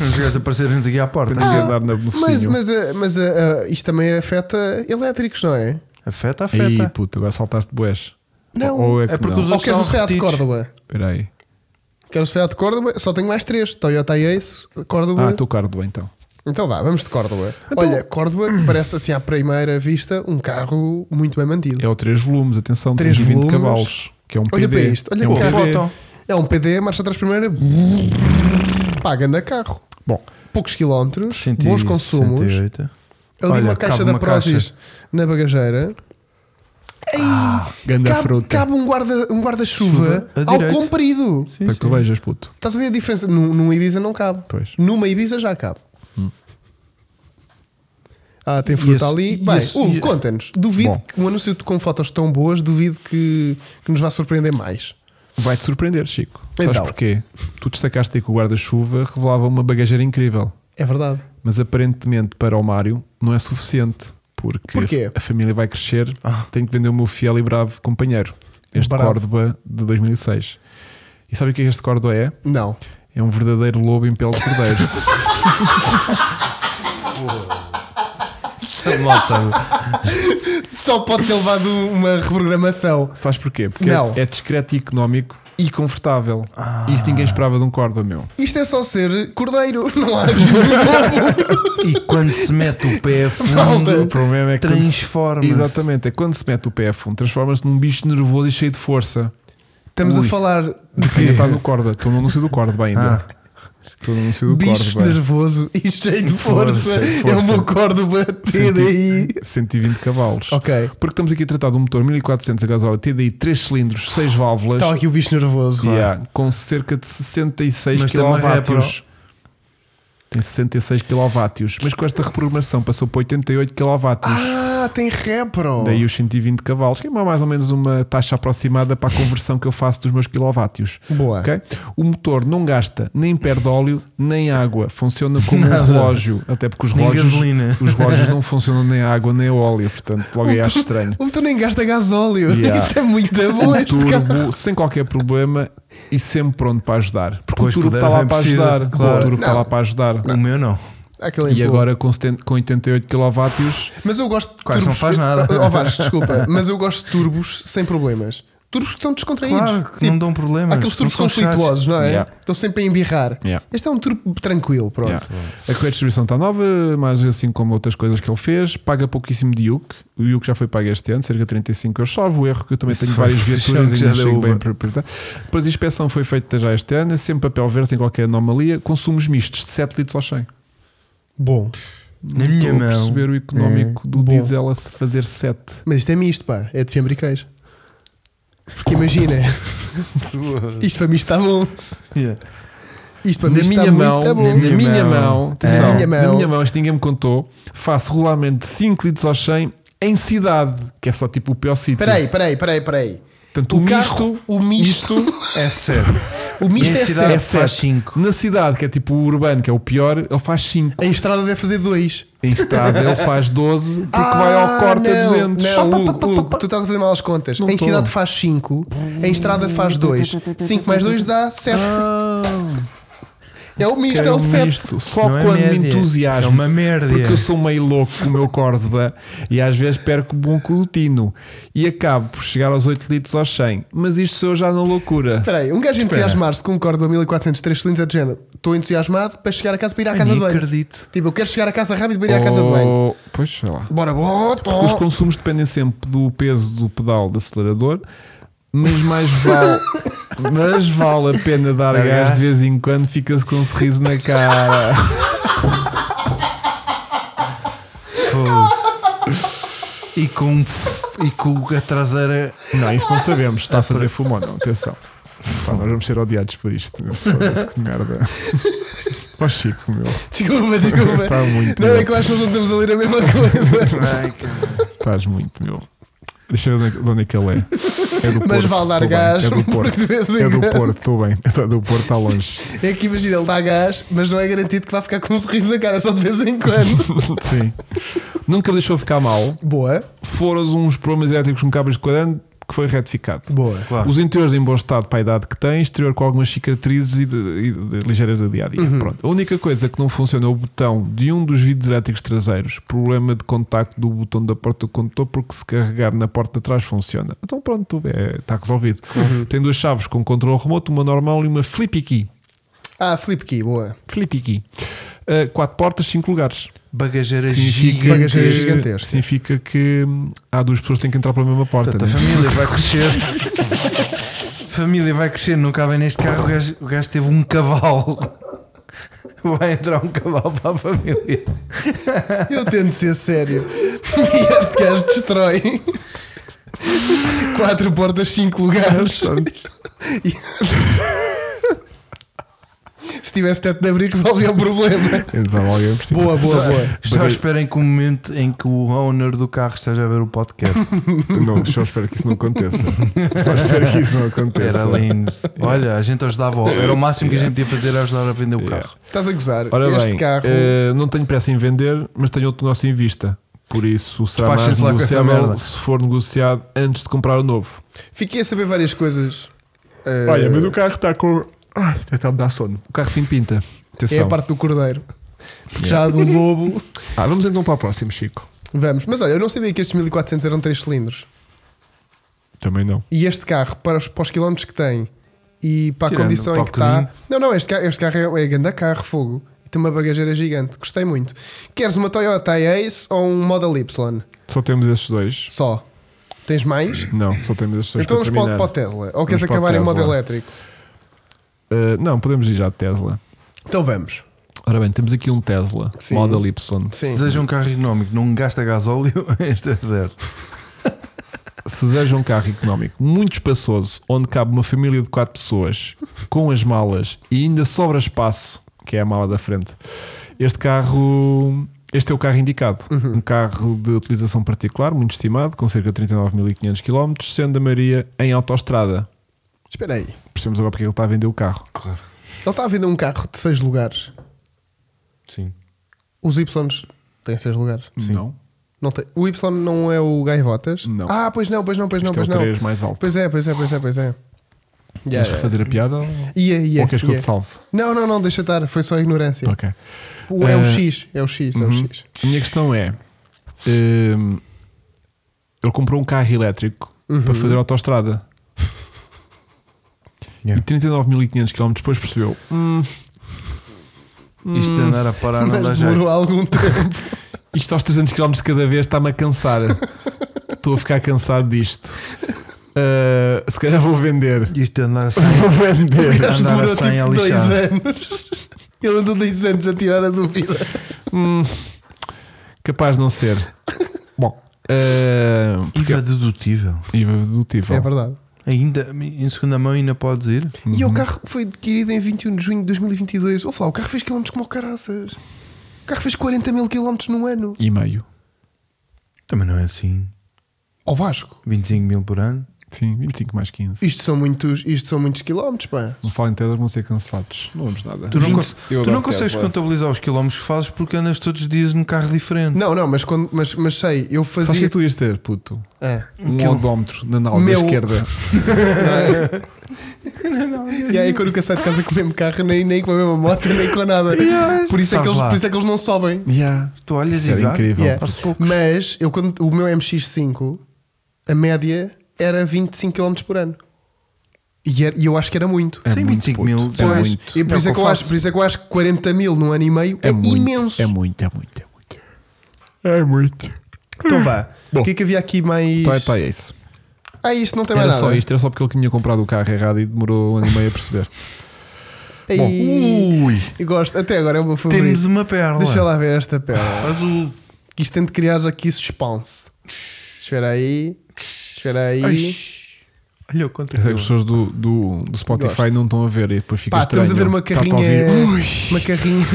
[SPEAKER 3] Os gajos aparecerem-nos aqui à porta.
[SPEAKER 2] Apenas ia andar na- no
[SPEAKER 1] Mas,
[SPEAKER 2] focinho.
[SPEAKER 1] mas, ah, mas ah, ah, isto também afeta elétricos, não é?
[SPEAKER 3] Afeta,
[SPEAKER 2] Aí,
[SPEAKER 3] afeta.
[SPEAKER 2] puto, agora saltaste boés.
[SPEAKER 1] Não.
[SPEAKER 2] Ou é,
[SPEAKER 3] É porque
[SPEAKER 2] porque não?
[SPEAKER 3] os
[SPEAKER 1] Ou
[SPEAKER 3] outros
[SPEAKER 1] queres o
[SPEAKER 3] são
[SPEAKER 1] Seat
[SPEAKER 3] repetidos.
[SPEAKER 1] Córdoba?
[SPEAKER 2] Espera aí.
[SPEAKER 1] Quero o Seat Córdoba, só tenho mais três: Toyota Ace, Córdoba.
[SPEAKER 2] Ah, estou Córdoba então.
[SPEAKER 1] Então vá, vamos de Córdoba.
[SPEAKER 3] Então-
[SPEAKER 1] Olha, Córdoba parece assim à primeira vista um carro muito bem mantido.
[SPEAKER 2] É o 3 volumes, atenção,
[SPEAKER 1] Três
[SPEAKER 2] 320
[SPEAKER 1] volumes.
[SPEAKER 2] cavalos. Que é um
[SPEAKER 1] Olha
[SPEAKER 2] PD.
[SPEAKER 1] para isto, olha
[SPEAKER 2] é um
[SPEAKER 1] que carro.
[SPEAKER 2] PD.
[SPEAKER 3] Foto.
[SPEAKER 1] É um PD, marcha atrás primeira, paga na carro.
[SPEAKER 2] Bom,
[SPEAKER 1] Poucos quilómetros,
[SPEAKER 3] Cento e-
[SPEAKER 1] bons consumos,
[SPEAKER 3] 108.
[SPEAKER 1] ali
[SPEAKER 3] Olha,
[SPEAKER 1] uma caixa
[SPEAKER 3] cabe
[SPEAKER 1] da
[SPEAKER 3] uma
[SPEAKER 1] Prozis na bagageira.
[SPEAKER 2] ganda
[SPEAKER 1] Cabe,
[SPEAKER 2] fruta.
[SPEAKER 1] cabe um guarda- um guarda-chuva
[SPEAKER 3] Chuva à
[SPEAKER 1] ao
[SPEAKER 3] direita.
[SPEAKER 1] comprido.
[SPEAKER 2] para que tu vejas, puto.
[SPEAKER 1] Estás a ver a diferença? Num, num Ibiza não cabe.
[SPEAKER 2] Pois.
[SPEAKER 1] Numa Ibiza já cabe. Ah, tem
[SPEAKER 3] esse-
[SPEAKER 1] fruta ali.
[SPEAKER 3] e
[SPEAKER 1] Bem,
[SPEAKER 3] esse-
[SPEAKER 1] Hugo,
[SPEAKER 3] e-
[SPEAKER 1] conta-nos. Duvido
[SPEAKER 2] Bom.
[SPEAKER 1] que um anúncio com fotos tão boas, duvido que, que nos vá surpreender mais.
[SPEAKER 2] Vai-te surpreender, Chico. Sabes
[SPEAKER 1] Então.
[SPEAKER 2] porquê? Tu destacaste aí que o guarda-chuva revelava uma bagageira incrível.
[SPEAKER 1] É verdade.
[SPEAKER 2] Mas aparentemente para o Mário não é suficiente. Porque
[SPEAKER 1] Porquê? Ah.
[SPEAKER 2] a família vai crescer, tenho que vender o meu fiel e bravo companheiro. Este
[SPEAKER 1] Bravo.
[SPEAKER 2] Córdoba de 2006. E sabe o que é que este Córdoba é?
[SPEAKER 1] Não.
[SPEAKER 2] É um verdadeiro lobo em pele de
[SPEAKER 1] *laughs*
[SPEAKER 2] cordeiro.
[SPEAKER 1] Só pode ter levado uma reprogramação.
[SPEAKER 2] Sabes porquê? Porque é-
[SPEAKER 1] Não. Ah.
[SPEAKER 2] é discreto e económico e confortável. Isso ninguém esperava de um Córdoba, meu.
[SPEAKER 1] Isto é só ser cordeiro, *laughs* não há aqui.
[SPEAKER 3] E quando se mete o pé a
[SPEAKER 1] Malta.
[SPEAKER 2] O
[SPEAKER 3] fundo,
[SPEAKER 2] problema é que. quando se-
[SPEAKER 3] transforma.
[SPEAKER 2] Exatamente, é quando se mete o pé a fundo, transforma-se num bicho nervoso e cheio de força.
[SPEAKER 1] Estamos
[SPEAKER 2] Ui.
[SPEAKER 1] a falar de Ah.
[SPEAKER 2] Ainda está no corda, estou no anúncio do Córdoba ainda. Estou no anúncio do
[SPEAKER 1] bicho
[SPEAKER 2] Córdoba.
[SPEAKER 1] nervoso e cheio de
[SPEAKER 2] Força,
[SPEAKER 1] força. É
[SPEAKER 2] força.
[SPEAKER 1] uma Córdoba TDI.
[SPEAKER 2] 120 cavalos.
[SPEAKER 1] Ok.
[SPEAKER 2] Porque estamos aqui a tratar de um motor 1400 a gasóleo TDI 3 cilindros, 6 válvulas,
[SPEAKER 1] Estava Tá aqui o bicho nervoso.
[SPEAKER 2] yeah, com cerca de 66
[SPEAKER 3] Mas tem uma
[SPEAKER 2] kW. Tem 66 kW, mas com esta reprogramação passou para 88 kW.
[SPEAKER 1] Ah, tem repro.
[SPEAKER 2] Daí os 120 cavalos, que é mais ou menos uma taxa aproximada para a conversão que eu faço dos meus quilovátios.
[SPEAKER 1] Boa.
[SPEAKER 2] Ok? O é motor não gasta nem perde óleo nem água, funciona
[SPEAKER 3] *laughs*
[SPEAKER 2] como um relógio, até porque os
[SPEAKER 3] Nem
[SPEAKER 2] relógios,
[SPEAKER 3] gasolina.
[SPEAKER 2] os relógios
[SPEAKER 3] *laughs*
[SPEAKER 2] não funcionam nem água nem óleo, portanto logo aí acho estranho.
[SPEAKER 1] O motor Um nem gasta gasóleo.
[SPEAKER 2] Yeah.
[SPEAKER 1] Isto é muito bom.
[SPEAKER 2] Um
[SPEAKER 1] Este carro.
[SPEAKER 2] turbo sem qualquer problema e sempre pronto para ajudar. Porque
[SPEAKER 3] Pois,
[SPEAKER 2] o turbo
[SPEAKER 3] puder,
[SPEAKER 2] está lá
[SPEAKER 3] bem
[SPEAKER 2] para
[SPEAKER 3] precisa,
[SPEAKER 2] ajudar.
[SPEAKER 3] claro.
[SPEAKER 2] O turbo está
[SPEAKER 1] Não.
[SPEAKER 2] lá para ajudar.
[SPEAKER 3] o meu não.
[SPEAKER 1] Ah, Aquele
[SPEAKER 2] E
[SPEAKER 1] empurro.
[SPEAKER 2] agora com 70 com 88 kW
[SPEAKER 1] Mas eu gosto de
[SPEAKER 3] Quase não
[SPEAKER 1] turbos.
[SPEAKER 3] faz nada.
[SPEAKER 1] Oh, Vasco, desculpa. Mas eu gosto de turbos sem problemas. Turbos que estão descontraídos.
[SPEAKER 3] Claro, que não dão problemas.
[SPEAKER 1] Tipo, Há Aqueles
[SPEAKER 3] não
[SPEAKER 1] turbos
[SPEAKER 3] são chatos.
[SPEAKER 1] conflituosos, não é?
[SPEAKER 2] Yeah.
[SPEAKER 1] Estão sempre a embirrar.
[SPEAKER 2] Yeah.
[SPEAKER 1] Este é um turbo tranquilo, pronto.
[SPEAKER 2] Yeah. A correia de distribuição está nova, mas assim como outras coisas que ele fez, paga pouquíssimo de Yuk. O Yuk já foi pago este ano, cerca de 35 euros, salvo o erro, que eu também
[SPEAKER 3] Isso
[SPEAKER 2] tenho
[SPEAKER 3] foi
[SPEAKER 2] várias
[SPEAKER 3] fechado,
[SPEAKER 2] viaturas e
[SPEAKER 3] *laughs* já
[SPEAKER 2] ainda
[SPEAKER 3] deu
[SPEAKER 2] chego bem
[SPEAKER 3] uva.
[SPEAKER 2] para apertar. Depois a inspeção foi feita já este ano, é sempre papel verde, sem qualquer anomalia, consumos mistos de 7 litros ao 100.
[SPEAKER 1] Bom.
[SPEAKER 3] Na
[SPEAKER 2] Estou
[SPEAKER 3] minha
[SPEAKER 2] a
[SPEAKER 3] mão. É.
[SPEAKER 2] perceber o económico do
[SPEAKER 1] bom.
[SPEAKER 2] diesel a se fazer 7.
[SPEAKER 1] Mas isto é misto, pá. É de fiambre e queijo.
[SPEAKER 2] *laughs*
[SPEAKER 1] Porque imagina, isto para mim está bom.
[SPEAKER 3] Yeah.
[SPEAKER 1] Isto para
[SPEAKER 2] Na
[SPEAKER 1] mim
[SPEAKER 2] minha,
[SPEAKER 1] está
[SPEAKER 2] mão,
[SPEAKER 1] muito
[SPEAKER 2] na
[SPEAKER 1] bom.
[SPEAKER 2] minha, mão, atenção,
[SPEAKER 1] minha mão.
[SPEAKER 2] na minha mão, isto ninguém me contou, faço regularmente de 5 litros ao 100 em cidade, que é só tipo o pior sítio.
[SPEAKER 1] Peraí, peraí, peraí, peraí.
[SPEAKER 2] Portanto,
[SPEAKER 1] O
[SPEAKER 2] o,
[SPEAKER 1] carro-
[SPEAKER 2] misto,
[SPEAKER 1] o misto-
[SPEAKER 3] É certo.
[SPEAKER 1] O misto é
[SPEAKER 3] cidade
[SPEAKER 2] Ah,
[SPEAKER 1] certo.
[SPEAKER 3] faz 5.
[SPEAKER 2] Na cidade, que é tipo o urbano, que é o pior, ele faz 5.
[SPEAKER 1] A estrada deve fazer dois.
[SPEAKER 2] Em estado, ele faz 12 porque
[SPEAKER 1] Ah,
[SPEAKER 2] vai ao corte a
[SPEAKER 1] não,
[SPEAKER 2] 200.
[SPEAKER 1] Não, Hugo, Hugo, tu estás a fazer mal as contas.
[SPEAKER 2] Não
[SPEAKER 1] em
[SPEAKER 2] tô.
[SPEAKER 1] cidade faz 5, em estrada faz 2. 5 mais 2 dá 7. Ah. É o misto,
[SPEAKER 2] Quero
[SPEAKER 1] é o 7.
[SPEAKER 2] Ah, misto. Só
[SPEAKER 3] Não é
[SPEAKER 2] quando me
[SPEAKER 3] média,
[SPEAKER 2] entusiasmo.
[SPEAKER 3] é uma merda.
[SPEAKER 2] Porque eu sou meio louco com o meu Córdoba e às vezes perco um o bom colutino e acabo por chegar aos 8 litros aos 100. Mas isto sou eu já na loucura.
[SPEAKER 1] Espera aí, um gajo entusiasmar-se com um Córdoba 1403 cilindros é de género. Estou entusiasmado para chegar a casa para ir à *laughs* casa de
[SPEAKER 3] nem
[SPEAKER 1] banho.
[SPEAKER 3] acredito.
[SPEAKER 1] Tipo, eu quero chegar a casa rápido para ir à casa de banho.
[SPEAKER 2] Oh, Pois, sei lá.
[SPEAKER 1] Bora, bora.
[SPEAKER 2] Porque os consumos dependem sempre do peso do pedal do acelerador, mas mais
[SPEAKER 3] *laughs*
[SPEAKER 2] vale, mas vale a pena dar
[SPEAKER 3] Dar
[SPEAKER 2] gás
[SPEAKER 3] gás.
[SPEAKER 2] de vez em quando, fica-se com um sorriso na cara.
[SPEAKER 3] Fogo. E com, um e com a traseira.
[SPEAKER 2] Não, isso não sabemos, se está a fazer fumo ou não, atenção. Pá, nós vamos ser odiados por isto, meu. Foda-se, que merda. Ó Chico, meu.
[SPEAKER 1] Desculpa, desculpa.
[SPEAKER 2] Está tá muito
[SPEAKER 1] não
[SPEAKER 2] bom.
[SPEAKER 1] é que eu acho que nós não estamos a ler a mesma *laughs* coisa.
[SPEAKER 2] Estás muito, meu. Deixa eu ver de onde é que ele é. É do
[SPEAKER 1] Mas
[SPEAKER 2] Porto,
[SPEAKER 1] vale dar
[SPEAKER 2] estou bem,
[SPEAKER 1] gás,
[SPEAKER 2] É do
[SPEAKER 1] *laughs* porque
[SPEAKER 2] Porto.
[SPEAKER 1] de vez em
[SPEAKER 2] É do
[SPEAKER 1] quando.
[SPEAKER 2] Porto, estou bem. É do Porto, está
[SPEAKER 1] *laughs*
[SPEAKER 2] longe.
[SPEAKER 1] É que imagina, ele dá gás, mas não é garantido que vai ficar com um sorriso na cara só de vez em quando.
[SPEAKER 2] Sim. Nunca me deixou ficar mal.
[SPEAKER 1] Boa.
[SPEAKER 2] foram uns problemas elétricos com cabos de quadrante, que foi retificado.
[SPEAKER 1] Boa.
[SPEAKER 3] Claro.
[SPEAKER 2] Os interiores em bom estado para a idade que tem, exterior com algumas cicatrizes e, de, e de- ligeiras de dia a dia.
[SPEAKER 3] Uhum.
[SPEAKER 2] Pronto. A única coisa que não funciona é o botão de um dos vidros elétricos traseiros. Problema de contacto do botão da porta do condutor, porque se carregar na porta de trás funciona. Então pronto, é, está resolvido.
[SPEAKER 3] Uhum.
[SPEAKER 2] Tem duas chaves com controle remoto, uma normal e uma flip key.
[SPEAKER 1] Ah, Flip Key, boa.
[SPEAKER 2] Flip key. Ah, quatro portas, cinco lugares.
[SPEAKER 3] Bagageira
[SPEAKER 2] Significa
[SPEAKER 3] gigante.
[SPEAKER 1] Bagageira
[SPEAKER 2] que-
[SPEAKER 1] gigantesca.
[SPEAKER 2] Significa que hum, há duas pessoas que têm que entrar pela mesma porta.
[SPEAKER 3] Portanto, a
[SPEAKER 2] né?
[SPEAKER 3] família vai crescer. *laughs* família vai crescer, não cabem neste carro. O gajo, o gajo teve um cavalo. *laughs* Vai entrar um cavalo para a família.
[SPEAKER 1] Eu tento ser sério. *laughs* E este gajo destrói. Quatro portas, cinco lugares. Se tivesse teto de abrir, resolvia o problema. Tá.
[SPEAKER 2] Então, alguém por cima.
[SPEAKER 1] Boa, boa, boa.
[SPEAKER 3] Só esperem que o momento em que o owner do carro esteja a ver o podcast.
[SPEAKER 2] Não, só espero que isso não aconteça. Só espero que isso não aconteça.
[SPEAKER 3] Era lindo. Olha, a gente ajudava. Era o máximo que a gente podia fazer era ajudar a vender o
[SPEAKER 2] Yeah.
[SPEAKER 3] carro.
[SPEAKER 1] Estás a gozar.
[SPEAKER 2] Ora
[SPEAKER 1] este
[SPEAKER 2] bem,
[SPEAKER 1] carro.
[SPEAKER 2] eh, não tenho pressa em vender, mas tenho outro negócio em vista. Por isso, será mais
[SPEAKER 3] Despachem-se lá com essa merda.
[SPEAKER 2] negociável se for negociado antes de comprar o novo.
[SPEAKER 1] Fiquei a saber várias coisas. Eh,
[SPEAKER 2] carro está com.
[SPEAKER 1] tá
[SPEAKER 2] Está a me dar sono. O carro tem pinta.
[SPEAKER 1] É a
[SPEAKER 2] Atenção.
[SPEAKER 1] parte do cordeiro. Porque Já a do lobo.
[SPEAKER 2] Ah, vamos então para o próximo, Chico.
[SPEAKER 1] Vamos. Mas olha, eu não sabia que estes 1400 eram 3 cilindros.
[SPEAKER 2] Também não.
[SPEAKER 1] E este carro, para os, para os quilómetros que tem e para a
[SPEAKER 3] Tirando
[SPEAKER 1] condição em que
[SPEAKER 3] toquezinho.
[SPEAKER 1] está. Não, não, este carro, este carro é, é grande carro, fogo. E tem uma bagageira gigante. Gostei muito. Queres uma Toyota Ace ou um Model Y?
[SPEAKER 2] Só temos estes dois.
[SPEAKER 1] Só. Tens mais?
[SPEAKER 2] Não, só temos estes dois.
[SPEAKER 1] então vamos
[SPEAKER 2] para
[SPEAKER 1] para, o-
[SPEAKER 2] terminar.
[SPEAKER 1] para o Tesla. Ou
[SPEAKER 2] Vamos para
[SPEAKER 1] queres
[SPEAKER 2] o
[SPEAKER 1] acabar em
[SPEAKER 2] Tesla.
[SPEAKER 1] modo elétrico?
[SPEAKER 2] Eh, não, podemos ir já de Tesla.
[SPEAKER 1] Então vamos.
[SPEAKER 2] Ora bem, temos aqui um Tesla
[SPEAKER 1] Sim.
[SPEAKER 2] Model Y.
[SPEAKER 1] Sim.
[SPEAKER 3] Se deseja um carro económico, não gasta gasóleo, *laughs* este é zero.
[SPEAKER 2] Se deseja um carro económico muito espaçoso, onde cabe uma família de 4 pessoas, com as malas e ainda sobra espaço, que é a mala da frente, este carro. Este é o carro indicado.
[SPEAKER 1] Uhum.
[SPEAKER 2] Um carro de utilização particular, muito estimado, com cerca de 39.500 km, sendo a maioria em autoestrada.
[SPEAKER 1] Espera aí. Ele
[SPEAKER 2] Percebemos agora porque é que ele está a vender o carro.
[SPEAKER 1] está a vender um carro de 6 lugares.
[SPEAKER 3] Sim.
[SPEAKER 1] Os Y têm 6 lugares.
[SPEAKER 2] Não.
[SPEAKER 1] Não tem. O Y não é o Gaivotas?
[SPEAKER 2] Não.
[SPEAKER 1] Ah, pois não, pois não, pois não,
[SPEAKER 2] Este é o
[SPEAKER 1] pois não.
[SPEAKER 2] 3 mais alto.
[SPEAKER 1] Pois é, pois é, pois é, pois é.
[SPEAKER 2] Tens
[SPEAKER 1] Yeah,
[SPEAKER 2] que
[SPEAKER 1] yeah.
[SPEAKER 2] refazer a piada ou-
[SPEAKER 1] Ia, ia,
[SPEAKER 2] ou queres que eu
[SPEAKER 1] ia.
[SPEAKER 2] te salve?
[SPEAKER 1] Não, não, não, deixa estar, foi só ignorância.
[SPEAKER 2] Ok.
[SPEAKER 1] O- é o
[SPEAKER 2] Eh,
[SPEAKER 1] X, é o X, é o
[SPEAKER 2] Uhum.
[SPEAKER 1] X.
[SPEAKER 2] A minha questão é: hum, ele comprou um carro elétrico
[SPEAKER 1] Uhum.
[SPEAKER 2] para fazer autoestrada.
[SPEAKER 3] Yeah.
[SPEAKER 2] E 39.500 km depois percebeu: "Hum,
[SPEAKER 3] Isto de andar a parar não dá
[SPEAKER 1] Hum. Mas
[SPEAKER 3] jeito.
[SPEAKER 1] demorou algum tempo.
[SPEAKER 2] isto aos 300 km de cada vez está-me a cansar. Estou a ficar cansado disto. Ah, se calhar vou vender. *laughs*
[SPEAKER 3] Isto de andar a
[SPEAKER 2] Vou vender.
[SPEAKER 1] Mas
[SPEAKER 3] andar a
[SPEAKER 1] demorou
[SPEAKER 3] 100 é
[SPEAKER 1] tipo dois
[SPEAKER 3] lixado.
[SPEAKER 1] anos. *laughs* Ele andou dois anos a tirar a dúvida.
[SPEAKER 2] Hum, capaz de não ser. Bom, ah, porque
[SPEAKER 3] *laughs* IVA é dedutível.
[SPEAKER 2] IVA dedutível.
[SPEAKER 1] É verdade.
[SPEAKER 3] Ainda em segunda mão ainda podes ir.
[SPEAKER 1] E
[SPEAKER 2] Uhum.
[SPEAKER 1] o carro foi adquirido em 21 de junho de 2022. Ouve lá, Oh, o carro fez quilómetros como o caraças. O carro fez 40 mil quilómetros no ano.
[SPEAKER 2] E meio.
[SPEAKER 3] Também não é assim.
[SPEAKER 1] Ao Vasco.
[SPEAKER 3] 25 mil por ano.
[SPEAKER 2] Sim, 25 mais 15.
[SPEAKER 1] Isto são muitos, isto são muitos quilómetros, pá.
[SPEAKER 2] Não falem Tesla, vão ser cancelados. Não vamos nada.
[SPEAKER 3] Tu não,
[SPEAKER 1] Vinte.
[SPEAKER 3] cons-
[SPEAKER 2] Eu
[SPEAKER 3] tu não
[SPEAKER 2] adoro
[SPEAKER 3] consegues
[SPEAKER 2] Tesla.
[SPEAKER 3] contabilizar os quilómetros que fazes porque andas todos os dias num carro diferente.
[SPEAKER 1] Não, não, mas, quando, mas, mas sei, eu
[SPEAKER 2] Sabes o que é
[SPEAKER 1] fazia.
[SPEAKER 2] que tu ias ter, puto?
[SPEAKER 1] Ah.
[SPEAKER 2] Um
[SPEAKER 3] Aquilo-
[SPEAKER 2] odómetro na nalga
[SPEAKER 1] Meu. *laughs*
[SPEAKER 2] esquerda.
[SPEAKER 1] E aí, quando eu cansei de casa com o mesmo carro, nem, nem com a mesma moto, nem com *laughs* nada. Por isso, é que
[SPEAKER 3] Sabes
[SPEAKER 1] eles,
[SPEAKER 3] lá.
[SPEAKER 1] por isso é que eles não sobem.
[SPEAKER 2] yeah.
[SPEAKER 3] Tu olhas
[SPEAKER 2] Isso
[SPEAKER 3] e
[SPEAKER 2] era
[SPEAKER 3] vá,
[SPEAKER 2] incrível.
[SPEAKER 1] Yeah.
[SPEAKER 3] aos poucos.
[SPEAKER 1] Mas eu, quando o meu MX5, a média era 25 km por ano. E, era- e eu acho que era muito.
[SPEAKER 2] É
[SPEAKER 3] Sim,
[SPEAKER 2] muito
[SPEAKER 3] 25
[SPEAKER 2] puto.
[SPEAKER 3] mil.
[SPEAKER 2] É
[SPEAKER 1] Pois,
[SPEAKER 2] muito.
[SPEAKER 1] E por,
[SPEAKER 3] É o
[SPEAKER 1] isso é
[SPEAKER 3] que
[SPEAKER 1] que
[SPEAKER 3] eu
[SPEAKER 1] eu acho,
[SPEAKER 3] faço.
[SPEAKER 1] por isso é que eu acho que 40 mil num ano e meio é,
[SPEAKER 2] muito,
[SPEAKER 1] imenso.
[SPEAKER 2] É muito, é muito, é muito. É muito.
[SPEAKER 1] Então vá.
[SPEAKER 2] Bom.
[SPEAKER 1] O que é que havia aqui mais.
[SPEAKER 2] Então é, tá, é isso.
[SPEAKER 1] Ah, isto não tem mais
[SPEAKER 2] Era
[SPEAKER 1] nada.
[SPEAKER 2] só isto, era só porque ele tinha comprado o carro errado e demorou um ano e meio a
[SPEAKER 1] *laughs*
[SPEAKER 2] perceber.
[SPEAKER 1] Ei,
[SPEAKER 3] Ui,
[SPEAKER 1] eu gosto. Até agora é o meu favorito.
[SPEAKER 3] temos uma perna.
[SPEAKER 1] Deixa lá ver esta pérola.
[SPEAKER 3] Azul.
[SPEAKER 1] Que isto tem de criar aqui suspense. Espera aí. Espera aí.
[SPEAKER 3] Olha
[SPEAKER 1] é
[SPEAKER 3] o
[SPEAKER 2] As
[SPEAKER 3] conteúdo.
[SPEAKER 2] pessoas do, do, do Spotify
[SPEAKER 1] Gosto.
[SPEAKER 2] não estão a ver e depois fica
[SPEAKER 1] Pá,
[SPEAKER 2] estranho.
[SPEAKER 1] estamos a ver uma
[SPEAKER 2] Está-te a
[SPEAKER 1] carrinha.
[SPEAKER 2] ouvir. *laughs*
[SPEAKER 1] *laughs*
[SPEAKER 2] Ui,
[SPEAKER 1] Uma carrinha.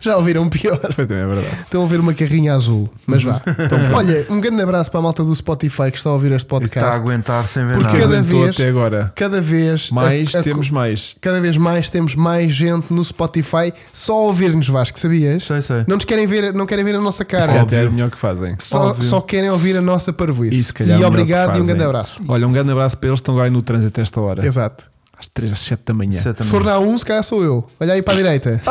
[SPEAKER 1] *laughs* Já ouviram pior?
[SPEAKER 2] foi também, é verdade. Então,
[SPEAKER 1] Estão a ver uma carrinha azul. Mas vá.
[SPEAKER 2] Uhum.
[SPEAKER 1] Olha, um grande abraço para a malta do Spotify que está a ouvir este
[SPEAKER 3] E Está a
[SPEAKER 1] podcast.
[SPEAKER 3] aguentar sem ver
[SPEAKER 1] Porque
[SPEAKER 3] nada.
[SPEAKER 1] cada
[SPEAKER 2] Aguentou
[SPEAKER 1] vez-
[SPEAKER 2] até agora.
[SPEAKER 1] Cada vez
[SPEAKER 2] Mais
[SPEAKER 1] a- a-
[SPEAKER 2] temos mais.
[SPEAKER 1] cada vez mais temos mais gente no Spotify só a ouvir-nos Vasco, sabias?
[SPEAKER 3] Sei, sei.
[SPEAKER 1] Não nos querem ver, não querem ver a nossa
[SPEAKER 2] Isso que é
[SPEAKER 1] cara.
[SPEAKER 2] até é melhor que fazem.
[SPEAKER 1] Só,
[SPEAKER 3] Óbvio.
[SPEAKER 1] só querem ouvir a nossa parvoíce.
[SPEAKER 2] Isso, se calhar, é
[SPEAKER 1] e
[SPEAKER 2] melhor
[SPEAKER 1] obrigado
[SPEAKER 2] que
[SPEAKER 1] e um
[SPEAKER 2] fazem.
[SPEAKER 1] grande abraço.
[SPEAKER 2] Olha, um grande abraço para eles que estão agora aí no trânsito a esta hora.
[SPEAKER 1] Exato.
[SPEAKER 2] Às 3 às 7 da manhã.
[SPEAKER 3] Isso é
[SPEAKER 1] Se for
[SPEAKER 3] também.
[SPEAKER 1] na 1, se calhar sou eu. Olha aí para a direita.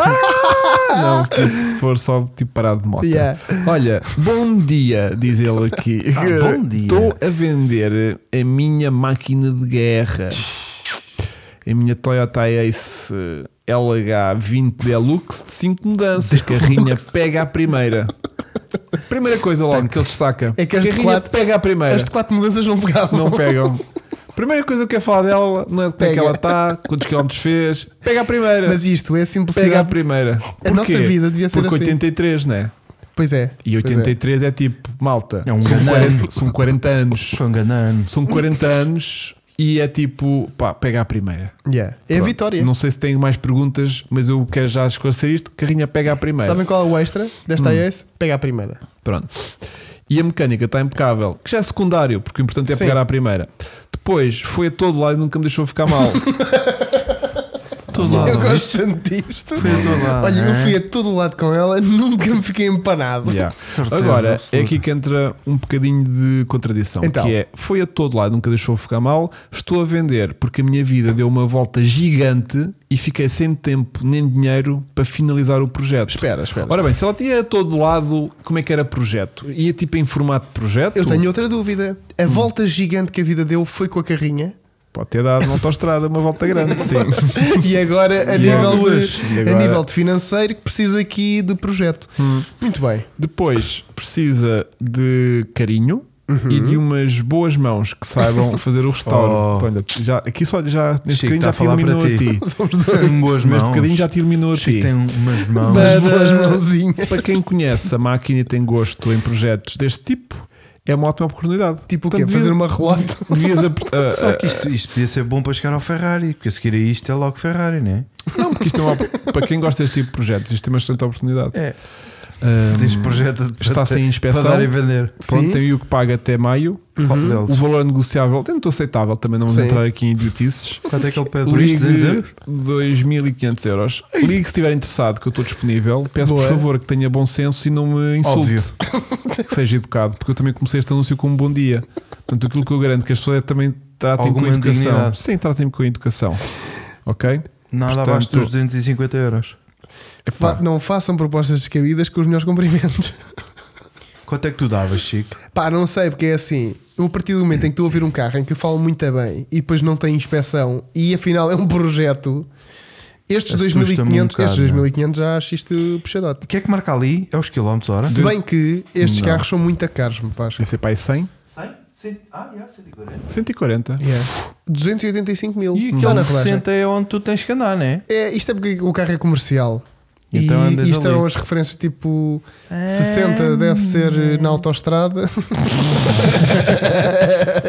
[SPEAKER 2] Não, porque se for só tipo parado de moto.
[SPEAKER 1] Ah. Yeah.
[SPEAKER 2] Olha, bom dia, diz ele
[SPEAKER 1] *laughs*
[SPEAKER 2] aqui.
[SPEAKER 3] Ah, bom dia.
[SPEAKER 2] Estou a vender a minha máquina de guerra. A minha Toyota Ace LH20 Deluxe de 5 mudanças. Carrinha pega a primeira. Primeira coisa logo que ele destaca.
[SPEAKER 1] É que as de
[SPEAKER 2] Carrinha
[SPEAKER 1] quatro-
[SPEAKER 2] pega a primeira.
[SPEAKER 1] As de quatro mudanças não pegavam.
[SPEAKER 2] Não pegam. Primeira coisa que eu quero falar dela não é de como é que
[SPEAKER 1] Pega.
[SPEAKER 2] ela está, quantos quilómetros fez. Pega a primeira.
[SPEAKER 1] Mas isto é
[SPEAKER 2] Pega a
[SPEAKER 1] simplicidade.
[SPEAKER 2] primeira. Porquê?
[SPEAKER 1] nossa vida devia ser
[SPEAKER 2] Porque
[SPEAKER 1] assim.
[SPEAKER 2] 83, né?
[SPEAKER 1] Pois é.
[SPEAKER 2] E
[SPEAKER 1] pois é.
[SPEAKER 2] 83 é. tipo, malta,
[SPEAKER 3] É um
[SPEAKER 2] são,
[SPEAKER 3] grande
[SPEAKER 2] 40,
[SPEAKER 3] ano.
[SPEAKER 2] são 40 anos.
[SPEAKER 3] Foi um ganano.
[SPEAKER 2] São 40 anos e é tipo, pá, pega a primeira.
[SPEAKER 1] Yeah. É a
[SPEAKER 2] Pronto.
[SPEAKER 1] vitória.
[SPEAKER 2] Não sei se tenho mais perguntas, mas eu quero já esclarecer isto. Carrinha pega a primeira.
[SPEAKER 1] Sabem qual é o extra desta
[SPEAKER 2] Hum.
[SPEAKER 1] AS? Pega a primeira.
[SPEAKER 2] Pronto. E a mecânica está impecável, que já é secundário, porque o importante é
[SPEAKER 1] Sim.
[SPEAKER 2] pegar à primeira. Depois foi a todo lado e nunca me deixou ficar
[SPEAKER 1] *laughs*
[SPEAKER 2] mal.
[SPEAKER 3] Todo lado.
[SPEAKER 1] eu
[SPEAKER 3] não é?
[SPEAKER 1] gosto tanto disto.
[SPEAKER 2] um
[SPEAKER 3] Foi a todo
[SPEAKER 2] Ah,
[SPEAKER 3] lado.
[SPEAKER 1] Olha, eu
[SPEAKER 3] é?
[SPEAKER 1] fui a todo lado com ela, *laughs* nunca me fiquei empanado.
[SPEAKER 3] *laughs*
[SPEAKER 2] Yeah.
[SPEAKER 3] Certeza
[SPEAKER 2] Agora é
[SPEAKER 3] absoluta.
[SPEAKER 2] aqui que entra um bocadinho de contradição,
[SPEAKER 1] Então.
[SPEAKER 2] que é foi a todo lado, nunca deixou ficar mal, estou a vender porque a minha vida deu uma volta gigante e fiquei sem tempo nem dinheiro para finalizar o projeto.
[SPEAKER 1] Espera, espera.
[SPEAKER 2] Ora bem, se ela tinha a todo lado, como é que era projeto? Ia tipo em formato de projeto?
[SPEAKER 1] eu tenho outra dúvida.
[SPEAKER 2] Hum.
[SPEAKER 1] A volta gigante que a vida deu foi com
[SPEAKER 2] *laughs*
[SPEAKER 1] a carrinha
[SPEAKER 2] Pode ter dado na autostrada uma volta
[SPEAKER 3] *laughs*
[SPEAKER 2] grande, sim.
[SPEAKER 1] e agora a,
[SPEAKER 2] E
[SPEAKER 1] nível,
[SPEAKER 2] agora-
[SPEAKER 1] de,
[SPEAKER 2] e
[SPEAKER 1] a
[SPEAKER 2] agora- Hum.
[SPEAKER 1] nível de financeiro que precisa aqui de projeto. Muito bem.
[SPEAKER 2] Depois precisa de carinho e
[SPEAKER 3] Uhum.
[SPEAKER 2] de umas boas mãos que saibam fazer o restauro.
[SPEAKER 3] *laughs* Oh.
[SPEAKER 2] Então, olha, já, aqui só já neste bocadinho
[SPEAKER 3] Chico, está
[SPEAKER 2] já
[SPEAKER 3] a falar
[SPEAKER 2] terminou a
[SPEAKER 3] para
[SPEAKER 2] ti.
[SPEAKER 3] ti.
[SPEAKER 2] *laughs*
[SPEAKER 3] Um boas mãos.
[SPEAKER 2] Neste bocadinho já terminou a ti.
[SPEAKER 3] Chico tem um- umas mãos.
[SPEAKER 1] Umas
[SPEAKER 2] Mas- eh,
[SPEAKER 1] boas mãozinhas.
[SPEAKER 2] Para quem conhece a máquina e tem gosto em projetos deste tipo, é uma ótima oportunidade.
[SPEAKER 1] Tipo o
[SPEAKER 2] Portanto,
[SPEAKER 1] quê?
[SPEAKER 2] devias-
[SPEAKER 1] Fazer uma
[SPEAKER 3] *laughs*
[SPEAKER 1] relota?
[SPEAKER 2] Devias
[SPEAKER 1] *laughs*
[SPEAKER 2] ap- ah, a-
[SPEAKER 3] Será
[SPEAKER 2] a-
[SPEAKER 3] que isto, isto podia ser bom para chegar ao Ferrari? Porque a seguir a isto é logo Ferrari, não é?
[SPEAKER 2] não, porque isto é uma op- para quem gosta deste tipo de projetos, isto é uma excelente oportunidade.
[SPEAKER 3] É.
[SPEAKER 2] Ahm,
[SPEAKER 3] Tens projeto de-
[SPEAKER 2] está sem inspeção.
[SPEAKER 3] Para dar e vender.
[SPEAKER 2] pronto,
[SPEAKER 1] Sim.
[SPEAKER 2] tem o que paga até maio.
[SPEAKER 3] Qual
[SPEAKER 2] O
[SPEAKER 3] deles?
[SPEAKER 2] valor negociável, tento aceitável, também não vamos
[SPEAKER 1] Sim.
[SPEAKER 2] entrar aqui em idiotices.
[SPEAKER 3] Quanto é que ele pede?
[SPEAKER 2] Ligue
[SPEAKER 3] 200 euros?
[SPEAKER 2] 2.500 euros. Ligue se estiver interessado, que eu estou disponível. Peço
[SPEAKER 1] Boa.
[SPEAKER 2] por favor que tenha bom senso e não me insulte.
[SPEAKER 3] Óbvio.
[SPEAKER 2] *laughs* Que seja educado, porque eu também comecei este anúncio com um bom dia. Portanto, aquilo que eu garanto é que as pessoas também tratem
[SPEAKER 3] Alguma
[SPEAKER 2] com educação.
[SPEAKER 3] dignidade.
[SPEAKER 2] Sim, tratem-me com educação. Ok?
[SPEAKER 3] Nada
[SPEAKER 2] Portanto-
[SPEAKER 3] abaixo dos 250 euros.
[SPEAKER 2] Epá,
[SPEAKER 1] Fa- não façam propostas descabidas com os melhores cumprimentos.
[SPEAKER 3] Quanto é que tu davas, Chico?
[SPEAKER 1] *laughs* Pá, não sei, porque é assim. Eu, a partir do momento em que estou a ouvir um carro em que falam muito bem e depois não tem inspeção e afinal é um projeto, estes
[SPEAKER 3] Assusta-me
[SPEAKER 1] 2500
[SPEAKER 3] um bocado,
[SPEAKER 1] estes
[SPEAKER 3] não é?
[SPEAKER 1] 2500 já acho isto
[SPEAKER 3] O
[SPEAKER 1] puxadote.
[SPEAKER 3] que é que marca ali? É os quilómetros, ora?
[SPEAKER 1] Se bem que estes
[SPEAKER 3] Não.
[SPEAKER 1] carros são muito caros, me faz.
[SPEAKER 2] deve ser para aí 100?
[SPEAKER 3] 100? Ah, já, 140.
[SPEAKER 2] 140.
[SPEAKER 1] Yeah. 285 mil.
[SPEAKER 3] É. E
[SPEAKER 1] Lá na
[SPEAKER 3] aquele
[SPEAKER 1] rodagem.
[SPEAKER 3] 60 é onde tu tens que andar, não é?
[SPEAKER 1] É, isto é porque o carro é comercial.
[SPEAKER 3] Então
[SPEAKER 1] e
[SPEAKER 3] andas
[SPEAKER 1] isto
[SPEAKER 3] ali.
[SPEAKER 1] eram as referências tipo 60 deve ser eh, na autostrada.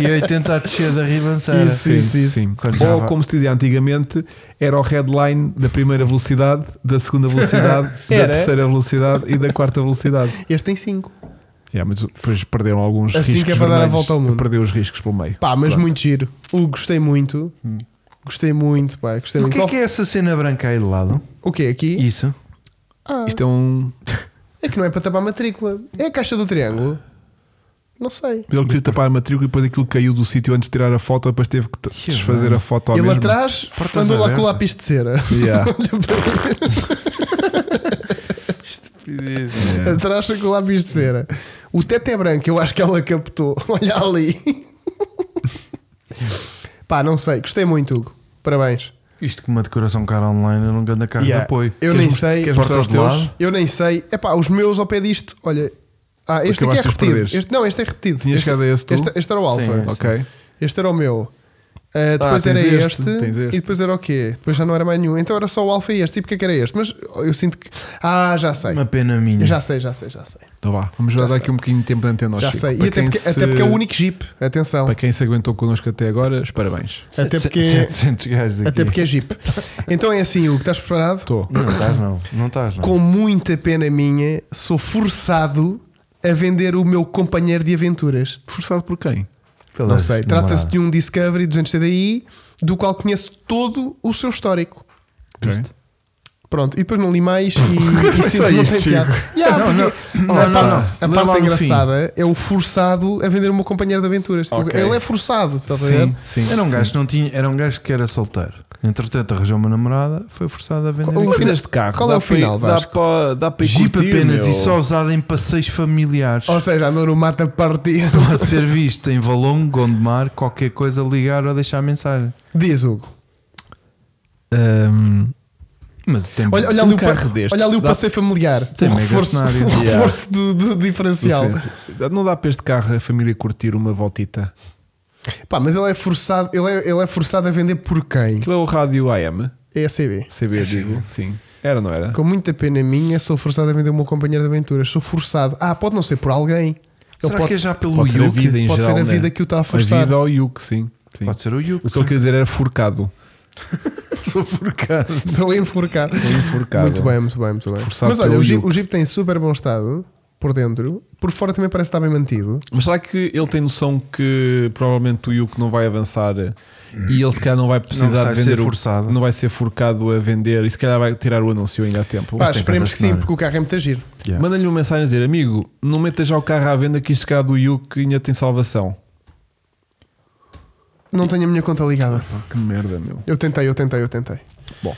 [SPEAKER 3] E 80 a descer da ribanceira.
[SPEAKER 1] Isso, isso, isso.
[SPEAKER 2] Sim.
[SPEAKER 3] Quando já
[SPEAKER 2] Ou
[SPEAKER 3] vai-
[SPEAKER 2] como se dizia antigamente, era o headline da primeira velocidade, da segunda
[SPEAKER 3] *laughs*
[SPEAKER 2] velocidade, da
[SPEAKER 1] Era.
[SPEAKER 2] terceira velocidade e da quarta velocidade.
[SPEAKER 3] Ah.
[SPEAKER 1] Este tem 5.
[SPEAKER 2] Yeah, mas depois perderam alguns
[SPEAKER 1] Assim
[SPEAKER 2] riscos
[SPEAKER 1] que é para dar a
[SPEAKER 2] vermelhos.
[SPEAKER 1] volta ao mundo.
[SPEAKER 2] Perdeu os riscos pelo meio.
[SPEAKER 1] Pá, mas
[SPEAKER 2] Pronto.
[SPEAKER 1] muito giro. O gostei muito. Gostei muito, pá. Gostei
[SPEAKER 3] Hum. O
[SPEAKER 1] muito.
[SPEAKER 3] que é que é essa cena branca aí de lado?
[SPEAKER 1] O que aqui?
[SPEAKER 3] Isso.
[SPEAKER 1] Ah,
[SPEAKER 2] Isto é um.
[SPEAKER 1] é que não é para tapar a matrícula. É a caixa do triângulo? Não sei.
[SPEAKER 2] Ele queria tapar a matrícula e depois aquilo caiu do sítio antes de tirar a foto, depois teve que t-
[SPEAKER 3] Que
[SPEAKER 2] desfazer
[SPEAKER 3] bem.
[SPEAKER 2] a foto ao
[SPEAKER 1] Ele
[SPEAKER 2] mesmo.
[SPEAKER 1] atrás
[SPEAKER 3] Tá Portas
[SPEAKER 1] andou lá com
[SPEAKER 3] abertas.
[SPEAKER 1] o lápis de cera. *laughs*
[SPEAKER 2] Yeah.
[SPEAKER 3] É.
[SPEAKER 2] Yeah.
[SPEAKER 1] Atrás com o lápis de cera. O teto é branco, eu acho que ela captou. *laughs* Olha
[SPEAKER 3] *laughs*
[SPEAKER 1] ali. Pá, não sei. Gostei muito, Hugo. Parabéns.
[SPEAKER 3] Isto com uma decoração cara online era um grande carro
[SPEAKER 1] Yeah.
[SPEAKER 3] de apoio.
[SPEAKER 1] Eu
[SPEAKER 2] Queres
[SPEAKER 1] nem
[SPEAKER 2] mos-
[SPEAKER 1] sei.
[SPEAKER 2] queres mostrar os
[SPEAKER 3] Portas de
[SPEAKER 2] teus?
[SPEAKER 3] lado?
[SPEAKER 1] Eu nem sei. Epá, os meus ao pé disto, olha. Ah, este aqui
[SPEAKER 2] Acabaste de
[SPEAKER 1] é
[SPEAKER 2] os
[SPEAKER 1] repetido.
[SPEAKER 2] perder.
[SPEAKER 1] Este, não, este é repetido.
[SPEAKER 2] Tinha
[SPEAKER 1] este,
[SPEAKER 2] chegado a esse tu?
[SPEAKER 1] este, este era o Alfa.
[SPEAKER 3] Sim,
[SPEAKER 2] Ok.
[SPEAKER 1] Este era o meu. Ah, depois
[SPEAKER 2] Ah,
[SPEAKER 1] era
[SPEAKER 2] tens
[SPEAKER 1] este,
[SPEAKER 2] este, tens este.
[SPEAKER 1] e depois era o quê? Depois já não era mais nenhum. Então era só o alfa e este. E porque é que era este? Mas eu sinto que. Ah, já sei.
[SPEAKER 3] Uma pena minha.
[SPEAKER 1] Eu já sei, já sei, já sei.
[SPEAKER 2] Então vá, vamos já,
[SPEAKER 1] Já
[SPEAKER 2] dar
[SPEAKER 1] sei.
[SPEAKER 2] aqui um bocadinho de tempo de antena ao
[SPEAKER 1] já
[SPEAKER 2] Chico.
[SPEAKER 1] sei.
[SPEAKER 2] Para
[SPEAKER 1] E até
[SPEAKER 2] quem
[SPEAKER 1] porque, até
[SPEAKER 2] se-
[SPEAKER 1] porque é o único Jeep, atenção.
[SPEAKER 2] Para quem se aguentou connosco até agora, os parabéns.
[SPEAKER 1] Até
[SPEAKER 3] Sete-
[SPEAKER 1] porque-
[SPEAKER 3] 700 gajos aqui.
[SPEAKER 1] Até porque é Jeep. *laughs* Então é assim, Hugo, estás preparado?
[SPEAKER 2] Estou.
[SPEAKER 3] Não estás, não. Não estás, não.
[SPEAKER 1] Com muita pena minha, sou forçado a vender o meu companheiro de aventuras.
[SPEAKER 2] Forçado por quem?
[SPEAKER 3] Pela
[SPEAKER 1] Não sei. Trata-se
[SPEAKER 3] namorada.
[SPEAKER 1] de um Discovery 200 TDI, do qual conheço todo o seu histórico.
[SPEAKER 2] Quem?
[SPEAKER 1] Pronto, e depois não li
[SPEAKER 3] *laughs*
[SPEAKER 1] mais
[SPEAKER 3] é
[SPEAKER 1] e,
[SPEAKER 2] Foi
[SPEAKER 1] e
[SPEAKER 2] só
[SPEAKER 1] sinto que não
[SPEAKER 2] isto,
[SPEAKER 1] tem
[SPEAKER 2] Chico.
[SPEAKER 1] piada. Yeah,
[SPEAKER 3] Não,
[SPEAKER 1] porque
[SPEAKER 3] não.
[SPEAKER 1] a
[SPEAKER 3] Oh,
[SPEAKER 1] parte, a
[SPEAKER 3] não, não.
[SPEAKER 1] parte
[SPEAKER 3] Lê lá no
[SPEAKER 1] engraçada é o forçado a vender uma companheira de aventuras. Tipo,
[SPEAKER 2] Ok.
[SPEAKER 1] Ele é forçado, estás a ver?
[SPEAKER 2] Sim, sim.
[SPEAKER 3] Era um
[SPEAKER 2] sim.
[SPEAKER 3] gajo que não tinha, era um gajo que era solteiro. Entretanto, arranjou uma namorada, foi forçado a vender.
[SPEAKER 1] Qual-
[SPEAKER 3] aquilo.
[SPEAKER 2] Mas este carro.
[SPEAKER 1] Qual é
[SPEAKER 2] dá
[SPEAKER 1] o
[SPEAKER 2] para
[SPEAKER 1] final,
[SPEAKER 2] ir- Dá
[SPEAKER 1] Vasco?
[SPEAKER 2] para, dá para ir
[SPEAKER 3] Jeep
[SPEAKER 2] curtir,
[SPEAKER 3] apenas
[SPEAKER 2] meu.
[SPEAKER 3] e só usado em passeios familiares.
[SPEAKER 1] Ou seja, andou no mata partido. *laughs*
[SPEAKER 3] Pode ser visto em Valongo, Gondomar, qualquer coisa, ligar ou deixar mensagem.
[SPEAKER 1] Diz Hugo.
[SPEAKER 2] Ahm,
[SPEAKER 3] Mas tem
[SPEAKER 1] Olha, olha
[SPEAKER 2] Um
[SPEAKER 1] ali, o
[SPEAKER 2] carro
[SPEAKER 1] pa-
[SPEAKER 2] destes
[SPEAKER 1] olha ali o
[SPEAKER 2] dá-
[SPEAKER 1] passeio familiar.
[SPEAKER 3] Tem
[SPEAKER 1] o
[SPEAKER 3] mega
[SPEAKER 1] reforço, *laughs*
[SPEAKER 3] cenário.
[SPEAKER 1] o
[SPEAKER 3] Yeah.
[SPEAKER 1] reforço do, do diferencial.
[SPEAKER 2] diferença. Não dá para este carro a família curtir uma voltita.
[SPEAKER 1] Pá, mas ele é forçado, ele é, ele é forçado a vender por quem?
[SPEAKER 2] Aquilo é o rádio AM,
[SPEAKER 1] É a CB.
[SPEAKER 2] CB, digo, sim. Era, não era?
[SPEAKER 1] Com muita pena minha, sou forçado a vender o meu companheiro de aventuras. Sou forçado. Ah, pode não ser por alguém. Ele
[SPEAKER 3] Será
[SPEAKER 1] pode,
[SPEAKER 3] que
[SPEAKER 1] *laughs*
[SPEAKER 3] é já pelo
[SPEAKER 2] Pode ser a
[SPEAKER 3] Yuke?
[SPEAKER 2] vida em
[SPEAKER 1] pode
[SPEAKER 2] geral.
[SPEAKER 1] ser a
[SPEAKER 2] né?
[SPEAKER 1] vida que o tá está a
[SPEAKER 2] A
[SPEAKER 1] forçar.
[SPEAKER 2] vida ao Yuke, sim. sim.
[SPEAKER 3] Pode ser o Yuke.
[SPEAKER 2] O que eu queria dizer era forcado.
[SPEAKER 3] *laughs* Sou forcado.
[SPEAKER 1] Sou enforcado.
[SPEAKER 2] Sim, forcado.
[SPEAKER 1] Muito bem, muito bem, muito bem.
[SPEAKER 2] Forçado
[SPEAKER 1] Mas olha,
[SPEAKER 2] pelo
[SPEAKER 1] o Jeep,
[SPEAKER 2] Yuke.
[SPEAKER 1] o Jeep tem super bom estado por dentro. Por fora também parece estar bem mantido.
[SPEAKER 2] Mas será que ele tem noção que provavelmente o Yuke não vai avançar e ele se calhar não vai precisar
[SPEAKER 3] Não vai
[SPEAKER 2] de
[SPEAKER 3] ser
[SPEAKER 2] vender o-
[SPEAKER 3] forçado.
[SPEAKER 2] não vai ser forcado a vender e se calhar vai tirar o anúncio ainda a tempo.
[SPEAKER 1] Pá,
[SPEAKER 3] tem
[SPEAKER 1] esperemos
[SPEAKER 3] cada
[SPEAKER 1] que sim,
[SPEAKER 3] cenário.
[SPEAKER 1] porque o carro é muito giro.
[SPEAKER 3] Yeah.
[SPEAKER 2] Manda-lhe uma mensagem a dizer: Amigo, não meta já o carro à venda que isto cá do Yuke ainda tem salvação.
[SPEAKER 1] Não tenho a minha conta ligada.
[SPEAKER 2] Que merda, meu.
[SPEAKER 1] Eu tentei, eu tentei, eu tentei.
[SPEAKER 2] Bom,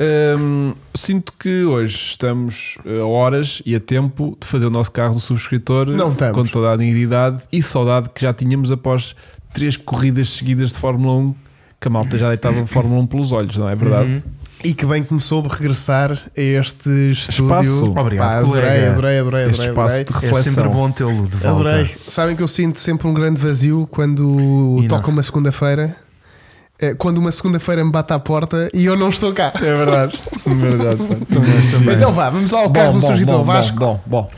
[SPEAKER 2] hum, sinto que hoje estamos eh, a horas e a tempo de fazer o nosso carro do subscritor
[SPEAKER 1] Não estamos.
[SPEAKER 2] com toda a dignidade e saudade que já tínhamos após três corridas seguidas de Fórmula 1, que a malta já deitava a Fórmula 1 pelos olhos, não é verdade?
[SPEAKER 1] E que bem que me soube regressar a este estúdio.
[SPEAKER 2] Espaço.
[SPEAKER 3] Obrigado,
[SPEAKER 1] Pá, adorei,
[SPEAKER 3] colega.
[SPEAKER 1] adorei, adorei,
[SPEAKER 2] Este
[SPEAKER 1] adorei,
[SPEAKER 2] espaço
[SPEAKER 1] adorei.
[SPEAKER 2] de
[SPEAKER 3] É
[SPEAKER 2] reflexão.
[SPEAKER 3] sempre bom tê-lo de volta.
[SPEAKER 1] Adorei. Sabem que eu sinto sempre um grande vazio quando
[SPEAKER 3] E
[SPEAKER 1] toca
[SPEAKER 3] não.
[SPEAKER 1] uma segunda-feira. É, Quando uma segunda-feira me bate à porta e eu não estou cá.
[SPEAKER 2] É verdade. *laughs* É verdade.
[SPEAKER 1] Então vá, vamos ao carro do subscritor Vasco.
[SPEAKER 2] Bom, bom.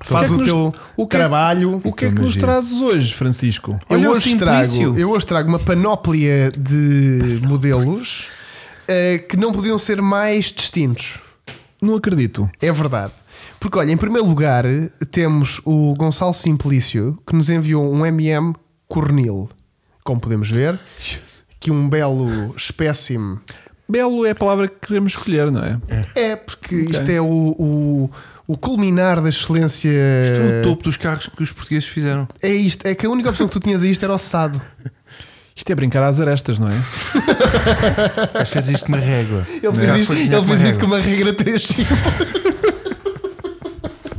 [SPEAKER 1] Faz
[SPEAKER 2] O que
[SPEAKER 1] o
[SPEAKER 2] é que
[SPEAKER 1] teu
[SPEAKER 2] o que é que-
[SPEAKER 1] trabalho.
[SPEAKER 2] O que é que nos trazes hoje, Francisco?
[SPEAKER 1] Eu,
[SPEAKER 3] Olha o
[SPEAKER 1] hoje
[SPEAKER 3] Simplício.
[SPEAKER 1] trago, eu hoje trago uma panóplia de modelos eh, que não podiam ser mais distintos.
[SPEAKER 2] Não acredito.
[SPEAKER 1] É verdade. Porque, olha, em primeiro lugar, temos o Gonçalo Simplício que nos enviou um MM Cornil. Como podemos ver, que um belo espécime.
[SPEAKER 2] Belo é a palavra que queremos escolher, não é?
[SPEAKER 1] É, porque
[SPEAKER 2] Ok.
[SPEAKER 1] isto é o, o, o culminar da excelência.
[SPEAKER 3] Isto
[SPEAKER 1] Eh,
[SPEAKER 3] é o topo dos carros que os portugueses fizeram.
[SPEAKER 1] É isto. É que a única opção que tu tinhas a isto era o Sado.
[SPEAKER 2] Isto é brincar às arestas, não é?
[SPEAKER 3] O gajo fez isto com uma régua.
[SPEAKER 1] Ele
[SPEAKER 3] O
[SPEAKER 1] fez
[SPEAKER 3] gajo
[SPEAKER 1] isto,
[SPEAKER 3] foi
[SPEAKER 1] ele
[SPEAKER 3] desenhado
[SPEAKER 1] fez isto com
[SPEAKER 3] régua.
[SPEAKER 1] uma regra 3
[SPEAKER 2] *laughs*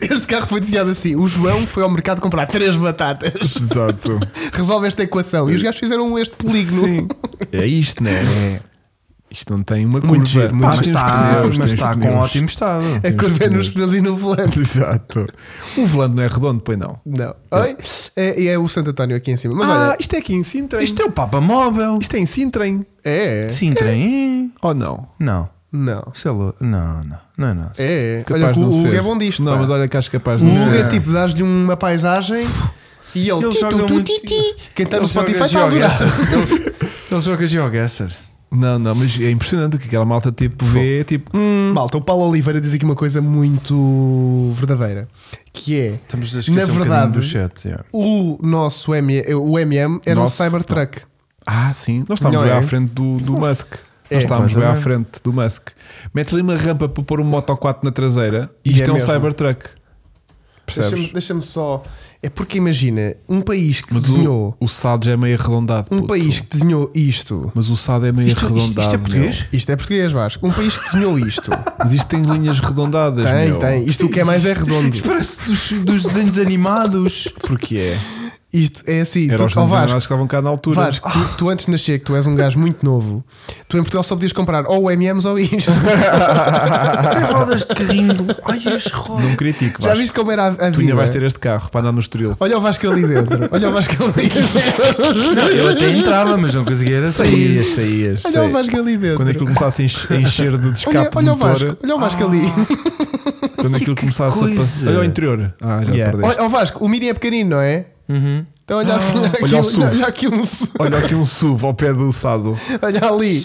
[SPEAKER 1] Este carro foi desenhado assim. O João foi ao mercado comprar três batatas.
[SPEAKER 2] Exato.
[SPEAKER 1] Resolve esta equação. E os gajos fizeram um este polígono.
[SPEAKER 2] Sim. É isto, não é? Isto não tem uma curva.
[SPEAKER 1] Muito giro, tá, muito
[SPEAKER 2] Pá,
[SPEAKER 3] Pá,
[SPEAKER 2] tem uns
[SPEAKER 3] mas está,
[SPEAKER 2] pneus, tem
[SPEAKER 3] mas
[SPEAKER 2] uns
[SPEAKER 3] está com
[SPEAKER 2] pneus.
[SPEAKER 3] ótimo estado.
[SPEAKER 1] A curva é nos pneus e no
[SPEAKER 2] *laughs*
[SPEAKER 1] volante.
[SPEAKER 2] Exato. O volante não é redondo, pois não.
[SPEAKER 1] Não. Oi? É, é o Santo António aqui em cima. Mas olha.
[SPEAKER 2] isto é aqui em Sintra. Isto
[SPEAKER 3] Isto é o Papa Móvel.
[SPEAKER 2] é, isto é em Sintra, hein?
[SPEAKER 1] É.
[SPEAKER 3] Sim, trem.
[SPEAKER 2] Ou não?
[SPEAKER 3] Não.
[SPEAKER 1] Não.
[SPEAKER 3] Sei lá. Não, não. Não é nosso.
[SPEAKER 1] É.
[SPEAKER 2] Capaz
[SPEAKER 1] olha, que
[SPEAKER 2] de
[SPEAKER 1] o
[SPEAKER 2] não
[SPEAKER 1] Hugo
[SPEAKER 2] ser.
[SPEAKER 1] é bom disto.
[SPEAKER 2] Não,
[SPEAKER 1] pá.
[SPEAKER 2] mas olha que acho capaz de
[SPEAKER 1] O
[SPEAKER 2] não
[SPEAKER 1] Hugo
[SPEAKER 2] ser.
[SPEAKER 1] é tipo, dás-lhe uma paisagem e ele.
[SPEAKER 3] Ele
[SPEAKER 1] tu,
[SPEAKER 3] joga
[SPEAKER 1] tu, tu,
[SPEAKER 3] muito-
[SPEAKER 1] ti, ti. Quem está Então no
[SPEAKER 3] Ele joga
[SPEAKER 1] Spotify está a adorar.
[SPEAKER 3] GeoGuessr.
[SPEAKER 1] *laughs*
[SPEAKER 3] Ele- Ele joga GeoGuessr.
[SPEAKER 2] Não, não, mas é impressionante o que aquela malta tipo vê, tipo, hum,
[SPEAKER 1] Malta, o Paulo Oliveira diz aqui uma coisa muito verdadeira, que é
[SPEAKER 3] Estamos a
[SPEAKER 1] Na
[SPEAKER 3] esquecer um
[SPEAKER 1] verdade-
[SPEAKER 3] bocadinho do chat. yeah.
[SPEAKER 1] o nosso M, o MM era
[SPEAKER 2] Nosso-
[SPEAKER 1] um Cybertruck.
[SPEAKER 2] ah, sim, nós estávamos
[SPEAKER 1] Não
[SPEAKER 2] bem
[SPEAKER 1] é?
[SPEAKER 2] à frente do, do Musk.
[SPEAKER 1] É.
[SPEAKER 2] Nós estávamos bem à
[SPEAKER 3] Completamente.
[SPEAKER 2] frente do Musk. Mete ali uma rampa para pôr um Moto 4 na traseira e
[SPEAKER 1] E
[SPEAKER 2] isto
[SPEAKER 1] é
[SPEAKER 2] é, um
[SPEAKER 1] mesmo.
[SPEAKER 2] Cybertruck.
[SPEAKER 1] Deixa-me
[SPEAKER 2] Percebes?
[SPEAKER 1] deixa-me só. É porque imagina, um país que
[SPEAKER 2] Mas o,
[SPEAKER 1] desenhou
[SPEAKER 2] o SAD já é meio arredondado.
[SPEAKER 1] um
[SPEAKER 2] puto.
[SPEAKER 1] país que desenhou isto.
[SPEAKER 2] Mas o SAD é meio
[SPEAKER 3] Isto- isto-
[SPEAKER 2] arredondado.
[SPEAKER 3] isto é
[SPEAKER 2] meu.
[SPEAKER 3] português?
[SPEAKER 1] Isto é português, Vasco. Um país que
[SPEAKER 2] *laughs*
[SPEAKER 1] desenhou isto.
[SPEAKER 2] Mas isto tem linhas redondadas.
[SPEAKER 1] tem,
[SPEAKER 2] meu.
[SPEAKER 1] tem. Isto o que é mais é redondo.
[SPEAKER 3] Isto parece dos, dos desenhos animados.
[SPEAKER 2] Porque é.
[SPEAKER 1] Isto é assim,
[SPEAKER 2] Era
[SPEAKER 1] tu,
[SPEAKER 2] os
[SPEAKER 1] oh,
[SPEAKER 2] anos
[SPEAKER 1] Vasco,
[SPEAKER 2] que estavam cá na altura.
[SPEAKER 1] Vasco, tu, tu antes de nascer, que tu és um gajo muito novo, tu em Portugal só podias comprar ou MMs ou isto. *laughs*
[SPEAKER 3] rodas de carrinho. do- Ai, as rodas.
[SPEAKER 2] Não critico,
[SPEAKER 1] Já
[SPEAKER 2] Vasco.
[SPEAKER 1] viste como era a, a
[SPEAKER 2] Tu ainda
[SPEAKER 1] vida?
[SPEAKER 2] vais ter este carro para andar no Estoril.
[SPEAKER 1] Olha o Vasco ali dentro. Olha o Vasco ali dentro.
[SPEAKER 3] Não, eu até entrava, mas não conseguia era sair.
[SPEAKER 2] Saías, saías.
[SPEAKER 1] Olha o
[SPEAKER 2] saías.
[SPEAKER 1] Vasco ali dentro.
[SPEAKER 2] Quando aquilo começasse a enche- a encher de escape de
[SPEAKER 1] Olha,
[SPEAKER 2] um
[SPEAKER 1] olha o
[SPEAKER 2] motor,
[SPEAKER 1] Vasco, olha o Vasco ali.
[SPEAKER 2] quando aquilo começasse a passar.
[SPEAKER 3] coisa.
[SPEAKER 2] Olha o interior. Ah, já
[SPEAKER 3] Yeah.
[SPEAKER 2] perdeste.
[SPEAKER 1] Olha, o Vasco, o Mini é pequenino, não é?
[SPEAKER 3] Uhum.
[SPEAKER 1] Então olha, aqui, olha,
[SPEAKER 2] olha o
[SPEAKER 1] aqui,
[SPEAKER 2] SUV.
[SPEAKER 1] olha aqui um SUV.
[SPEAKER 2] Olha aqui um SUV ao pé do Sado.
[SPEAKER 1] Olha ali.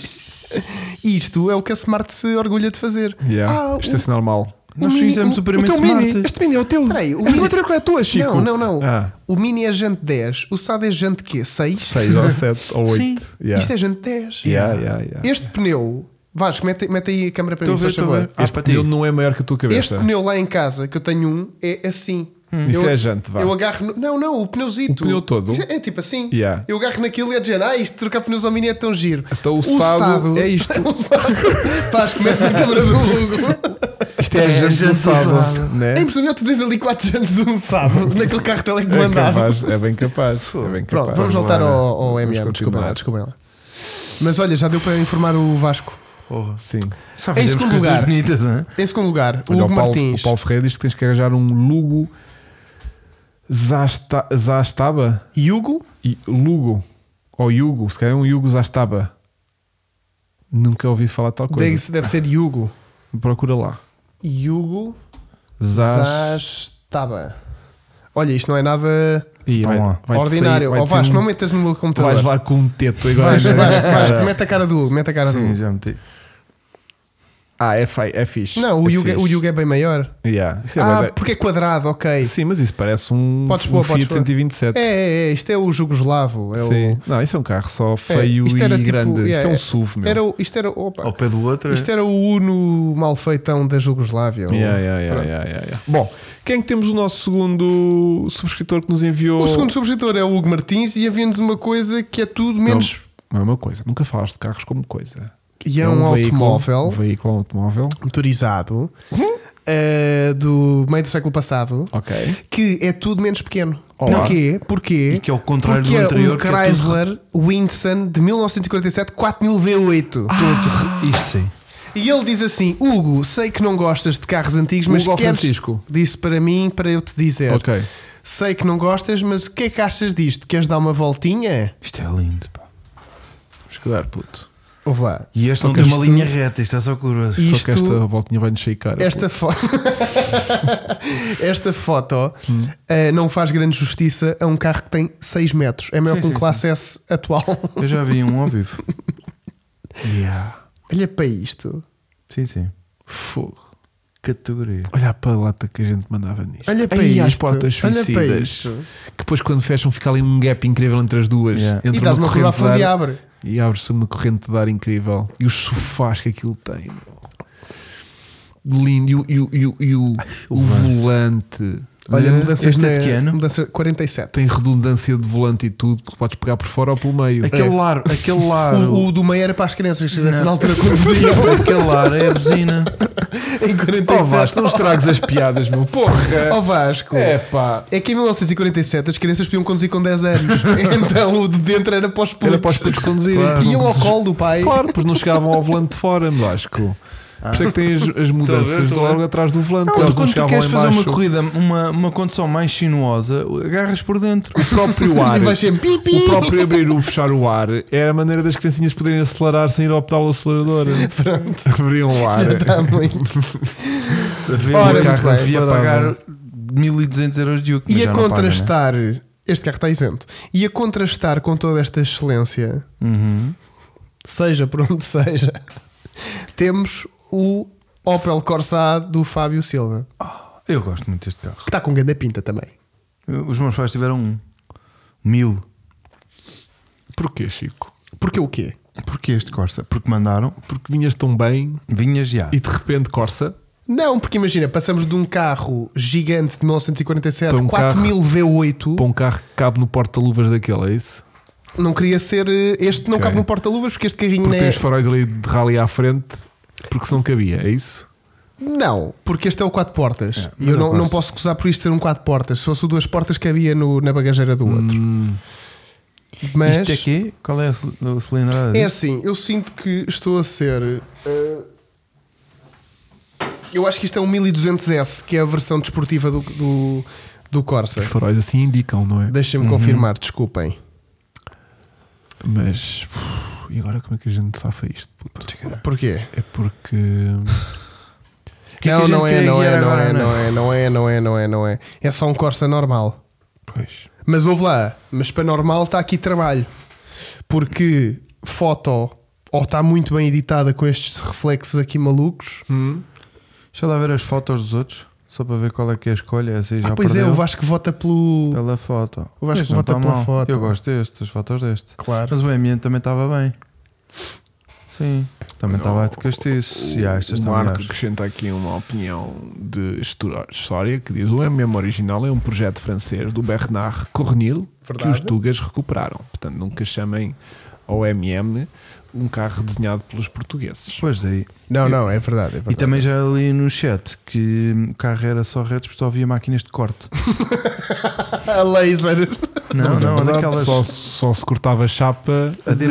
[SPEAKER 1] Isto é o que a Smart se orgulha de fazer.
[SPEAKER 2] Yeah.
[SPEAKER 1] Ah, o-
[SPEAKER 2] Estacionar mal.
[SPEAKER 3] Nós
[SPEAKER 1] mini-
[SPEAKER 3] fizemos o, primeiro
[SPEAKER 2] teu
[SPEAKER 3] é Smart.
[SPEAKER 2] mini, este mini é o teu.
[SPEAKER 1] Peraí, o
[SPEAKER 2] Esta
[SPEAKER 1] mini-
[SPEAKER 2] matrícula é tua, Chico.
[SPEAKER 1] Não, não, não.
[SPEAKER 2] Ah,
[SPEAKER 1] O Mini é gente 10, o SAD é gente quê? 6?
[SPEAKER 2] 6 *laughs*
[SPEAKER 1] *laughs*
[SPEAKER 2] ou 7 ou 8.
[SPEAKER 3] Sim.
[SPEAKER 2] Yeah.
[SPEAKER 1] Isto é gente 10.
[SPEAKER 2] Yeah, yeah, yeah.
[SPEAKER 1] Este pneu, Vasco, mete, mete aí a câmera para
[SPEAKER 3] Estou a
[SPEAKER 1] mim, se
[SPEAKER 3] ver, estou a
[SPEAKER 1] favor.
[SPEAKER 3] ver. Ah,
[SPEAKER 2] Este
[SPEAKER 3] para ti.
[SPEAKER 2] pneu não é maior que a tua cabeça.
[SPEAKER 1] Este pneu lá em casa, que eu tenho um, é assim.
[SPEAKER 2] Isso
[SPEAKER 1] eu,
[SPEAKER 2] é jante, vá.
[SPEAKER 1] Eu agarro. no- Não, não, o pneuzito.
[SPEAKER 2] O pneu todo?
[SPEAKER 1] Isto É, é tipo assim.
[SPEAKER 2] Yeah.
[SPEAKER 1] Eu agarro naquilo e é de género. Ah, isto de trocar pneus ao mini é tão giro.
[SPEAKER 2] Então o Sado é isto.
[SPEAKER 1] *laughs* o Sado. Vasco, mete a câmera
[SPEAKER 2] *laughs*
[SPEAKER 1] do Hugo.
[SPEAKER 2] Isto é a
[SPEAKER 3] É
[SPEAKER 2] gente do
[SPEAKER 3] gente
[SPEAKER 2] Sado.
[SPEAKER 3] usada.
[SPEAKER 2] Né?
[SPEAKER 1] É impressionante, tu tens ali 4 anos de um Sado *laughs* naquele carro
[SPEAKER 2] É
[SPEAKER 1] telecomandado.
[SPEAKER 2] capaz, é bem capaz. É bem
[SPEAKER 1] Pronto,
[SPEAKER 2] capaz.
[SPEAKER 1] vamos
[SPEAKER 3] lá.
[SPEAKER 1] voltar ao, ao
[SPEAKER 2] Vamos
[SPEAKER 1] MM.
[SPEAKER 2] continuar.
[SPEAKER 1] Desculpem lá, desculpem lá. Mas olha, já deu para informar o Vasco.
[SPEAKER 3] Porra.
[SPEAKER 2] Sim.
[SPEAKER 3] Só
[SPEAKER 1] Em
[SPEAKER 3] fizemos
[SPEAKER 1] segundo
[SPEAKER 3] coisas
[SPEAKER 1] lugar.
[SPEAKER 3] bonitas, não é?
[SPEAKER 1] Em segundo lugar,
[SPEAKER 2] Olha,
[SPEAKER 1] Hugo
[SPEAKER 2] o, Paulo,
[SPEAKER 1] Martins.
[SPEAKER 2] o Paulo Ferreira diz que tens que arranjar um Lugo Zasta, Zastaba
[SPEAKER 1] Hugo?
[SPEAKER 2] e Lugo ou Yugo, se calhar é um Yugo Zastaba. Nunca ouvi falar de tal coisa.
[SPEAKER 1] Deve, deve ser Hugo.
[SPEAKER 2] Procura lá.
[SPEAKER 1] Hugo
[SPEAKER 2] Zas.
[SPEAKER 1] Zastaba. tá Olha, isto não é nada
[SPEAKER 2] Ih,
[SPEAKER 3] Tá lá.
[SPEAKER 1] ordinário. Ó
[SPEAKER 2] vai-te sair
[SPEAKER 1] Vasco,
[SPEAKER 2] um-
[SPEAKER 1] não metas no meu computador.
[SPEAKER 2] Vais levar com um teto agora.
[SPEAKER 1] Vasco, Vasco, Vasco, mete a cara do Hugo, mete a cara do
[SPEAKER 3] Sim,
[SPEAKER 1] Hugo.
[SPEAKER 3] já meti.
[SPEAKER 2] Ah, é, fei, é fixe.
[SPEAKER 1] Não, o
[SPEAKER 2] é
[SPEAKER 1] Hugo, é-
[SPEAKER 2] fixe.
[SPEAKER 1] o Hugo é bem maior.
[SPEAKER 2] Yeah. Isso é
[SPEAKER 1] Ah,
[SPEAKER 2] verdade.
[SPEAKER 1] porque é quadrado, ok.
[SPEAKER 2] Sim, mas isso parece um,
[SPEAKER 1] Podes
[SPEAKER 2] um
[SPEAKER 1] pôr, podes
[SPEAKER 2] Fiat
[SPEAKER 1] pôr.
[SPEAKER 2] 127.
[SPEAKER 1] É, é, é, isto é o jugoslavo. É o-
[SPEAKER 2] Sim. Não, isso é um carro só
[SPEAKER 1] é,
[SPEAKER 2] feio
[SPEAKER 1] isto
[SPEAKER 2] e
[SPEAKER 1] era tipo-
[SPEAKER 2] grande. isto é
[SPEAKER 1] yeah,
[SPEAKER 2] um SUV, meu.
[SPEAKER 1] Era, o- isto era, opa,
[SPEAKER 3] Ao pé do outro. é.
[SPEAKER 1] isto era o Uno malfeitão da Jugoslávia.
[SPEAKER 2] Yeah, yeah, yeah,
[SPEAKER 1] Pronto.
[SPEAKER 2] yeah, yeah, yeah. Bom, É um quem é que temos o nosso segundo subscritor que nos enviou?
[SPEAKER 1] O segundo subscritor é o Hugo Martins e havia-nos uma coisa que é tudo menos.
[SPEAKER 2] Não é uma coisa, nunca falaste de carros como coisa.
[SPEAKER 1] E é um,
[SPEAKER 2] veículo-
[SPEAKER 1] automóvel
[SPEAKER 2] Um veículo um automóvel.
[SPEAKER 1] motorizado eh, do meio do século passado
[SPEAKER 2] Ok.
[SPEAKER 1] que é tudo menos pequeno.
[SPEAKER 2] Olá.
[SPEAKER 1] Porquê? Porquê?
[SPEAKER 3] E que é o contrário
[SPEAKER 1] Porque
[SPEAKER 3] do anterior,
[SPEAKER 1] é um
[SPEAKER 3] que é tudo-
[SPEAKER 1] Chrysler Winson de 1947 4000 V8.
[SPEAKER 3] Ah, Todo. Isto sim.
[SPEAKER 1] E ele diz assim: Hugo, sei que não gostas de carros antigos, mas
[SPEAKER 2] Hugo ou
[SPEAKER 1] queres...
[SPEAKER 2] Francisco?
[SPEAKER 1] Disse para mim, para eu te dizer.
[SPEAKER 2] Ok.
[SPEAKER 1] Sei que não gostas, mas o que é que achas disto? Queres dar uma voltinha?
[SPEAKER 3] Isto é lindo, pá.
[SPEAKER 2] Vamos cuidar, puto.
[SPEAKER 1] Ouve lá.
[SPEAKER 3] E este não
[SPEAKER 1] Ok,
[SPEAKER 3] tem uma
[SPEAKER 1] isto-
[SPEAKER 3] linha reta, isto é só curvas.
[SPEAKER 1] E-
[SPEAKER 2] Só que
[SPEAKER 1] Isto-
[SPEAKER 2] esta voltinha vai nos sair cara.
[SPEAKER 1] Esta foto, *laughs* esta foto eh, não faz grande justiça a um carro que tem 6 metros. É maior que um Classe S atual. *laughs*
[SPEAKER 3] Eu já vi um ao *laughs* vivo.
[SPEAKER 2] puto. Yeah.
[SPEAKER 1] Olha para isto.
[SPEAKER 3] Sim, sim.
[SPEAKER 2] Fogo.
[SPEAKER 3] Categoria.
[SPEAKER 2] Olha a lata que a gente mandava nisto.
[SPEAKER 1] Olha para
[SPEAKER 2] Ai,
[SPEAKER 1] isto.
[SPEAKER 2] as portas
[SPEAKER 1] Olha para
[SPEAKER 2] suicidas.
[SPEAKER 1] isto.
[SPEAKER 2] que depois, quando fecham, fica ali um gap incrível entre as duas.
[SPEAKER 3] Yeah.
[SPEAKER 2] Entre
[SPEAKER 1] e dás uma curva a
[SPEAKER 2] corrente de
[SPEAKER 1] fundo e
[SPEAKER 2] ar-
[SPEAKER 1] abre.
[SPEAKER 2] E abre-se uma corrente de ar incrível. E os sofás que aquilo tem. meu. Lindo. E o, e o, e o,
[SPEAKER 1] *laughs*
[SPEAKER 2] e o- o volante.
[SPEAKER 1] Olha,
[SPEAKER 2] né?
[SPEAKER 1] mudanças
[SPEAKER 3] Este é de que
[SPEAKER 1] na,
[SPEAKER 3] ano?
[SPEAKER 1] mudança 47.
[SPEAKER 2] Tem redundância de volante e tudo, porque podes pegar por fora ou pelo meio. É.
[SPEAKER 3] Aquele lar, *laughs* aquele lar.
[SPEAKER 1] O, o do meio era para as crianças, as crianças na altura
[SPEAKER 2] *laughs*
[SPEAKER 1] conduziam
[SPEAKER 3] aquele lar é a buzina.
[SPEAKER 1] em
[SPEAKER 2] Oh,
[SPEAKER 1] 47.
[SPEAKER 2] Vasco, não estragues as piadas, meu porra!
[SPEAKER 1] *laughs* Ó Vasco.
[SPEAKER 2] É pá!
[SPEAKER 1] É que em 1947 as crianças podiam conduzir com 10
[SPEAKER 2] *laughs*
[SPEAKER 1] anos. então o de dentro era para os putos.
[SPEAKER 2] Era para os putos conduzirem. um porque não
[SPEAKER 1] Claro, Iam ao
[SPEAKER 2] precisas-
[SPEAKER 1] colo do pai.
[SPEAKER 2] Claro, porque não chegavam ao volante de fora, meu Vasco. Por isso é que tem as, as
[SPEAKER 3] Estou a ver,
[SPEAKER 2] mudanças
[SPEAKER 3] estou a
[SPEAKER 2] logo
[SPEAKER 3] ver.
[SPEAKER 2] atrás do volante,
[SPEAKER 3] Não,
[SPEAKER 2] que
[SPEAKER 3] tu
[SPEAKER 2] eles não
[SPEAKER 3] quando tu
[SPEAKER 2] chegavam
[SPEAKER 3] queres
[SPEAKER 2] lá
[SPEAKER 3] fazer uma
[SPEAKER 2] embaixo.
[SPEAKER 3] corrida, uma, uma condução mais sinuosa, agarras por dentro.
[SPEAKER 2] O *laughs* próprio ar.
[SPEAKER 1] E vai sempre pipi.
[SPEAKER 2] O próprio abrir ou fechar o ar era a maneira das criancinhas poderem acelerar sem ir ao pedal acelerador. *laughs* Pronto. Abriam o ar.
[SPEAKER 1] Está tá muito.
[SPEAKER 3] Havia
[SPEAKER 1] Ora,
[SPEAKER 3] um
[SPEAKER 1] muito
[SPEAKER 3] carro
[SPEAKER 1] bem.
[SPEAKER 3] que devia pagar
[SPEAKER 2] Acelerava.
[SPEAKER 3] 1200 euros de Uke. mas
[SPEAKER 1] E
[SPEAKER 3] já
[SPEAKER 1] a
[SPEAKER 3] não paga, né?
[SPEAKER 1] contrastar. Este carro está isento. E a contrastar com toda esta excelência,
[SPEAKER 3] Uhum.
[SPEAKER 1] seja por onde *laughs* seja, temos o Opel Corsa do Fábio Silva,
[SPEAKER 3] Eu gosto muito deste carro.
[SPEAKER 1] que está com grande pinta também.
[SPEAKER 3] Eu- Os meus pais tiveram um. Mil.
[SPEAKER 2] Porquê, Chico?
[SPEAKER 1] Porque o quê?
[SPEAKER 3] Porquê este Corsa? Porque mandaram.
[SPEAKER 2] Porque vinhas tão bem
[SPEAKER 3] Vinhas já.
[SPEAKER 2] e de repente Corsa.
[SPEAKER 1] Não, porque imagina, passamos de um carro gigante de 1947,
[SPEAKER 2] Para um
[SPEAKER 1] 4000 V8,
[SPEAKER 2] Para um carro que cabe no porta-luvas daquele, é isso?
[SPEAKER 1] não queria ser. eh, Este não
[SPEAKER 2] Ok. Né.
[SPEAKER 1] cabe no porta-luvas porque este carrinho
[SPEAKER 2] Porque
[SPEAKER 1] é.
[SPEAKER 2] tem os faróis ali de rally à frente, porque se não cabia, é isso?
[SPEAKER 1] Não, porque este é o quatro portas. E
[SPEAKER 3] é
[SPEAKER 1] eu não, não posso acusar por isto ser um quatro portas. Se fosse o duas portas, cabia no, na bagageira do outro.
[SPEAKER 2] Hum,
[SPEAKER 1] Mas
[SPEAKER 3] Hum, Isto é quê? Qual é a cil- a cilindrada?
[SPEAKER 1] é assim, eu sinto que estou a ser. eh, eu acho que isto é um 1200S, que é a versão desportiva do, do, do Corsa.
[SPEAKER 2] Os faróis assim indicam, não é?
[SPEAKER 3] Uhum.
[SPEAKER 1] Deixem-me confirmar, desculpem.
[SPEAKER 2] Mas. uf, e agora como é que a gente safa isto? puto?
[SPEAKER 1] Porquê?
[SPEAKER 2] É porque.
[SPEAKER 3] que é que a
[SPEAKER 1] não,
[SPEAKER 3] gente
[SPEAKER 1] não é,
[SPEAKER 3] queria
[SPEAKER 1] não é,
[SPEAKER 3] guiar
[SPEAKER 1] não
[SPEAKER 3] agora,
[SPEAKER 1] é,
[SPEAKER 3] não é?
[SPEAKER 1] não é, não é, não é, não é, não é. É só um Corsa normal.
[SPEAKER 2] Pois.
[SPEAKER 1] Mas ouve lá, mas para normal está aqui trabalho. Porque foto ou está muito bem editada com estes reflexos aqui malucos.
[SPEAKER 2] Hum?
[SPEAKER 3] Deixa lá ver as fotos dos outros, só para ver qual é que é a escolha. Assim,
[SPEAKER 1] Ah,
[SPEAKER 3] já
[SPEAKER 1] pois é,
[SPEAKER 3] perdeu
[SPEAKER 1] o Vasco vota pelo.
[SPEAKER 3] pela foto.
[SPEAKER 1] o Vasco
[SPEAKER 3] Mas não
[SPEAKER 1] vota
[SPEAKER 3] tá
[SPEAKER 1] pela
[SPEAKER 3] mal.
[SPEAKER 1] foto.
[SPEAKER 3] Eu gosto deste, as fotos deste.
[SPEAKER 1] Claro.
[SPEAKER 3] Mas o ambiente também estava bem. Sim, também estava de castiço. E ah, estas
[SPEAKER 2] o
[SPEAKER 3] estão
[SPEAKER 2] Marco
[SPEAKER 3] melhores.
[SPEAKER 2] acrescenta aqui uma opinião de história- história que diz: o MM original é um projeto francês do Bernard Cornil que
[SPEAKER 1] Verdade.
[SPEAKER 2] os Tugas recuperaram. Portanto, nunca chamem ao MM um carro desenhado pelos portugueses.
[SPEAKER 3] Pois daí.
[SPEAKER 1] Não, não, é verdade. É
[SPEAKER 3] E
[SPEAKER 1] verdade.
[SPEAKER 3] também já ali no chat que hum, o carro era só retos, porque só havia máquinas de corte.
[SPEAKER 1] *laughs* A laser.
[SPEAKER 3] Não, não,
[SPEAKER 2] é verdade,
[SPEAKER 3] daquelas.
[SPEAKER 2] só, só se cortava a chapa
[SPEAKER 3] A
[SPEAKER 2] de-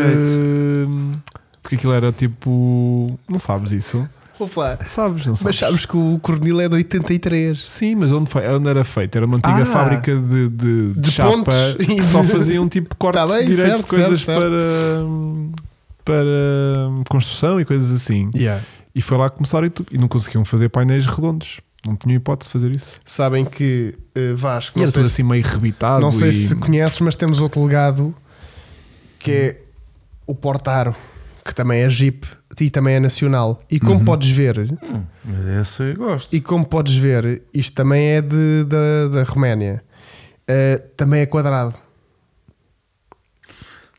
[SPEAKER 2] Porque aquilo era tipo. Não sabes isso?
[SPEAKER 1] Ouve lá.
[SPEAKER 2] Sabes, não
[SPEAKER 1] Mas
[SPEAKER 2] sabes?
[SPEAKER 1] sabes que o Cornil é de 83.
[SPEAKER 2] Sim, mas onde, foi, onde era feito? Era uma antiga
[SPEAKER 1] Ah,
[SPEAKER 2] fábrica de, de, de
[SPEAKER 1] de
[SPEAKER 2] chapa
[SPEAKER 1] pontos *laughs* e
[SPEAKER 2] que
[SPEAKER 1] de-
[SPEAKER 2] só faziam tipo cortes
[SPEAKER 1] Tá bem,
[SPEAKER 2] direitos
[SPEAKER 1] certo,
[SPEAKER 2] coisas
[SPEAKER 1] certo, certo.
[SPEAKER 2] para. hum, Para hum, construção e coisas assim. E foi lá que começaram e, tudo. e não conseguiam fazer painéis redondos. Não tinham hipótese de fazer isso.
[SPEAKER 1] Sabem que eh, Vasco.
[SPEAKER 2] E
[SPEAKER 1] Não
[SPEAKER 2] era
[SPEAKER 1] sei,
[SPEAKER 2] tudo
[SPEAKER 1] se,
[SPEAKER 2] assim meio rebitado.
[SPEAKER 1] não sei
[SPEAKER 2] e-
[SPEAKER 1] se conheces, mas temos outro legado que é o Portaro, que também é Jeep e também é nacional. E como podes ver,
[SPEAKER 3] Mas essa eu gosto.
[SPEAKER 1] E como podes ver, isto também é de, da, da Roménia. Uh, também é quadrado.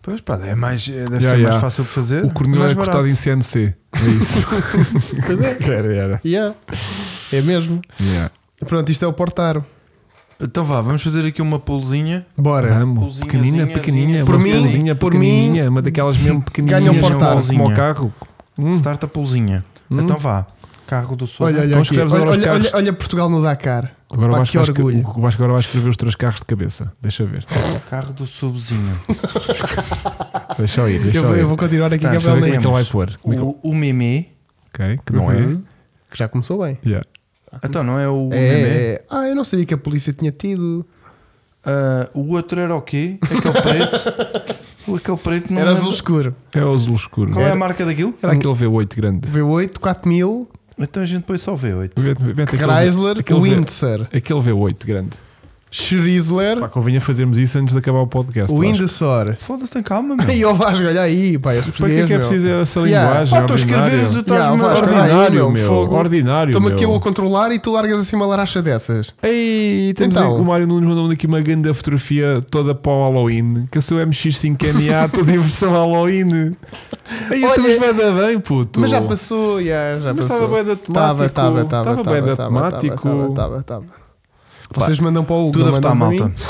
[SPEAKER 3] Pois pá, é mais, é- deve
[SPEAKER 2] Ya,
[SPEAKER 3] ser
[SPEAKER 2] ya.
[SPEAKER 3] mais fácil de fazer. é
[SPEAKER 2] O Cornel
[SPEAKER 3] mais
[SPEAKER 2] era
[SPEAKER 3] barato.
[SPEAKER 2] cortado em CNC. É
[SPEAKER 1] *laughs*
[SPEAKER 2] isso.
[SPEAKER 1] Pois é.
[SPEAKER 2] era, era.
[SPEAKER 1] Yeah. É mesmo.
[SPEAKER 2] Yeah.
[SPEAKER 1] Pronto, isto é o Portaro.
[SPEAKER 3] Então vá, vamos fazer aqui uma polezinha.
[SPEAKER 1] Bora.
[SPEAKER 2] Vamos,
[SPEAKER 3] Pulzinha,
[SPEAKER 2] pequenina,
[SPEAKER 3] zinha, zinha.
[SPEAKER 2] pequeninha,
[SPEAKER 1] é. Por
[SPEAKER 2] uma
[SPEAKER 1] mim,
[SPEAKER 2] pequenininha,
[SPEAKER 1] por
[SPEAKER 2] pequenininha,
[SPEAKER 1] mim,
[SPEAKER 2] uma daquelas mesmo
[SPEAKER 1] ganha um
[SPEAKER 2] pequenininhas,
[SPEAKER 1] portal.
[SPEAKER 2] como o carro. Hum.
[SPEAKER 3] Start a polezinha. Então vá, carro do sol.
[SPEAKER 1] Olha, olha,
[SPEAKER 2] Então
[SPEAKER 1] aqui.
[SPEAKER 2] escreves
[SPEAKER 1] olha,
[SPEAKER 2] agora os
[SPEAKER 1] olha,
[SPEAKER 2] carros.
[SPEAKER 1] olha, olha Portugal no Dakar.
[SPEAKER 2] Agora
[SPEAKER 1] Pá,
[SPEAKER 2] o Vasco,
[SPEAKER 1] que
[SPEAKER 2] vai
[SPEAKER 1] orgulho.
[SPEAKER 2] escrever, o Vasco agora vai escrever os três carros de cabeça. Deixa ver.
[SPEAKER 3] Carro
[SPEAKER 2] *laughs*
[SPEAKER 3] do subzinho.
[SPEAKER 2] Deixa eu ir. Deixa
[SPEAKER 1] Eu,
[SPEAKER 2] eu,
[SPEAKER 1] vou-
[SPEAKER 2] ir.
[SPEAKER 1] eu vou continuar aqui
[SPEAKER 3] Tá,
[SPEAKER 1] que é
[SPEAKER 2] Deixa eu
[SPEAKER 1] para
[SPEAKER 2] ver como é
[SPEAKER 1] ler.
[SPEAKER 2] que ele vai pôr. Como é que ele-
[SPEAKER 3] o, o meme.
[SPEAKER 2] Ok, que não é.
[SPEAKER 1] Uhum. Que já começou bem.
[SPEAKER 2] Yeah.
[SPEAKER 3] Então não é o meme.
[SPEAKER 1] É, é. Ah, eu não sabia que a polícia tinha tido.
[SPEAKER 3] Ah, o outro era o quê? Aquele preto.
[SPEAKER 2] *laughs*
[SPEAKER 3] O- Aquele preto não
[SPEAKER 1] Era
[SPEAKER 3] lembro.
[SPEAKER 1] azul escuro.
[SPEAKER 2] É o azul escuro.
[SPEAKER 3] Qual é a marca daquilo?
[SPEAKER 2] Era aquele V8 grande.
[SPEAKER 1] V8, 4000,
[SPEAKER 3] Então a gente põe só o V8.
[SPEAKER 2] Vê- vê- vê- aquele-
[SPEAKER 1] Chrysler,
[SPEAKER 2] aquele V-
[SPEAKER 1] Windsor,
[SPEAKER 2] Aquele V8 grande. Pá,
[SPEAKER 1] Schriesler,
[SPEAKER 2] convinha fazermos isso antes de acabar o podcast. Vasco.
[SPEAKER 1] Windesor.
[SPEAKER 3] Foda-se, tem calma, meu.
[SPEAKER 1] *laughs* E o Vasco, olha aí, pá, esse
[SPEAKER 2] Para que é
[SPEAKER 1] português,
[SPEAKER 2] que é
[SPEAKER 1] meu.
[SPEAKER 2] preciso essa
[SPEAKER 1] Yeah.
[SPEAKER 2] linguagem?
[SPEAKER 3] Pá, estou a escrever e
[SPEAKER 2] ordinária?
[SPEAKER 3] tu estás-me
[SPEAKER 1] Yeah,
[SPEAKER 3] a
[SPEAKER 1] Vasco,
[SPEAKER 3] ordenar.
[SPEAKER 2] Ordinário,
[SPEAKER 1] Ai, meu,
[SPEAKER 2] meu.
[SPEAKER 1] fogo.
[SPEAKER 2] Ordinário.
[SPEAKER 1] Estou-me aqui
[SPEAKER 2] meu.
[SPEAKER 1] eu a controlar e tu largas assim uma laracha dessas.
[SPEAKER 2] Ei, temos
[SPEAKER 1] Então.
[SPEAKER 2] aí- o Mário Nunes mandou-me aqui uma grande fotografia toda para o Halloween, que eu sou
[SPEAKER 1] *laughs*
[SPEAKER 2] MX5NA, toda em versão Halloween. Aí
[SPEAKER 1] Olha,
[SPEAKER 2] estamos bem da bem, puto.
[SPEAKER 1] Mas já passou, já, já
[SPEAKER 2] Mas
[SPEAKER 1] passou.
[SPEAKER 2] estava bem da temática.
[SPEAKER 1] Estava, estava, estava.
[SPEAKER 2] bem da
[SPEAKER 1] estava,
[SPEAKER 2] temática.
[SPEAKER 1] estava, estava, estava. Vocês mandam para o Hugo,
[SPEAKER 3] Tudo
[SPEAKER 1] não
[SPEAKER 3] a votar,
[SPEAKER 1] mandam para
[SPEAKER 3] malta.
[SPEAKER 1] mim?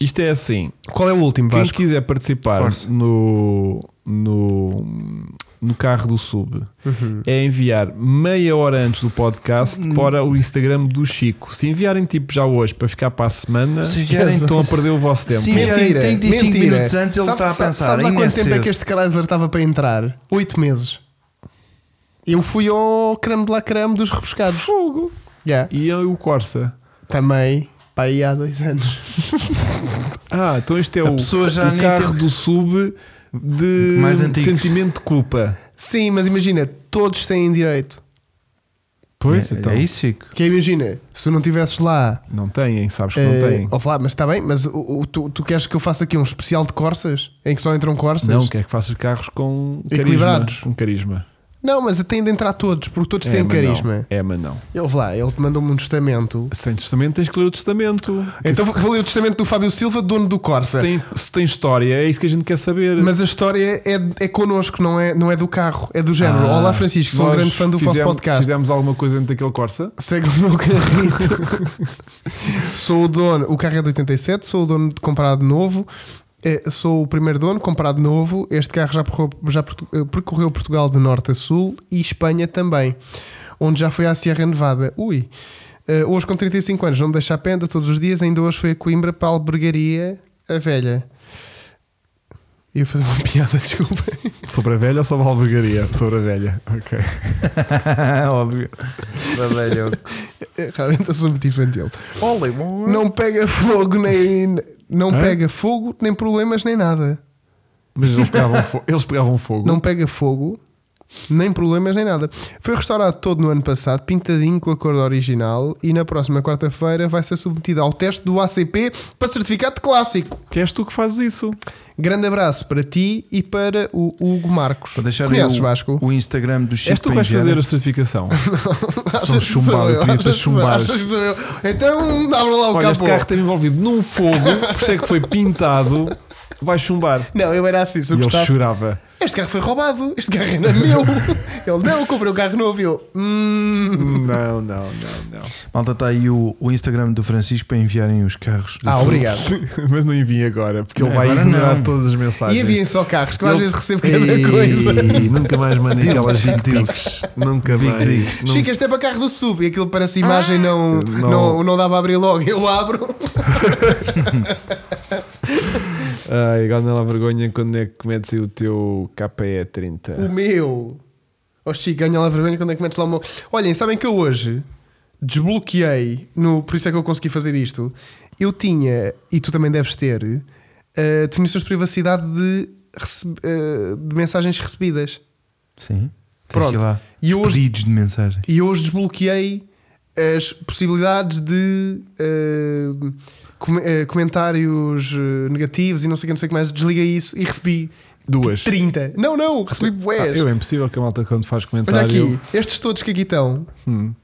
[SPEAKER 2] Isto é assim,
[SPEAKER 1] Qual é o último,
[SPEAKER 2] quem
[SPEAKER 1] Vasco?
[SPEAKER 2] quiser participar
[SPEAKER 3] Força.
[SPEAKER 2] no, no, no carro do sub
[SPEAKER 1] Uhum.
[SPEAKER 2] é enviar meia hora antes do podcast para o Instagram do Chico. Se enviarem tipo já hoje para ficar para a semana,
[SPEAKER 3] Se enviarem-
[SPEAKER 2] estão a perder o vosso tempo.
[SPEAKER 3] Se
[SPEAKER 1] é.
[SPEAKER 3] enviarem- Tem 35 minutos antes ele está a
[SPEAKER 1] sabe-
[SPEAKER 3] pensar,
[SPEAKER 1] Sabes há
[SPEAKER 3] ainda
[SPEAKER 1] quanto
[SPEAKER 3] é
[SPEAKER 1] tempo é
[SPEAKER 3] cedo.
[SPEAKER 1] que este Chrysler estava para entrar? Oito meses. Eu fui ao creme de la creme dos rebuscados.
[SPEAKER 2] Fogo.
[SPEAKER 1] Yeah.
[SPEAKER 2] E eu e o Corsa.
[SPEAKER 1] Também, para aí há dois anos.
[SPEAKER 2] Ah, então este é o,
[SPEAKER 3] pessoa já
[SPEAKER 2] o
[SPEAKER 3] nem
[SPEAKER 2] carro
[SPEAKER 3] tem-
[SPEAKER 2] do sub de
[SPEAKER 3] Mais antigo.
[SPEAKER 2] sentimento de culpa.
[SPEAKER 1] Sim, mas imagina, todos têm direito.
[SPEAKER 2] Pois,
[SPEAKER 3] é,
[SPEAKER 2] então.
[SPEAKER 3] é isso, Chico.
[SPEAKER 2] *laughs*
[SPEAKER 1] Que imagina, se tu não estivesses lá
[SPEAKER 2] Não têm, sabes que não
[SPEAKER 1] Eh,
[SPEAKER 2] têm.
[SPEAKER 1] ó, Flávio, mas está bem, mas o- o- tu, tu queres que eu faça aqui um especial de Corsas? Em que só entram Corsas?
[SPEAKER 2] Não, quer que faças carros com carisma.
[SPEAKER 1] Equilibrados.
[SPEAKER 2] Com carisma.
[SPEAKER 1] Não, mas tem de entrar todos, porque todos
[SPEAKER 2] É,
[SPEAKER 1] têm
[SPEAKER 2] mas
[SPEAKER 1] carisma.
[SPEAKER 2] não. É, mas não.
[SPEAKER 1] Ele, lá, ele te mandou-me um testamento.
[SPEAKER 2] Se tem testamento, tens que ler o testamento.
[SPEAKER 1] Então
[SPEAKER 2] Que se-
[SPEAKER 1] vou ler o testamento do Fábio Silva, dono do Corsa.
[SPEAKER 2] se tem, se tem história, é isso que a gente quer saber.
[SPEAKER 1] Mas a história é, é connosco, não é, não é do carro, é do género.
[SPEAKER 2] Ah,
[SPEAKER 1] Olá, Francisco, sou um
[SPEAKER 2] nós
[SPEAKER 1] grande fã do vosso
[SPEAKER 2] fizemos-
[SPEAKER 1] podcast.
[SPEAKER 2] Fizemos alguma coisa dentro daquele Corsa?
[SPEAKER 1] Segue o meu *laughs* carrito. sou o dono, o carro é de 87, sou o dono de comprado novo. eh, sou o primeiro dono, comprado novo. Este carro já percorreu, já pertu- eh, percorreu Portugal de norte a sul e Espanha também, onde já foi à Sierra Nevada. Ui! Eh, hoje, com 35 anos, não me deixa a penda todos os dias. Ainda hoje foi a Coimbra para a albergaria a velha. Ia fazer uma *laughs* piada, desculpa.
[SPEAKER 2] Sobre a velha ou sobre a albergaria? Sobre a velha. Ok.
[SPEAKER 3] Óbvio. Trabalhou.
[SPEAKER 1] Eh, Realmente assunto muito infantil.
[SPEAKER 3] Olha, bom.
[SPEAKER 1] Não pega fogo nem. Não
[SPEAKER 2] Hã?
[SPEAKER 1] pega fogo, nem problemas, nem nada.
[SPEAKER 2] Mas eles pegavam, fo- eles pegavam fogo.
[SPEAKER 1] Não pega fogo, nem problemas, nem nada. Foi restaurado todo no ano passado, pintadinho com a cor original, e na próxima quarta-feira vai ser submetido ao teste do ACP para certificado de clássico.
[SPEAKER 2] Que és tu que fazes isso.
[SPEAKER 1] Grande abraço para ti e para o Hugo Marcos.
[SPEAKER 3] Para deixar aí
[SPEAKER 1] Conheces
[SPEAKER 3] o,
[SPEAKER 1] Vasco?
[SPEAKER 3] o Instagram do Chico
[SPEAKER 2] és tu que vais
[SPEAKER 3] Pangera.
[SPEAKER 2] fazer a *laughs* certificação.
[SPEAKER 1] Achas
[SPEAKER 2] sou
[SPEAKER 1] que sou
[SPEAKER 2] chumbado,
[SPEAKER 1] eu,
[SPEAKER 2] eu podia ter
[SPEAKER 1] achas que sou-
[SPEAKER 2] chumbado.
[SPEAKER 1] achas que sou eu? Então, dá-me lá o
[SPEAKER 2] Olha, este
[SPEAKER 1] capô.
[SPEAKER 2] carro esteve envolvido num fogo, por isso é que foi pintado. Vais chumbar.
[SPEAKER 1] Não, eu era assim, se
[SPEAKER 2] E
[SPEAKER 1] eu
[SPEAKER 2] ele
[SPEAKER 1] gostasse,
[SPEAKER 2] chorava.
[SPEAKER 1] Este carro foi roubado, este carro era *laughs* meu. Ele não, comprei um carro novo e eu. Hum.
[SPEAKER 2] Não, não, não, não.
[SPEAKER 3] Malta, está aí o, o Instagram do Francisco para enviarem os carros. do
[SPEAKER 1] Ah,
[SPEAKER 3] Ford.
[SPEAKER 1] obrigado.
[SPEAKER 2] *laughs* Mas não envia agora, porque ele
[SPEAKER 3] Não,
[SPEAKER 2] vai
[SPEAKER 3] agora
[SPEAKER 2] ignorar
[SPEAKER 3] não.
[SPEAKER 2] todas as mensagens.
[SPEAKER 1] E havia só carros, que eu às
[SPEAKER 2] Ele-
[SPEAKER 1] vezes recebo cada
[SPEAKER 2] Ei,
[SPEAKER 1] coisa.
[SPEAKER 2] Nunca mais mandei aquelas
[SPEAKER 3] Digo-te.
[SPEAKER 2] pics. Nunca
[SPEAKER 3] Digo-te.
[SPEAKER 2] mais. Nunca-
[SPEAKER 1] Chico, este é para carro do sub e aquilo parece imagem, não,
[SPEAKER 2] Não.
[SPEAKER 1] Ah! não. Não, dá para abrir logo. Eu abro.
[SPEAKER 2] Ai, agora não há vergonha quando é que cometes aí o teu KPE30.
[SPEAKER 1] O meu. Oh Chico, ganha lá vergonha quando é que metes lá o meu. Olhem, sabem que eu hoje desbloqueei, no, por isso é que eu consegui fazer isto. Eu tinha, e tu também deves ter, eh, definições de privacidade de, rece- eh, de mensagens recebidas.
[SPEAKER 3] Sim. Tens
[SPEAKER 1] Pronto.
[SPEAKER 3] que ir lá.
[SPEAKER 1] E hoje,
[SPEAKER 3] Pedidos de mensagem.
[SPEAKER 1] e hoje desbloqueei as possibilidades de eh, com- eh, comentários eh, negativos e não sei o que, não sei o que mais. Desliguei isso e recebi
[SPEAKER 2] Duas.
[SPEAKER 1] 30. Não, não, recebi
[SPEAKER 2] Ah,
[SPEAKER 1] bués.
[SPEAKER 2] eu é impossível que a malta quando faz
[SPEAKER 1] Olha
[SPEAKER 2] comentário.
[SPEAKER 1] aqui, estes todos que aqui estão.
[SPEAKER 2] Hum,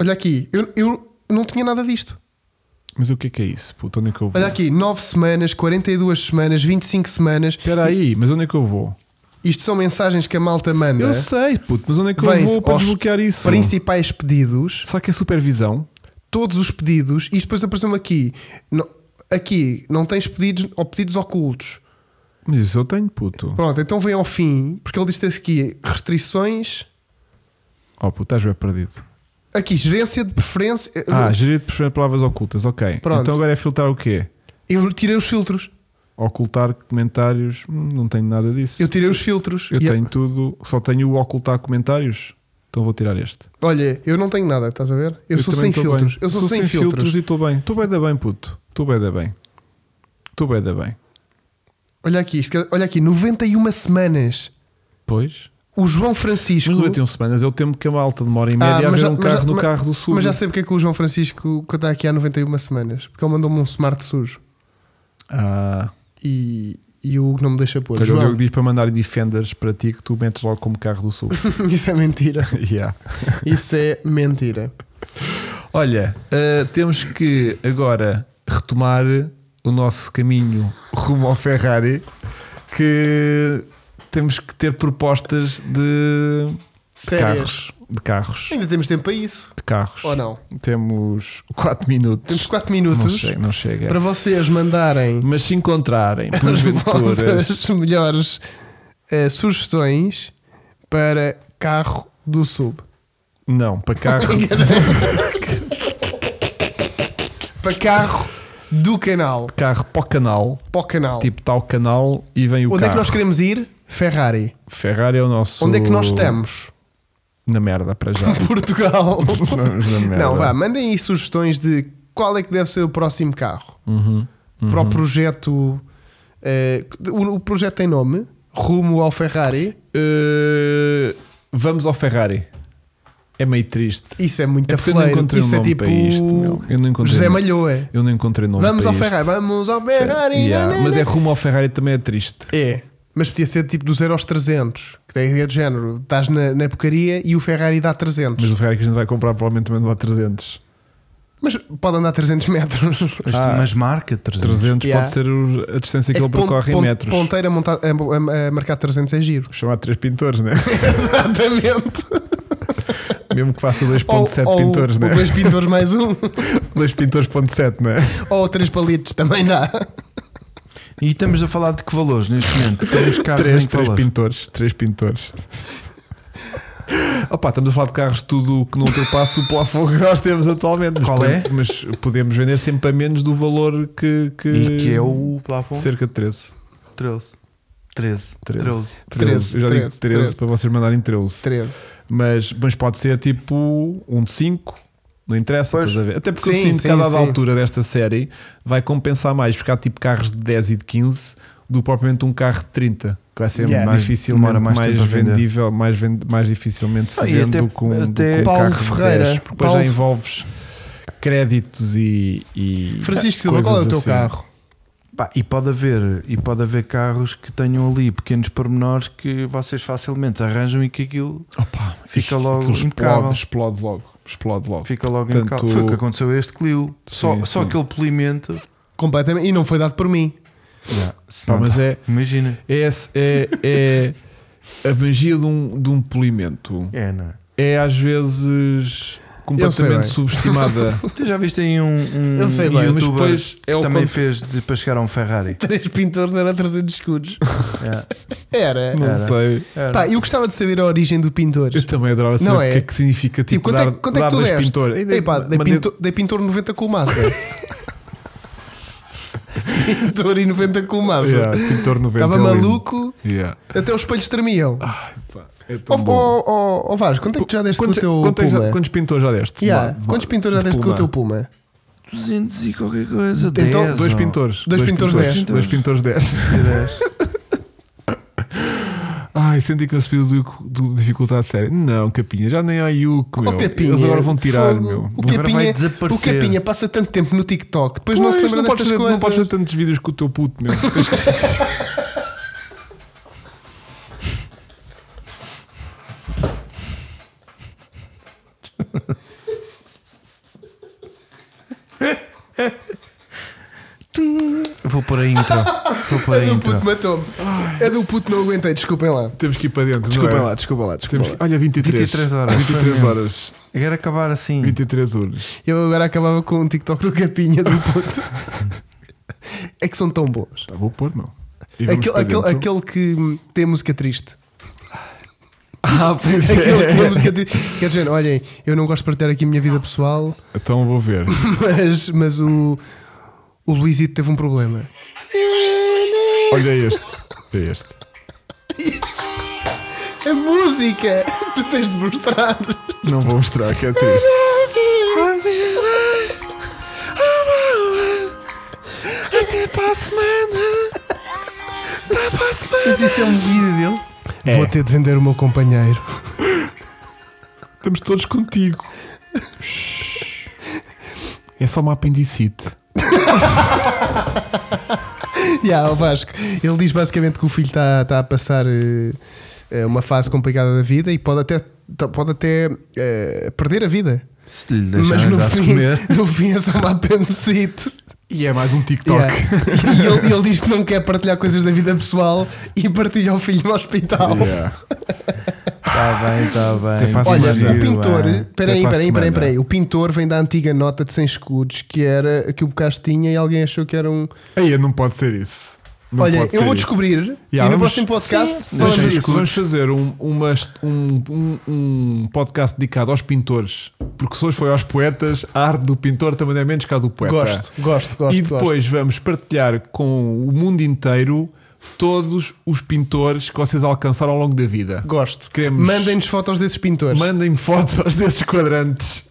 [SPEAKER 1] Olha aqui, eu, eu não tinha nada disto.
[SPEAKER 2] mas o que é que é isso? Puto, onde é que eu vou?
[SPEAKER 1] Olha aqui, 9 semanas, 42 semanas, 25 semanas.
[SPEAKER 2] Espera aí, mas onde é que eu vou?
[SPEAKER 1] Isto são mensagens que a malta manda.
[SPEAKER 2] Eu sei, puto, mas onde é que eu
[SPEAKER 1] Vêm-se
[SPEAKER 2] vou para
[SPEAKER 1] aos
[SPEAKER 2] desbloquear isso?
[SPEAKER 1] Principais pedidos.
[SPEAKER 2] Será que é supervisão?
[SPEAKER 1] todos os pedidos e depois apareceu-me aqui. Não- aqui não tens pedidos ou pedidos ocultos.
[SPEAKER 2] Mas isso eu tenho, puto.
[SPEAKER 1] Pronto, então vem ao fim, porque ele disse aqui restrições.
[SPEAKER 2] Oh, puto, estás bem perdido.
[SPEAKER 1] Aqui, gerência de preferência.
[SPEAKER 2] Ah, gerir de preferir palavras ocultas, ok.
[SPEAKER 1] Pronto.
[SPEAKER 2] Então agora é filtrar o quê?
[SPEAKER 1] eu tirei os filtros.
[SPEAKER 2] Ocultar comentários? Hum, não tenho nada disso.
[SPEAKER 1] Eu tirei os filtros.
[SPEAKER 2] Eu
[SPEAKER 1] E-
[SPEAKER 2] tenho tudo, só tenho o ocultar comentários. Então vou tirar este.
[SPEAKER 1] Olha, eu não tenho nada, estás a ver? Eu, sou
[SPEAKER 2] também
[SPEAKER 1] sem
[SPEAKER 2] estou
[SPEAKER 1] filtros.
[SPEAKER 2] bem.
[SPEAKER 1] Eu sou, sem, filtros.
[SPEAKER 2] e estou bem. Estou bem da bem, puto. Estou bem da bem. Estou bem da bem.
[SPEAKER 1] Olha aqui, isto que- olha aqui, 91 semanas.
[SPEAKER 2] Pois.
[SPEAKER 1] O João Francisco.
[SPEAKER 2] Mas 91 semanas é o tempo que a malta demora em média a
[SPEAKER 1] Uhum. Ah, mas
[SPEAKER 2] ver
[SPEAKER 1] já-
[SPEAKER 2] um
[SPEAKER 1] mas
[SPEAKER 2] carro
[SPEAKER 1] já-
[SPEAKER 2] no
[SPEAKER 1] mas-
[SPEAKER 2] carro do sul.
[SPEAKER 1] Mas já sei porque é que o João Francisco está aqui há 91 semanas. Porque ele mandou-me um smart sujo.
[SPEAKER 2] Ah,
[SPEAKER 1] E, e o Hugo não me deixa pôr.
[SPEAKER 2] olha, o
[SPEAKER 1] João.
[SPEAKER 2] Diogo diz para mandar defenders para ti que tu metes logo como carro do
[SPEAKER 1] *laughs*
[SPEAKER 2] sul.
[SPEAKER 1] Isso é mentira.
[SPEAKER 2] yeah.
[SPEAKER 1] *laughs* Isso é mentira.
[SPEAKER 2] Olha, ah, temos que agora retomar o nosso caminho rumo ao Ferrari que temos que ter propostas de, de
[SPEAKER 1] Sérias.
[SPEAKER 2] carros. De carros.
[SPEAKER 1] Ainda temos tempo para isso,
[SPEAKER 2] De carros.
[SPEAKER 1] ou não?
[SPEAKER 2] Temos 4 minutos.
[SPEAKER 1] Temos 4
[SPEAKER 2] Não
[SPEAKER 1] minutos
[SPEAKER 2] chega, não chega.
[SPEAKER 1] para vocês mandarem
[SPEAKER 2] *laughs* Mas se
[SPEAKER 1] *laughs*
[SPEAKER 2] encontrarem,
[SPEAKER 1] as
[SPEAKER 2] porventuras,
[SPEAKER 1] vossas *laughs* melhores eh, sugestões para carro do sub.
[SPEAKER 2] não, para
[SPEAKER 1] *laughs*
[SPEAKER 2] carro,
[SPEAKER 1] para carro do canal.
[SPEAKER 2] carro para o canal,
[SPEAKER 1] Para o canal.
[SPEAKER 2] tipo tal canal e vem o
[SPEAKER 1] Onde é que
[SPEAKER 2] carro.
[SPEAKER 1] nós queremos ir? Ferrari. *laughs*
[SPEAKER 2] Ferrari é o nosso.
[SPEAKER 1] Onde é que nós estamos?
[SPEAKER 2] Na merda, para *laughs* já.
[SPEAKER 1] Portugal.
[SPEAKER 2] Estamos na merda.
[SPEAKER 1] Não, vá, mandem aí sugestões de qual é que deve ser o próximo carro
[SPEAKER 2] Uhum,
[SPEAKER 1] para o projeto. eh, o, o projeto tem nome? Rumo ao Ferrari.
[SPEAKER 2] Eh, vamos ao Ferrari. É meio triste.
[SPEAKER 1] Isso é muito
[SPEAKER 2] é porque eu não
[SPEAKER 1] afleiro.
[SPEAKER 2] encontrei um
[SPEAKER 1] Isso é
[SPEAKER 2] nome
[SPEAKER 1] tipo.
[SPEAKER 2] para isto, meu. Eu não encontrei. um
[SPEAKER 1] José
[SPEAKER 2] nome-
[SPEAKER 1] Malhoa.
[SPEAKER 2] Eu não encontrei nome
[SPEAKER 1] Vamos
[SPEAKER 2] para
[SPEAKER 1] ao
[SPEAKER 2] isto.
[SPEAKER 1] Ferrari, vamos ao Ferrari.
[SPEAKER 2] Yeah,
[SPEAKER 1] nanana.
[SPEAKER 2] Mas é rumo ao Ferrari também é triste.
[SPEAKER 1] É. Mas podia ser tipo dos aos 300, que tem a ideia do género. Estás na, na porcaria e o Ferrari dá 300.
[SPEAKER 2] Mas o Ferrari que a gente vai comprar provavelmente também não dá 300.
[SPEAKER 1] Mas pode andar 300 metros.
[SPEAKER 3] Mas,
[SPEAKER 2] Ah.
[SPEAKER 3] mas marca 300.
[SPEAKER 2] 300
[SPEAKER 1] Yeah.
[SPEAKER 2] pode ser o- a distância que
[SPEAKER 1] É
[SPEAKER 2] ele
[SPEAKER 1] pon-
[SPEAKER 2] percorre
[SPEAKER 1] pon-
[SPEAKER 2] em metros.
[SPEAKER 1] Ponteira monta- a, a- a marcar 300
[SPEAKER 2] *laughs*
[SPEAKER 1] é giro.
[SPEAKER 2] Chamar três pintores, né?
[SPEAKER 1] Exatamente.
[SPEAKER 2] Mesmo que faça
[SPEAKER 1] Ou-
[SPEAKER 2] 2.7
[SPEAKER 1] ou
[SPEAKER 2] pintores, né?
[SPEAKER 1] ou dois pintores mais um. *laughs*
[SPEAKER 2] 2 pintores.7, né? *laughs*
[SPEAKER 1] ou três palitos também dá.
[SPEAKER 3] E estamos a falar de que valores neste momento? Temos carros
[SPEAKER 2] três,
[SPEAKER 3] em que
[SPEAKER 2] três
[SPEAKER 3] valor?
[SPEAKER 2] pintores. Três pintores. *laughs* Opa, estamos a falar de carros tudo que não ultrapassa o plafond que nós temos atualmente. Mas
[SPEAKER 3] Qual
[SPEAKER 2] podemos-
[SPEAKER 3] é?
[SPEAKER 2] Mas podemos vender sempre a menos do valor que. que
[SPEAKER 3] E que é o plafond?
[SPEAKER 2] Cerca de 13.
[SPEAKER 3] 13. 13.
[SPEAKER 2] 13.
[SPEAKER 3] 13.
[SPEAKER 2] 13. Eu já digo 13,
[SPEAKER 1] 13, 13.
[SPEAKER 2] para vocês mandarem 13.
[SPEAKER 1] 13.
[SPEAKER 2] Mas, mas pode ser tipo um de 5. Não interessa,
[SPEAKER 3] Pois.
[SPEAKER 2] estás a ver? Até porque eu
[SPEAKER 1] Sim,
[SPEAKER 2] sinto que a
[SPEAKER 1] sim,
[SPEAKER 2] dada
[SPEAKER 1] sim.
[SPEAKER 2] altura desta série vai compensar mais ficar tipo carros de 10 e de 15 do que propriamente um carro de 30. Que vai ser
[SPEAKER 1] Yeah.
[SPEAKER 2] mais
[SPEAKER 3] Mais-
[SPEAKER 2] dificilmente
[SPEAKER 3] demora
[SPEAKER 2] mais,
[SPEAKER 3] mais tempo a vender.
[SPEAKER 2] vendível, mais, vend- mais dificilmente se
[SPEAKER 3] Ah, e
[SPEAKER 2] vende
[SPEAKER 3] até-
[SPEAKER 2] do que um, do
[SPEAKER 3] até
[SPEAKER 2] que um
[SPEAKER 1] Paulo
[SPEAKER 2] carro de
[SPEAKER 1] Ferreira.
[SPEAKER 2] 10, porque depois
[SPEAKER 1] Paulo-
[SPEAKER 2] já envolves créditos e. e
[SPEAKER 1] Francisco Silva, qual é o
[SPEAKER 2] coisas
[SPEAKER 1] teu
[SPEAKER 2] assim.
[SPEAKER 1] carro?
[SPEAKER 3] Pá, e, pode haver, e pode haver carros que tenham ali pequenos pormenores que vocês facilmente arranjam e que aquilo
[SPEAKER 2] Opa,
[SPEAKER 3] Fica
[SPEAKER 2] isto-
[SPEAKER 3] logo
[SPEAKER 2] aquilo
[SPEAKER 3] impecável.
[SPEAKER 2] explode, explode logo. Explode logo.
[SPEAKER 3] fica logo
[SPEAKER 2] Portanto,
[SPEAKER 3] em calma. Foi o que aconteceu a este Clio. só,
[SPEAKER 2] Sim,
[SPEAKER 3] só
[SPEAKER 2] sim.
[SPEAKER 3] aquele polimento.
[SPEAKER 1] Completamente. E não foi dado por mim.
[SPEAKER 2] Pá,
[SPEAKER 3] Não,
[SPEAKER 2] mas
[SPEAKER 3] tá.
[SPEAKER 2] é.
[SPEAKER 3] Imagina.
[SPEAKER 2] é, é, é a magia de um, de um polimento
[SPEAKER 3] É, não é?
[SPEAKER 2] é às vezes
[SPEAKER 1] Eu
[SPEAKER 2] completamente
[SPEAKER 1] sei bem. *laughs*
[SPEAKER 2] subestimada.
[SPEAKER 3] Tu já viste aí um, um
[SPEAKER 1] Eu sei bem,
[SPEAKER 2] mas
[SPEAKER 3] youtuber
[SPEAKER 2] depois é
[SPEAKER 3] que
[SPEAKER 2] o
[SPEAKER 3] também
[SPEAKER 2] conce-
[SPEAKER 3] fez de- para chegar a um Ferrari?
[SPEAKER 1] *laughs* Três pintores era 300 escudos.
[SPEAKER 3] É.
[SPEAKER 1] Era.
[SPEAKER 2] Não
[SPEAKER 3] Era.
[SPEAKER 2] sei.
[SPEAKER 3] Era.
[SPEAKER 1] Pá, eu gostava de saber a origem do pintor.
[SPEAKER 2] Eu também adorava saber
[SPEAKER 1] Não
[SPEAKER 2] o
[SPEAKER 1] é?
[SPEAKER 2] que é que significa tipo,
[SPEAKER 1] Tipo, quanto,
[SPEAKER 2] dar,
[SPEAKER 1] é, quanto é
[SPEAKER 2] dar
[SPEAKER 1] que tu
[SPEAKER 2] dois
[SPEAKER 1] deste?
[SPEAKER 2] pintor. Ei,
[SPEAKER 1] Ei, pá, dei,
[SPEAKER 2] mandei-
[SPEAKER 1] pintor, dei pintor 90 com
[SPEAKER 2] *laughs*
[SPEAKER 1] o Mazda. pintor e 90 com o Mazda.
[SPEAKER 2] Yeah, É, pintor 90
[SPEAKER 1] Estava
[SPEAKER 2] é lindo.
[SPEAKER 1] maluco,
[SPEAKER 2] Yeah.
[SPEAKER 1] até os espelhos tremiam.
[SPEAKER 2] Ai, pá, é
[SPEAKER 1] Ó
[SPEAKER 2] tão
[SPEAKER 1] oh,
[SPEAKER 2] bom.
[SPEAKER 1] Vasco, quanto é que tu já deste com o
[SPEAKER 2] Quanto-
[SPEAKER 1] teu
[SPEAKER 2] quanto é que já-
[SPEAKER 1] Puma?
[SPEAKER 2] quantos pintores já deste?
[SPEAKER 1] Yeah,
[SPEAKER 2] Vá, vá.
[SPEAKER 1] Quantos pintores já
[SPEAKER 2] De
[SPEAKER 1] deste com o
[SPEAKER 2] Puma.
[SPEAKER 1] teu Puma?
[SPEAKER 3] 200 e qualquer coisa.
[SPEAKER 1] Então,
[SPEAKER 3] 10,
[SPEAKER 2] Dois
[SPEAKER 3] ou- *laughs*
[SPEAKER 2] pintores.
[SPEAKER 1] Dois pintores dez.
[SPEAKER 2] Dois pintores 10.
[SPEAKER 3] 10.
[SPEAKER 2] Ai, senti que eu subi do, do dificuldade séria. Não, Capinha, já nem há Yuko.
[SPEAKER 1] Ó,
[SPEAKER 2] meu.
[SPEAKER 1] Oh, Capinha,
[SPEAKER 2] Eles agora vão tirar,
[SPEAKER 1] fogo.
[SPEAKER 2] meu.
[SPEAKER 1] O
[SPEAKER 3] Agora
[SPEAKER 1] Capinha,
[SPEAKER 3] vai
[SPEAKER 1] o
[SPEAKER 3] desaparecer.
[SPEAKER 1] Capinha passa tanto tempo no TikTok, depois não
[SPEAKER 2] Pois,
[SPEAKER 1] se lembra
[SPEAKER 2] podes
[SPEAKER 1] destas
[SPEAKER 2] fazer-
[SPEAKER 1] coisas.
[SPEAKER 2] Não podes fazer tantos vídeos com o teu puto,
[SPEAKER 1] *laughs*
[SPEAKER 2] meu. Tens que-
[SPEAKER 3] Vou pôr a intro. Vou *laughs* pôr a
[SPEAKER 1] A É do puto
[SPEAKER 3] intro.
[SPEAKER 1] matou-me. A do puto não aguentei, desculpem lá.
[SPEAKER 2] Temos que ir para dentro. não
[SPEAKER 1] Desculpem
[SPEAKER 2] é?
[SPEAKER 1] lá, desculpem lá, desculpem
[SPEAKER 2] Temos
[SPEAKER 1] lá.
[SPEAKER 2] que- Olha, 23.
[SPEAKER 3] 23 horas.
[SPEAKER 2] 23 horas.
[SPEAKER 3] Agora acabar assim.
[SPEAKER 2] 23 horas.
[SPEAKER 1] Eu agora acabava com um TikTok do Capinha do puto.
[SPEAKER 2] *laughs*
[SPEAKER 1] é que são tão bons.
[SPEAKER 2] Tá, vou pôr, meu. E vamos
[SPEAKER 1] Aquele,
[SPEAKER 2] para
[SPEAKER 1] aquele,
[SPEAKER 2] dentro.
[SPEAKER 1] aquele que hum, tem música triste. *laughs*
[SPEAKER 2] Ah, pois
[SPEAKER 1] Aquele que tem
[SPEAKER 2] é.
[SPEAKER 1] música triste. Quer dizer, olhem, eu não gosto de partilhar aqui a minha vida pessoal, *laughs*
[SPEAKER 2] Então vou ver.
[SPEAKER 1] mas, mas o, o Luizito teve um problema.
[SPEAKER 2] Olha este. É este.
[SPEAKER 1] A música! *laughs* Tu tens de mostrar.
[SPEAKER 2] Não vou mostrar, que é triste. Até para a semana. Até para a semana.
[SPEAKER 3] Mas isso é um vídeo dele?
[SPEAKER 1] Vou ter de vender o meu companheiro.
[SPEAKER 2] Estamos todos contigo. É só uma apendicite.
[SPEAKER 1] *laughs* Ya, o Vasco. Ele diz basicamente que o filho está tá a passar eh, eh, uma fase complicada da vida e pode até, tá- pode até eh, perder a vida.
[SPEAKER 3] Se lhe
[SPEAKER 1] Mas
[SPEAKER 3] deixarem
[SPEAKER 1] no
[SPEAKER 3] dar de
[SPEAKER 1] fim,
[SPEAKER 3] comer.
[SPEAKER 1] no fim é só uma apendicite.
[SPEAKER 2] E é mais um TikTok.
[SPEAKER 1] Yeah. E ele, ele diz que não quer partilhar coisas da vida pessoal e partilha o filho no hospital.
[SPEAKER 2] Yeah.
[SPEAKER 3] Está Tá bem, está
[SPEAKER 2] Até
[SPEAKER 3] bem.
[SPEAKER 2] para a
[SPEAKER 1] Olha,
[SPEAKER 2] semana.
[SPEAKER 1] o
[SPEAKER 3] é.
[SPEAKER 2] Sim,
[SPEAKER 1] pintor, eh? peraí,
[SPEAKER 2] Até para a
[SPEAKER 1] peraí, peraí,
[SPEAKER 2] semana.
[SPEAKER 1] peraí, o pintor vem da antiga nota de 100 escudos que era que o Bocage tinha e alguém achou que era um.
[SPEAKER 2] Aí não pode ser isso. Não
[SPEAKER 1] Olha,
[SPEAKER 2] pode
[SPEAKER 1] eu
[SPEAKER 2] ser
[SPEAKER 1] vou
[SPEAKER 2] isso.
[SPEAKER 1] descobrir e
[SPEAKER 2] Yeah,
[SPEAKER 1] no
[SPEAKER 2] vamos-
[SPEAKER 1] próximo podcast falamos
[SPEAKER 2] Vamos,
[SPEAKER 1] disso.
[SPEAKER 2] vamos fazer um, uma- um, um, um podcast dedicado aos pintores, porque se hoje foi aos poetas, a arte do pintor também não é menos que a do poeta.
[SPEAKER 1] Gosto, gosto, gosto.
[SPEAKER 2] e depois vamos partilhar com o mundo inteiro todos os pintores que vocês alcançaram ao longo da vida.
[SPEAKER 1] Gosto. gosto.
[SPEAKER 2] Queremos-
[SPEAKER 1] Mandem-nos fotos desses pintores.
[SPEAKER 2] Mandem-me fotos *laughs* desses quadrantes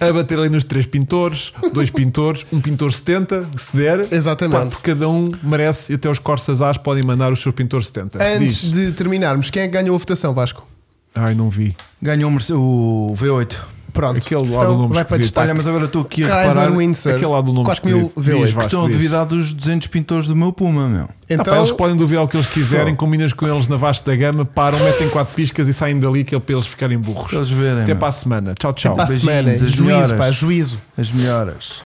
[SPEAKER 2] a bater ali nos três pintores, dois pintores, um pintor 70, se der.
[SPEAKER 1] Exatamente.
[SPEAKER 2] Pá, porque cada um merece, e até os Corsas As podem mandar os seus pintores 70.
[SPEAKER 1] Antes
[SPEAKER 2] Diz.
[SPEAKER 1] de terminarmos, quem é que ganhou a votação, Vasco?
[SPEAKER 2] Ai, não vi. Ah,
[SPEAKER 3] Ganhou o Merce- o V8.
[SPEAKER 1] Pronto.
[SPEAKER 2] Aquele lá do
[SPEAKER 1] então,
[SPEAKER 2] nome
[SPEAKER 1] vai para
[SPEAKER 2] esquisito.
[SPEAKER 1] destaque.
[SPEAKER 3] Olha, mas agora estou aqui a reparar
[SPEAKER 1] Chrysler
[SPEAKER 3] que
[SPEAKER 1] Windsor.
[SPEAKER 2] Aquele lá do nome
[SPEAKER 1] 4 mil
[SPEAKER 2] esquisito. Diz,
[SPEAKER 1] V8.
[SPEAKER 2] Vasco.
[SPEAKER 3] estão a
[SPEAKER 2] diz.
[SPEAKER 3] duvidar dos 200 pintores do meu Puma, meu.
[SPEAKER 2] Ah, pá,
[SPEAKER 1] Então,
[SPEAKER 2] eles podem duvidar o que eles quiserem, combinas com eles na vasta da gama, param, metem quatro piscas e saem dali que é para eles ficarem burros.
[SPEAKER 3] Para eles verem.
[SPEAKER 2] Até
[SPEAKER 3] meu.
[SPEAKER 2] para a semana. Tchau, tchau.
[SPEAKER 1] para a
[SPEAKER 3] beijinhos,
[SPEAKER 1] semana,
[SPEAKER 3] as
[SPEAKER 1] juízo,
[SPEAKER 3] melhoras.
[SPEAKER 1] pá, juízo.
[SPEAKER 3] As melhoras.